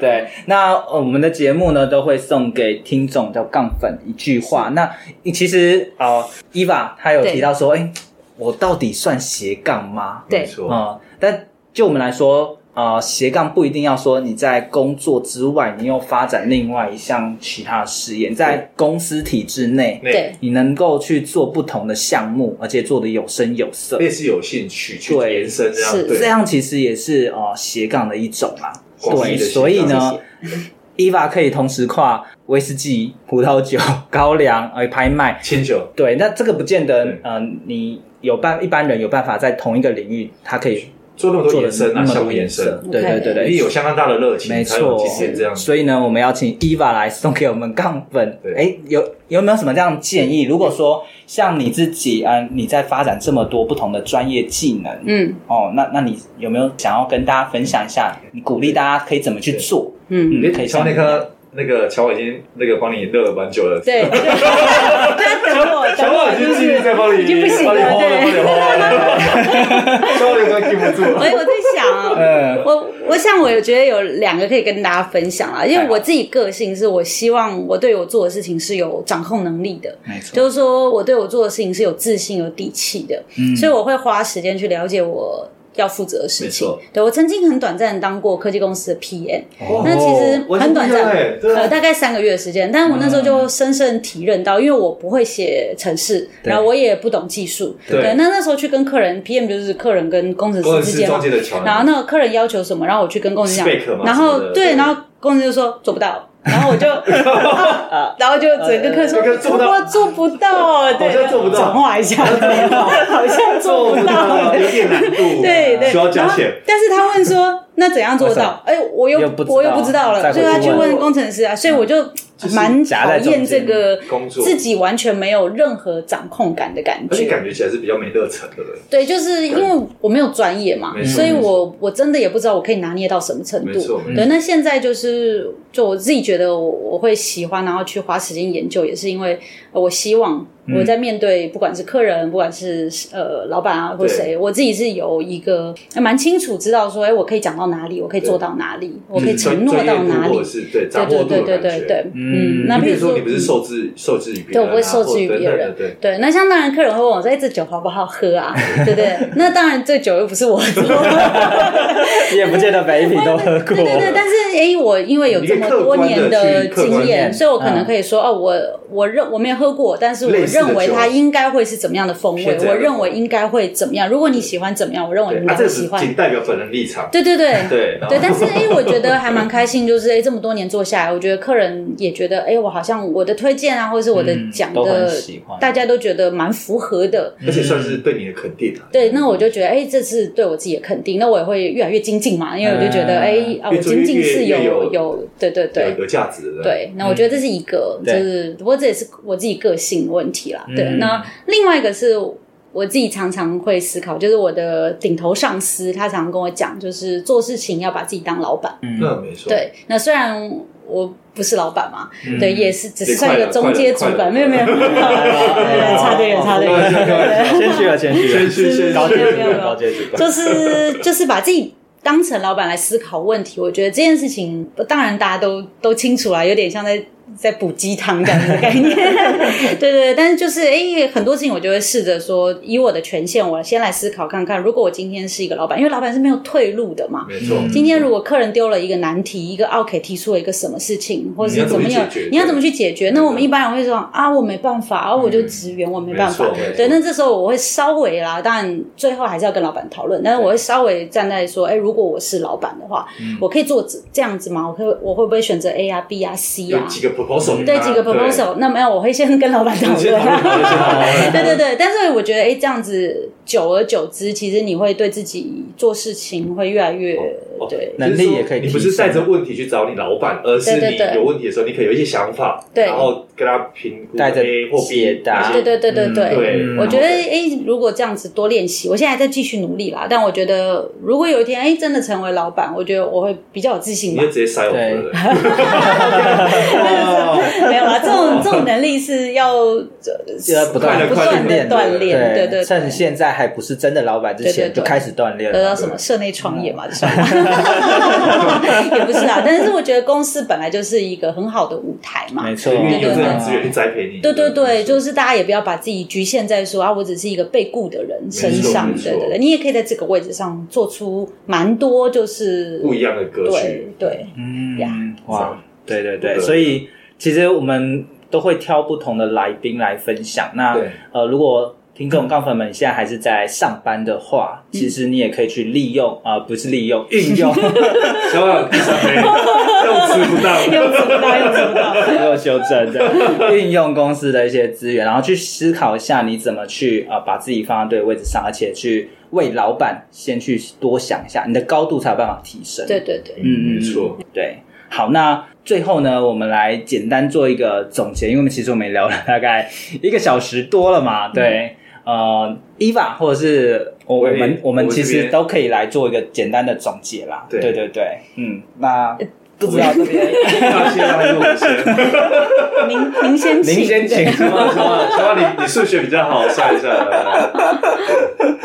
[SPEAKER 4] 对，那呃我们的节目呢，都会送给听众的杠粉一句话。那其实呃，伊娃她有
[SPEAKER 5] 对
[SPEAKER 4] 提到说，哎，我到底算斜杠吗？
[SPEAKER 5] 对
[SPEAKER 6] 没错，
[SPEAKER 4] 啊、但就我们来说，啊，斜杠不一定要说你在工作之外，你又发展另外一项其他的事业，在公司体制内，
[SPEAKER 6] 那
[SPEAKER 5] 对
[SPEAKER 4] 你能够去做不同的项目，而且做的有声有色，
[SPEAKER 6] 类似有兴趣去
[SPEAKER 4] 对
[SPEAKER 6] 延伸这样，
[SPEAKER 5] 是
[SPEAKER 6] 对
[SPEAKER 4] 这样其实也是啊、呃斜杠的一种嘛。
[SPEAKER 6] 广
[SPEAKER 4] 对，
[SPEAKER 6] 义的斜杠
[SPEAKER 4] 所以呢
[SPEAKER 5] 谢，
[SPEAKER 4] 伊娃可以同时跨威士忌、葡萄酒、 高粱呃拍卖，
[SPEAKER 6] 清酒
[SPEAKER 4] 对，那这个不见得
[SPEAKER 6] 对，
[SPEAKER 4] 呃，你有办一般人有办法在同一个领域，他可以
[SPEAKER 6] 做那么多
[SPEAKER 4] 做的
[SPEAKER 6] 延伸
[SPEAKER 4] 那
[SPEAKER 6] 啊，
[SPEAKER 4] 么
[SPEAKER 6] 项
[SPEAKER 4] 多
[SPEAKER 6] 目
[SPEAKER 4] 延
[SPEAKER 6] 延
[SPEAKER 4] 伸
[SPEAKER 6] 伸，，
[SPEAKER 4] 对对对对，
[SPEAKER 6] 一定有相当大的热情，
[SPEAKER 4] 没
[SPEAKER 6] 才有
[SPEAKER 4] 错
[SPEAKER 6] 今天这样。
[SPEAKER 4] 所以呢，我们要请伊娃来送给我们杠粉
[SPEAKER 6] 对。嗯
[SPEAKER 4] 哎，有有没有什么这样的建议？如果说像你自己，嗯、你在发展这么多不同的专业技能，
[SPEAKER 5] 嗯
[SPEAKER 4] 哦，那那你有没有想要跟大家分享一下？你鼓励大家可以怎么去做？
[SPEAKER 5] 嗯，
[SPEAKER 4] 嗯，可
[SPEAKER 6] 哎
[SPEAKER 4] 以
[SPEAKER 6] 像
[SPEAKER 4] 像
[SPEAKER 6] 那颗那个乔已经那个帮你热了蛮久了，
[SPEAKER 5] 对，对他等我，
[SPEAKER 6] 乔
[SPEAKER 5] 等我
[SPEAKER 6] 已
[SPEAKER 5] 就
[SPEAKER 6] 经继续
[SPEAKER 5] 是。
[SPEAKER 6] 在帮你，
[SPEAKER 5] 已经不行了
[SPEAKER 6] 帮你轰了，帮你轰了， 乔有时候禁不住
[SPEAKER 5] 我
[SPEAKER 6] 了。
[SPEAKER 5] 我在想啊，
[SPEAKER 6] 嗯
[SPEAKER 4] 呃，
[SPEAKER 5] 我我想，我觉得有两个可以跟大家分享啊
[SPEAKER 6] 哎
[SPEAKER 5] 啦，因为我自己个性是我希望我对我做的事情是有掌控能力的，
[SPEAKER 4] 没错，
[SPEAKER 5] 就是说我对我做的事情是有自信、有底气的，
[SPEAKER 4] 嗯
[SPEAKER 5] 所以我会花时间去了解我要负责的事情
[SPEAKER 6] 没错。
[SPEAKER 5] 对我曾经很短暂地当过科技公司的 PM，
[SPEAKER 6] 哦
[SPEAKER 5] 那其实很
[SPEAKER 6] 我已经
[SPEAKER 5] 短暂
[SPEAKER 6] 不一样欸嗯对啊
[SPEAKER 5] 呃，大概三个月的时间。但是我那时候就深深体认到，因为我不会写程式，
[SPEAKER 4] 对
[SPEAKER 5] 然后我也不懂技术。
[SPEAKER 6] 对
[SPEAKER 5] 那那时候去跟客人 PM 就是客人跟工程
[SPEAKER 6] 工程
[SPEAKER 5] 师之
[SPEAKER 6] 师
[SPEAKER 5] 间嘛啊
[SPEAKER 6] 中，间的桥梁，
[SPEAKER 5] 然后 那个客人要求什么，然后我去跟工程师
[SPEAKER 6] Spec 嘛
[SPEAKER 5] 讲，然后
[SPEAKER 6] 什么的
[SPEAKER 5] 对，
[SPEAKER 6] 对
[SPEAKER 5] 然后工程师就说做不到，然后我就， 啊然后就整个 客人说
[SPEAKER 6] 这个做不到
[SPEAKER 5] 我做不到，对，
[SPEAKER 6] 好像做不到
[SPEAKER 5] 转化 一下，对好像做不到，
[SPEAKER 6] 有点难度，啊
[SPEAKER 5] 对对，
[SPEAKER 6] 需要加
[SPEAKER 5] 然后
[SPEAKER 6] 钱。
[SPEAKER 5] 但是他 问说，那怎样做
[SPEAKER 4] 为什
[SPEAKER 5] 到
[SPEAKER 4] 么？
[SPEAKER 5] 哎，我又
[SPEAKER 4] 又不知道
[SPEAKER 5] 我又不知道了，
[SPEAKER 4] 再回
[SPEAKER 5] 所
[SPEAKER 4] 去
[SPEAKER 5] 以他去
[SPEAKER 4] 问嗯
[SPEAKER 5] 问工程师啊，所以我就
[SPEAKER 6] 就是
[SPEAKER 5] 蛮
[SPEAKER 4] 夹
[SPEAKER 5] 讨
[SPEAKER 4] 在
[SPEAKER 5] 厌
[SPEAKER 4] 中间
[SPEAKER 5] 这个
[SPEAKER 6] 工作
[SPEAKER 5] 自己完全没有任何掌控感的感
[SPEAKER 6] 而且
[SPEAKER 5] 觉。
[SPEAKER 6] 感觉起来是比较没热忱的人，
[SPEAKER 5] 对，就是因为我没有专业嘛
[SPEAKER 6] 没，错
[SPEAKER 5] 所以
[SPEAKER 6] 没错
[SPEAKER 5] 我我真的也不知道我可以拿捏到什么程
[SPEAKER 6] 没
[SPEAKER 5] 度
[SPEAKER 6] 错。没错
[SPEAKER 5] 对，那现在就是就我自己觉得我我会喜欢，然后去花时间研究，也是因为呃我希望
[SPEAKER 6] 嗯
[SPEAKER 5] 我在面对不管是客人，不管是呃老板啊或
[SPEAKER 6] 对
[SPEAKER 5] 谁，我自己是有一个呃蛮清楚知道说，哎，我可以讲到哪里，我可以做到哪里，我
[SPEAKER 6] 嗯
[SPEAKER 5] 可以承诺到哪里
[SPEAKER 6] 或者。是对
[SPEAKER 5] 对
[SPEAKER 6] 掌握
[SPEAKER 5] 对
[SPEAKER 6] 度的
[SPEAKER 5] 对对
[SPEAKER 6] 感
[SPEAKER 5] 对
[SPEAKER 6] 觉。
[SPEAKER 5] 对，嗯，
[SPEAKER 4] 嗯
[SPEAKER 5] 那
[SPEAKER 6] 你比
[SPEAKER 5] 比如
[SPEAKER 6] 如
[SPEAKER 5] 说
[SPEAKER 6] 说你不是受制受制于别人啊，
[SPEAKER 5] 对我不会受制于
[SPEAKER 6] 或者
[SPEAKER 5] 别人
[SPEAKER 6] 等等的
[SPEAKER 5] 对，那像当然客人会问我说：“哎，这酒好不好喝啊？”对不对？那当然，这酒又不是我 做的，
[SPEAKER 4] 你也不见得每一瓶都喝过，
[SPEAKER 5] 对对对，但是哎，我因为有这么多年的
[SPEAKER 6] 你可以客观地去
[SPEAKER 5] 经
[SPEAKER 6] 客观
[SPEAKER 5] 验，
[SPEAKER 6] 地
[SPEAKER 5] 所以我可能可以说，哦，我我认我没有喝过，但是我
[SPEAKER 6] 类似的
[SPEAKER 5] 认为
[SPEAKER 6] 酒
[SPEAKER 5] 它应该会是怎么样的风味
[SPEAKER 6] 偏，这样
[SPEAKER 5] 我
[SPEAKER 6] 的
[SPEAKER 5] 认为应该会怎么样。如果你喜欢怎么哦样，我认为
[SPEAKER 6] 对
[SPEAKER 5] 你应
[SPEAKER 6] 对，啊，这
[SPEAKER 5] 该会
[SPEAKER 6] 个
[SPEAKER 5] 喜
[SPEAKER 6] 只
[SPEAKER 5] 欢。
[SPEAKER 6] 仅代表本人立场，
[SPEAKER 5] 对对对。
[SPEAKER 6] 对然后
[SPEAKER 5] 对，但是哎、我觉得还蛮开心，就是哎、这么多年做下来，我觉得客人也觉得哎、我好像我的推荐啊，或者是我的
[SPEAKER 4] 嗯
[SPEAKER 5] 讲
[SPEAKER 4] 都
[SPEAKER 5] 的
[SPEAKER 4] 很，喜欢
[SPEAKER 5] 大家都觉得蛮符合的。
[SPEAKER 6] 而且算是对你的肯定啊。
[SPEAKER 5] 嗯对，那我就觉得，哎、这是对我自己的肯定，那我也会越来越精进嘛，因为我就觉得，
[SPEAKER 4] 嗯
[SPEAKER 5] 哎、啊，我
[SPEAKER 6] 越做越
[SPEAKER 5] 精进是有
[SPEAKER 6] 越
[SPEAKER 5] 有
[SPEAKER 6] 有
[SPEAKER 5] 对对对
[SPEAKER 6] 有有价值的，
[SPEAKER 5] 对，那我觉得这是一个，
[SPEAKER 4] 嗯
[SPEAKER 5] 就是不过这也是我自己个性问题啦。对，
[SPEAKER 4] 嗯
[SPEAKER 5] 那另外一个是我自己常常会思考，就是我的顶头上司他常常跟我讲，就是做事情要把自己当老板。
[SPEAKER 6] 嗯那没错，
[SPEAKER 5] 对，那虽然我不是老板嘛，对，也是只是
[SPEAKER 6] 也
[SPEAKER 5] 算一
[SPEAKER 6] 快
[SPEAKER 5] 个
[SPEAKER 6] 了
[SPEAKER 5] 中
[SPEAKER 6] 快
[SPEAKER 5] 阶
[SPEAKER 6] 了
[SPEAKER 5] 主
[SPEAKER 6] 快了
[SPEAKER 5] 管，没有没有，没有对差点差
[SPEAKER 6] 开玩笑，开
[SPEAKER 5] 点。
[SPEAKER 6] 玩笑
[SPEAKER 4] 谦虚了，谦虚了，
[SPEAKER 6] 谦虚谦虚
[SPEAKER 4] 高阶主
[SPEAKER 5] 没有没
[SPEAKER 4] 管，
[SPEAKER 5] 有
[SPEAKER 4] 高阶主管，
[SPEAKER 5] 就是就是把自己当成老板来思考问题。我觉得这件事情，当然大家都都清楚啦，有点像在在补鸡汤这样子的概念。对对对，但是就是诶，很多事情我就会试着说，以我的权限，我先来思考看看，如果我今天是一个老板，因为老板是没有退路的嘛。
[SPEAKER 6] 没错，
[SPEAKER 5] 今天如果客人丢了一个难题，一个奥 k 提出了一个什么事情，或
[SPEAKER 6] 你
[SPEAKER 5] 是
[SPEAKER 6] 要
[SPEAKER 5] 怎
[SPEAKER 6] 怎
[SPEAKER 5] 么
[SPEAKER 6] 么
[SPEAKER 5] 样
[SPEAKER 6] 去解决，
[SPEAKER 5] 你要怎么去解决？那我们
[SPEAKER 6] 对啊
[SPEAKER 5] 一般人会说啊，我没办法，啊，我就职员，我没办法
[SPEAKER 6] 嗯没错没。错
[SPEAKER 5] 对，那这时候我会稍微啦，当然最后还是要跟老板讨论，但是我会稍微站在说，哎，如果我是老板的话，
[SPEAKER 6] 嗯
[SPEAKER 5] 我可以做这样子吗？我会我会不会选择 A 啊、B 啊、C
[SPEAKER 6] 有
[SPEAKER 5] 啊？
[SPEAKER 6] 几个 proposal，
[SPEAKER 5] 对几个 proposal，那没有，我会先跟老板讨论。 对对对，但是我觉得，哎，这样子久而久之，其实你会对自己做事情会越来越
[SPEAKER 6] 哦
[SPEAKER 5] 对
[SPEAKER 6] 就是
[SPEAKER 4] 能力
[SPEAKER 6] 说
[SPEAKER 4] 也可以
[SPEAKER 6] 你不是
[SPEAKER 4] 提升啊
[SPEAKER 6] 带着问题去找你老板，而是
[SPEAKER 5] 对对
[SPEAKER 6] 你
[SPEAKER 5] 对
[SPEAKER 6] 有问题的时候，你可以有一些想法，
[SPEAKER 5] 对
[SPEAKER 6] 然后跟他评估
[SPEAKER 4] 带着
[SPEAKER 6] A 或 B
[SPEAKER 4] 解答
[SPEAKER 6] 哪些
[SPEAKER 5] 啊
[SPEAKER 6] 嗯
[SPEAKER 5] 对对对对
[SPEAKER 4] 嗯
[SPEAKER 5] 对，
[SPEAKER 6] 对，
[SPEAKER 5] 我觉得，哎、如果这样子多练习，我现在还在继续努力啦。但我觉得，如果有一天，哎、真的成为老板，我觉得我会比较有自信
[SPEAKER 6] 你
[SPEAKER 5] 吧
[SPEAKER 6] 就。直接塞我们了。
[SPEAKER 5] 没有啦，这种这种能力是要呃
[SPEAKER 4] 要不断
[SPEAKER 6] 地
[SPEAKER 5] 不断的
[SPEAKER 4] 锻
[SPEAKER 5] 锻炼，
[SPEAKER 4] 对
[SPEAKER 5] 对对，
[SPEAKER 4] 趁现在还不是真的老板之
[SPEAKER 5] 对对
[SPEAKER 4] 前
[SPEAKER 5] 对
[SPEAKER 4] 就开始锻炼
[SPEAKER 5] 得
[SPEAKER 4] 了
[SPEAKER 5] 到。什么社内创业
[SPEAKER 4] 嗯
[SPEAKER 5] 嘛，这算吗 也不是啊。但是我觉得公司本来就是一个很好的舞台嘛，
[SPEAKER 4] 没错，
[SPEAKER 6] 因为有这样
[SPEAKER 5] 对
[SPEAKER 6] 资源去栽培你。
[SPEAKER 5] 对对对，就是大家也不要把自己局限在说啊，我只是一个被雇的人身上
[SPEAKER 6] 没，错
[SPEAKER 5] 对对
[SPEAKER 6] 没错
[SPEAKER 5] 对，你也可以在这个位置上做出蛮多就是
[SPEAKER 6] 不一样的歌
[SPEAKER 5] 对
[SPEAKER 6] 曲。
[SPEAKER 5] 对，呀
[SPEAKER 4] 嗯，哇，对对
[SPEAKER 6] 对
[SPEAKER 4] 对，
[SPEAKER 6] 对
[SPEAKER 4] 所以其实我们都会挑不同的来宾来分享。那
[SPEAKER 6] 对
[SPEAKER 4] 呃，如果听 众杠粉们现在还是在上班的话，其实你也可以去利用啊、呃不是利 用，运用，
[SPEAKER 6] 小婉第三杯，用词不当，
[SPEAKER 5] 又知不到又知不到，
[SPEAKER 4] 没有修正的，运用公司的一些资源，然后去思考一下你怎么去啊、呃把自己放在对的位置上，而且去为老板先去多想一下，你的高度才有办法提升。
[SPEAKER 5] 对对对，
[SPEAKER 6] 嗯，没错，
[SPEAKER 4] 对，好，那最后呢，我们来简单做一个总结，因为我们其实我们也聊了大概一个小时多了嘛，对，呃，Eva 或者是我我
[SPEAKER 6] 我也
[SPEAKER 4] 们我们
[SPEAKER 6] 我
[SPEAKER 4] 其
[SPEAKER 6] 这
[SPEAKER 4] 实
[SPEAKER 6] 边
[SPEAKER 4] 都可以来做一个简单的总结啦，
[SPEAKER 6] 对
[SPEAKER 4] 对对对，嗯，那不知道这边
[SPEAKER 6] 那先让他们先。
[SPEAKER 5] 您 您先请，
[SPEAKER 4] 您先请，
[SPEAKER 6] 小婉，小婉，小婉，你你数学比较好，算一下。来来来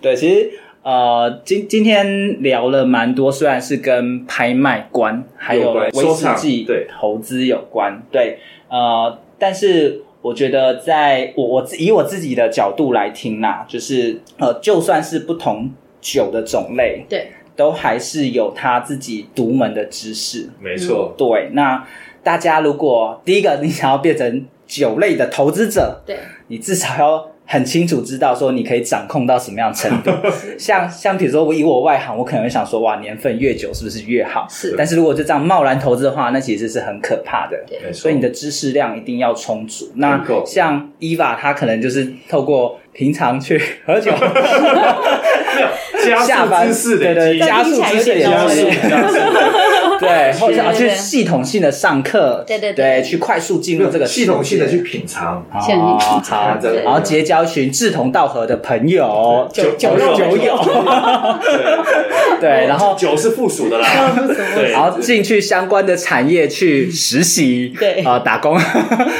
[SPEAKER 4] 对，其实。呃，今今天聊了蛮多，虽然是跟拍卖官还有
[SPEAKER 6] 有关
[SPEAKER 4] 威
[SPEAKER 6] 收
[SPEAKER 4] 士
[SPEAKER 6] 藏
[SPEAKER 4] 忌
[SPEAKER 6] 对
[SPEAKER 4] 投资有关，对，呃，但是我觉得在我我自以我自己的角度来听啦，就是呃，就算是不同酒的种类，
[SPEAKER 5] 对，
[SPEAKER 4] 都还是有他自己独门的知识，
[SPEAKER 6] 没错，
[SPEAKER 4] 对。那大家如果第一个你想要变成酒类的投资者，
[SPEAKER 5] 对，
[SPEAKER 4] 你至少要很清楚知道说你可以掌控到什么样的程 度。像像比如说，我以我外行，我可能会想说，哇，年份越久是不是越好？
[SPEAKER 5] 是
[SPEAKER 4] 但是如果就这样贸然投资的话，那其实是很可怕的。
[SPEAKER 6] 没错。
[SPEAKER 4] 所以你的知识量一定要充足。那
[SPEAKER 6] 很够
[SPEAKER 4] 像伊娃，她可能就是透过平常去喝 酒，下
[SPEAKER 6] 加
[SPEAKER 4] 班
[SPEAKER 6] 速知识
[SPEAKER 4] 对
[SPEAKER 6] 的
[SPEAKER 4] 对，
[SPEAKER 6] 积
[SPEAKER 5] 这样
[SPEAKER 4] 加
[SPEAKER 5] 听
[SPEAKER 4] 速
[SPEAKER 5] 起来
[SPEAKER 4] 知识
[SPEAKER 5] 有
[SPEAKER 4] 累
[SPEAKER 5] 点
[SPEAKER 6] 加速
[SPEAKER 5] 对
[SPEAKER 4] 积
[SPEAKER 5] 对，
[SPEAKER 6] 加速。
[SPEAKER 4] 对，或者
[SPEAKER 5] 对
[SPEAKER 4] 要去
[SPEAKER 5] 对
[SPEAKER 4] 系统性的上课，
[SPEAKER 5] 对对对
[SPEAKER 4] 对，去快速进入这个
[SPEAKER 6] 系统性的
[SPEAKER 4] 世界
[SPEAKER 6] 去品尝，
[SPEAKER 4] 哦
[SPEAKER 5] 现实
[SPEAKER 4] 好，
[SPEAKER 6] 对
[SPEAKER 4] 然后结交一群志同道合的朋友，
[SPEAKER 6] 哦酒
[SPEAKER 4] 酒
[SPEAKER 6] 酒
[SPEAKER 4] 酒
[SPEAKER 6] 友
[SPEAKER 4] 友，
[SPEAKER 6] 对对
[SPEAKER 4] 对，然后。
[SPEAKER 6] 酒是附属的啦，对，
[SPEAKER 4] 然后进去相关的产业去实习，
[SPEAKER 5] 对
[SPEAKER 4] 啊、打工，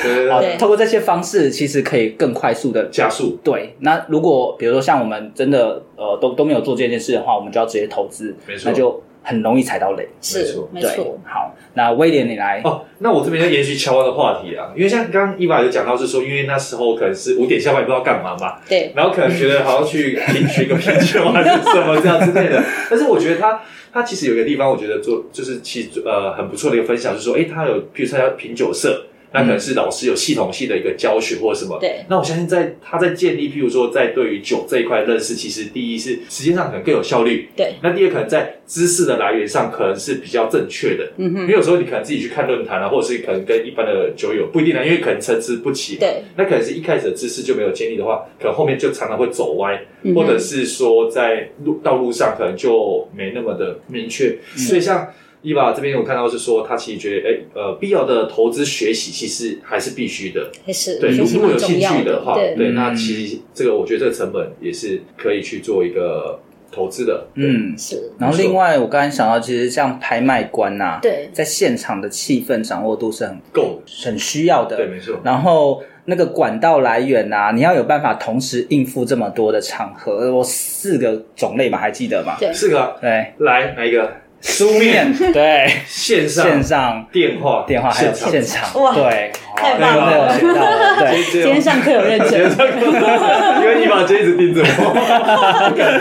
[SPEAKER 6] 对
[SPEAKER 4] 啊
[SPEAKER 6] 对
[SPEAKER 5] 对
[SPEAKER 4] 透过这些方式，其实可以更快速的
[SPEAKER 6] 加速，
[SPEAKER 4] 对，那如果比如说像我们真的呃都都没有做这件事的话，我们就要直接投资
[SPEAKER 6] 没，错
[SPEAKER 4] 那就很容易踩到雷。
[SPEAKER 6] 没
[SPEAKER 5] 是
[SPEAKER 6] 错
[SPEAKER 5] 没
[SPEAKER 4] 对
[SPEAKER 5] 错，，
[SPEAKER 4] 好，那威廉你来，
[SPEAKER 6] 哦，那我这边要延续乔安的话题啊，因为像刚刚伊娃有讲到是说，因为那时候可能是五点下班，也不知道干嘛嘛，
[SPEAKER 5] 对
[SPEAKER 6] 然后可能觉得好像去品学个啤酒还是什么这样之类的。但是我觉得他他其实有一个地方，我觉得做就是其实呃很不错的一个分享，就是说，诶，他有譬如参加品酒社，那可能是老师有系统性的一个教学或者什么。
[SPEAKER 5] 对
[SPEAKER 6] 那我相信在他在建立，譬如说在对于酒这一块认识，其实第一是时间上可能更有效率，
[SPEAKER 5] 对，
[SPEAKER 6] 那第二可能在知识的来源上可能是比较正确的。
[SPEAKER 5] 嗯
[SPEAKER 6] 因
[SPEAKER 5] 哼，
[SPEAKER 6] 为有时候你可能自己去看论坛啊，或者是可能跟一般的酒友不一定啊，因为可能参差不齐嘛。
[SPEAKER 5] 对，
[SPEAKER 6] 那可能是一开始的知识就没有建立的话，可能后面就常常会走歪，
[SPEAKER 5] 嗯哼
[SPEAKER 6] 或者是说在路道路上可能就没那么的明确。所以像伊娃这边有看到是说，他其实觉得，哎、呃，必要的投资学习其实还是必须的。
[SPEAKER 5] 还是
[SPEAKER 6] 对，
[SPEAKER 5] 学
[SPEAKER 6] 如
[SPEAKER 5] 习
[SPEAKER 6] 果有
[SPEAKER 5] 蛮
[SPEAKER 6] 兴
[SPEAKER 5] 重
[SPEAKER 6] 趣
[SPEAKER 5] 要
[SPEAKER 6] 的话，
[SPEAKER 5] 对，
[SPEAKER 6] 对，那
[SPEAKER 4] 嗯
[SPEAKER 6] 其实这个我觉得这个成本也是可以去做一个投资的。对，
[SPEAKER 4] 嗯，
[SPEAKER 5] 是，
[SPEAKER 4] 然后另外我刚才想到，其实像拍卖官呐、
[SPEAKER 5] 对
[SPEAKER 4] 在现场的气氛掌握度是很
[SPEAKER 6] 够的。
[SPEAKER 4] 很需要的，
[SPEAKER 6] 对，没错。
[SPEAKER 4] 然后那个管道来源啊，你要有办法同时应付这么多的场合，我四个种类嘛，还记得吗？
[SPEAKER 5] 对
[SPEAKER 6] 四个啊
[SPEAKER 4] 对，
[SPEAKER 6] 来哪一个？
[SPEAKER 4] 书面，对，
[SPEAKER 6] 线上、
[SPEAKER 4] 线上
[SPEAKER 6] 电话、
[SPEAKER 4] 电话还有
[SPEAKER 6] 现
[SPEAKER 4] 现
[SPEAKER 6] 场。
[SPEAKER 4] 场，
[SPEAKER 5] 哇
[SPEAKER 4] 对，
[SPEAKER 5] 太棒
[SPEAKER 4] 真的
[SPEAKER 5] 了
[SPEAKER 4] 有学到了，对。
[SPEAKER 6] 今
[SPEAKER 5] 今天上课有认真，
[SPEAKER 6] 因为你把这一直盯 着我，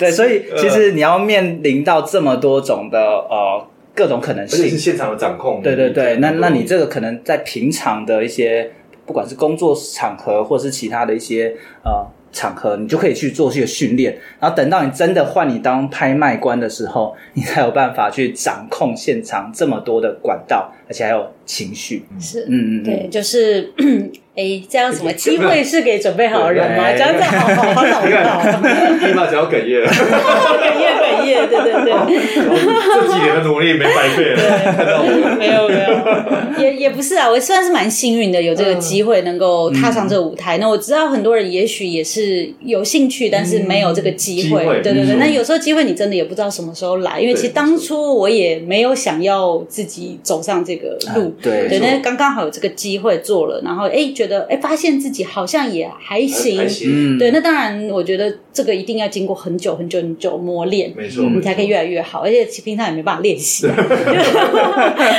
[SPEAKER 4] 对，所以其实你要面临到这么多种的呃各种可能
[SPEAKER 6] 而且是
[SPEAKER 4] 性，
[SPEAKER 6] 现场的掌控。嗯
[SPEAKER 4] 对对对，那那 你这嗯个可能在平常的一些不管是工作场合或是其他的一些呃场合，你就可以去做一些训练，然后等到你真的换你当拍卖官的时候，你才有办法去掌控现场这么多的管道，而且还有情绪，
[SPEAKER 5] 是，
[SPEAKER 4] 嗯嗯
[SPEAKER 5] 对，
[SPEAKER 4] 嗯，
[SPEAKER 5] 就是， 哎，这样有什么机会是给准备好的人吗？
[SPEAKER 4] 对
[SPEAKER 5] 讲讲好好好老
[SPEAKER 6] 你
[SPEAKER 5] 道，
[SPEAKER 6] 看，立马想要哽咽了。
[SPEAKER 5] 哽咽哽咽，对对对
[SPEAKER 6] 这几年的努力没白费了。
[SPEAKER 5] 没有没有， 也也不是啊，我算是蛮幸运的，有这个机会能够踏上这个舞台。那我知道很多人也许也是有兴趣，但是没有这个机
[SPEAKER 6] 机会
[SPEAKER 5] 对对对，
[SPEAKER 6] 嗯
[SPEAKER 5] 那有时候机会你真的也不知道什么时候来，因为
[SPEAKER 6] 对
[SPEAKER 5] 其实当初我也没有想要自己走上这个路
[SPEAKER 4] 啊。对没
[SPEAKER 5] 对，那刚刚好有这个机会做了，然后哎，觉得哎，发现自己好像也还行，
[SPEAKER 6] 还行，
[SPEAKER 4] 嗯，
[SPEAKER 5] 对，那当然，我觉得这个一定要经过很久很久很久磨练，
[SPEAKER 6] 没错，
[SPEAKER 5] 你嗯才可以越来越好，而且平常也没办法 练习，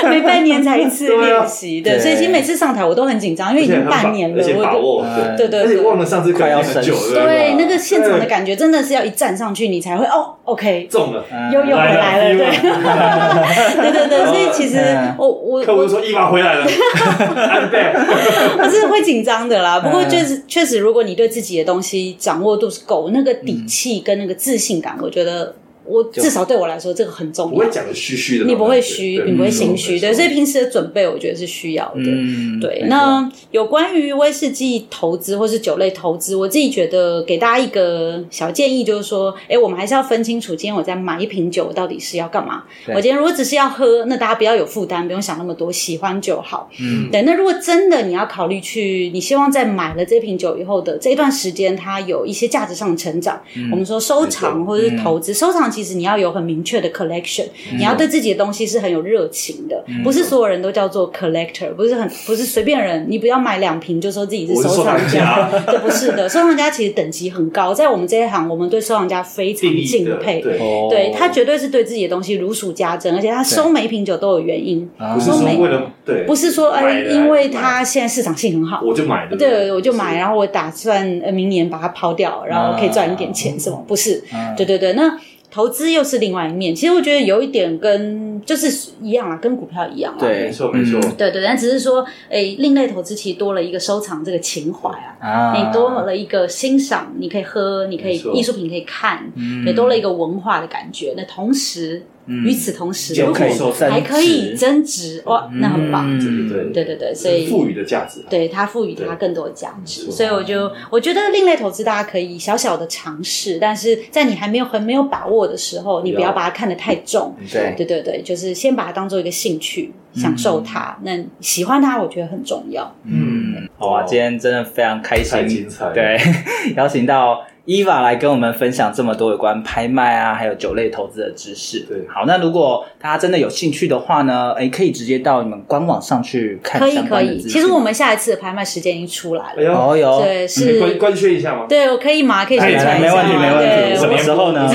[SPEAKER 5] 每半年才一次练习，对，
[SPEAKER 4] 对
[SPEAKER 5] 所以其实每次上台我都很紧张，因为已
[SPEAKER 6] 啊而且
[SPEAKER 5] 经
[SPEAKER 6] 很把
[SPEAKER 5] 半年了，
[SPEAKER 6] 而且把
[SPEAKER 5] 我
[SPEAKER 6] 握，啊
[SPEAKER 4] 哎
[SPEAKER 5] 对对
[SPEAKER 6] 而且
[SPEAKER 5] 对
[SPEAKER 6] 忘了上次
[SPEAKER 4] 快要
[SPEAKER 6] 很久
[SPEAKER 4] 生
[SPEAKER 5] 就
[SPEAKER 6] 了，
[SPEAKER 5] 对那个现场的
[SPEAKER 6] 对
[SPEAKER 5] 感觉真的是要一站上去你才会哦，OK，
[SPEAKER 6] 中了，
[SPEAKER 4] 嗯
[SPEAKER 5] 又又回来了，
[SPEAKER 6] 来了
[SPEAKER 5] 对，对对对， 所以其实
[SPEAKER 4] 嗯
[SPEAKER 5] 我我
[SPEAKER 6] 客户
[SPEAKER 5] 我
[SPEAKER 6] 说伊娃回来 了，I'm back，
[SPEAKER 5] 我是会紧张 的啦，不
[SPEAKER 6] 嗯
[SPEAKER 5] 过确实确实，如果你对自己的东西掌握度是够，那个底气跟那个自信感，我觉得我至少对我来说这个很重
[SPEAKER 6] 不会
[SPEAKER 5] 要。
[SPEAKER 6] 讲的虚虚的那种感觉，
[SPEAKER 5] 你不会虚，
[SPEAKER 6] 对
[SPEAKER 5] 你不会心
[SPEAKER 6] 没错
[SPEAKER 5] 虚，
[SPEAKER 6] 没
[SPEAKER 5] 对，
[SPEAKER 6] 错
[SPEAKER 5] 所以平时的准备我觉得是需要的。
[SPEAKER 4] 嗯，
[SPEAKER 5] 对，
[SPEAKER 4] 没错
[SPEAKER 5] 那有关于威士忌投资或是酒类投资，我自己觉得给大家一个小建议，就是说，哎，我们还是要分清楚，今天我在买一瓶酒，我到底是要干嘛？
[SPEAKER 4] 对
[SPEAKER 5] 我今天如果只是要喝，那大家不要有负担，不用想那么多，喜欢就好。
[SPEAKER 4] 嗯，
[SPEAKER 5] 对，那如果真的你要考虑去，你希望在买了这瓶酒以后的这一段时间，它有一些价值上的成长。
[SPEAKER 6] 嗯
[SPEAKER 5] 我们说收藏或者是投资，收藏其实你要有很明确的 collection，、你
[SPEAKER 6] 嗯
[SPEAKER 5] 要对自己的东西是很有热情的，不是所有人都叫做 collector，不是很不是随便人，你不要买两瓶就说自己是
[SPEAKER 6] 我是
[SPEAKER 5] 收
[SPEAKER 6] 收
[SPEAKER 5] 藏
[SPEAKER 6] 藏
[SPEAKER 5] 家
[SPEAKER 6] 家，
[SPEAKER 5] 对，不是的，收藏家其实等级很高，在我们这一行，我们对收藏家非常
[SPEAKER 6] 定义
[SPEAKER 5] 敬
[SPEAKER 6] 的
[SPEAKER 5] 佩。
[SPEAKER 6] 对，
[SPEAKER 4] 哦
[SPEAKER 5] 对他绝对是对自己的东西如数家珍，而且他收每一瓶酒都有原因，
[SPEAKER 4] 啊
[SPEAKER 6] 不是说为了对，
[SPEAKER 5] 不是说
[SPEAKER 6] 买
[SPEAKER 5] 哎，
[SPEAKER 6] 了
[SPEAKER 5] 因为
[SPEAKER 6] 买了
[SPEAKER 5] 它现在市场性很好，
[SPEAKER 6] 我就买，对不
[SPEAKER 5] 对，我就买，
[SPEAKER 6] 是
[SPEAKER 5] 然后我打算呃明年把它抛掉，然后可以赚一点钱，什么？
[SPEAKER 6] 哦
[SPEAKER 5] 不是，
[SPEAKER 4] 嗯
[SPEAKER 5] 对对对，那。投资又是另外一面，其实我觉得有一点跟就是一样啊，跟股票一样啊。
[SPEAKER 4] 对
[SPEAKER 6] 没错没错，
[SPEAKER 4] 嗯
[SPEAKER 5] 对对，但只是说，诶，另类投资其实多了一个收藏这个情怀啊，
[SPEAKER 4] 啊，
[SPEAKER 5] 你多了一个欣赏，你可以喝，你可以
[SPEAKER 6] 没错嗯
[SPEAKER 5] 艺术品可以看，也多了一个文化的感觉。那同时，与此同时，
[SPEAKER 6] 就
[SPEAKER 5] 如
[SPEAKER 6] 嗯可
[SPEAKER 5] 果
[SPEAKER 6] 以增值嗯
[SPEAKER 5] 还可以增值，哇，那很棒。
[SPEAKER 6] 对对对
[SPEAKER 5] 对对对，所以
[SPEAKER 6] 赋予的价值啊，
[SPEAKER 5] 对它赋予它
[SPEAKER 6] 对
[SPEAKER 5] 更多的价值，
[SPEAKER 6] 没错
[SPEAKER 5] 所以我就我觉得另类投资大家可以小小的尝试，但是在你还没有很没有把握的时候，你不要把它看得太重。
[SPEAKER 6] 没错
[SPEAKER 4] 对
[SPEAKER 5] 对对对，就是先把它当做一个兴趣，享受它。那喜欢它，我觉得很重要。
[SPEAKER 4] 嗯，好啊，今天真的非常开
[SPEAKER 6] 太
[SPEAKER 4] 心
[SPEAKER 6] 精，彩了，
[SPEAKER 4] 对， 邀请到伊娃来跟我们分享这么多有关拍卖啊，还有酒类投资的知识。
[SPEAKER 6] 对
[SPEAKER 4] 好，那如果大家真的有兴趣的话呢，哎，可以直接到你们官网上去看
[SPEAKER 5] 可以
[SPEAKER 4] 相
[SPEAKER 5] 可
[SPEAKER 4] 关的
[SPEAKER 5] 以，
[SPEAKER 4] 资讯。
[SPEAKER 5] 其实我们下一次的拍卖时间已经出来
[SPEAKER 6] 哎
[SPEAKER 5] 了，
[SPEAKER 6] 呦，
[SPEAKER 4] 哦有，
[SPEAKER 5] 对，
[SPEAKER 6] 你官
[SPEAKER 5] 是，
[SPEAKER 6] 官宣一下吗？
[SPEAKER 5] 对我可以吗？可以宣
[SPEAKER 6] 哎
[SPEAKER 4] 来
[SPEAKER 5] 传
[SPEAKER 4] 来
[SPEAKER 5] 一
[SPEAKER 4] 没
[SPEAKER 5] 下
[SPEAKER 4] 问题
[SPEAKER 5] 吗？
[SPEAKER 4] 没问题，
[SPEAKER 5] 对，
[SPEAKER 4] 什
[SPEAKER 5] 我
[SPEAKER 4] 么
[SPEAKER 5] 们
[SPEAKER 4] 时候呢？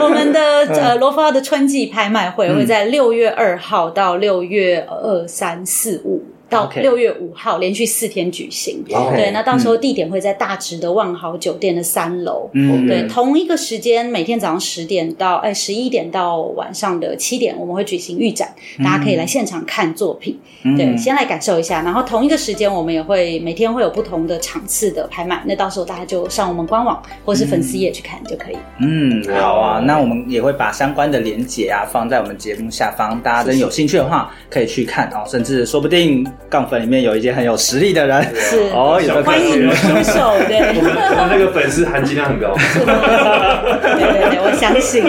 [SPEAKER 5] 我 们
[SPEAKER 4] 嗯
[SPEAKER 5] 的呃罗浮奥的春季拍卖会会在六月二号到六月呃二三四五。到
[SPEAKER 4] OK
[SPEAKER 5] 六月五号，连续四天举行。
[SPEAKER 4] OK
[SPEAKER 5] 对，那到时候地点会在大直的万豪酒店的三楼。
[SPEAKER 4] 嗯，
[SPEAKER 5] 对，同一个时间，每天早上十点到哎十一点到晚上的七点，我们会举行预展，大家可以来现场看作品。
[SPEAKER 4] 嗯
[SPEAKER 5] 对，先来感受一下。然后同一个时间，我们也会每天会有不同的场次的拍卖，那到时候大家就上我们官网或是粉丝页去看就可以。
[SPEAKER 4] 嗯，好啊，那我们也会把相关的连结啊放在我们节目下方，大家真有兴趣的话可以去看哦，甚至说不定杠粉里面有一些很有实力的人
[SPEAKER 5] 是
[SPEAKER 4] 哦，有在
[SPEAKER 6] 小看
[SPEAKER 5] 欢
[SPEAKER 4] 看
[SPEAKER 5] 迎出手，
[SPEAKER 6] 我
[SPEAKER 5] 对
[SPEAKER 6] 们我们那个粉丝含金量很 高，
[SPEAKER 5] 对对对，我相 信。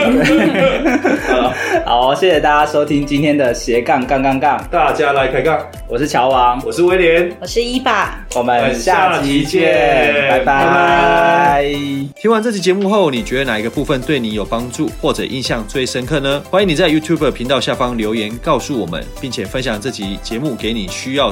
[SPEAKER 4] 好，谢谢大家收听今天的斜杠杠杠杠，
[SPEAKER 6] 大家来开杠，
[SPEAKER 4] 我是乔王，
[SPEAKER 6] 我是威廉。
[SPEAKER 5] 我是伊爸，
[SPEAKER 4] 我们下期见，
[SPEAKER 6] 拜拜
[SPEAKER 4] 拜拜
[SPEAKER 2] 听完这期节目后，你觉得哪一个部分对你有帮助，或者印象最深刻呢？欢迎你在 YouTube 频道下方留言告诉我们，并且分享这集节目给你需要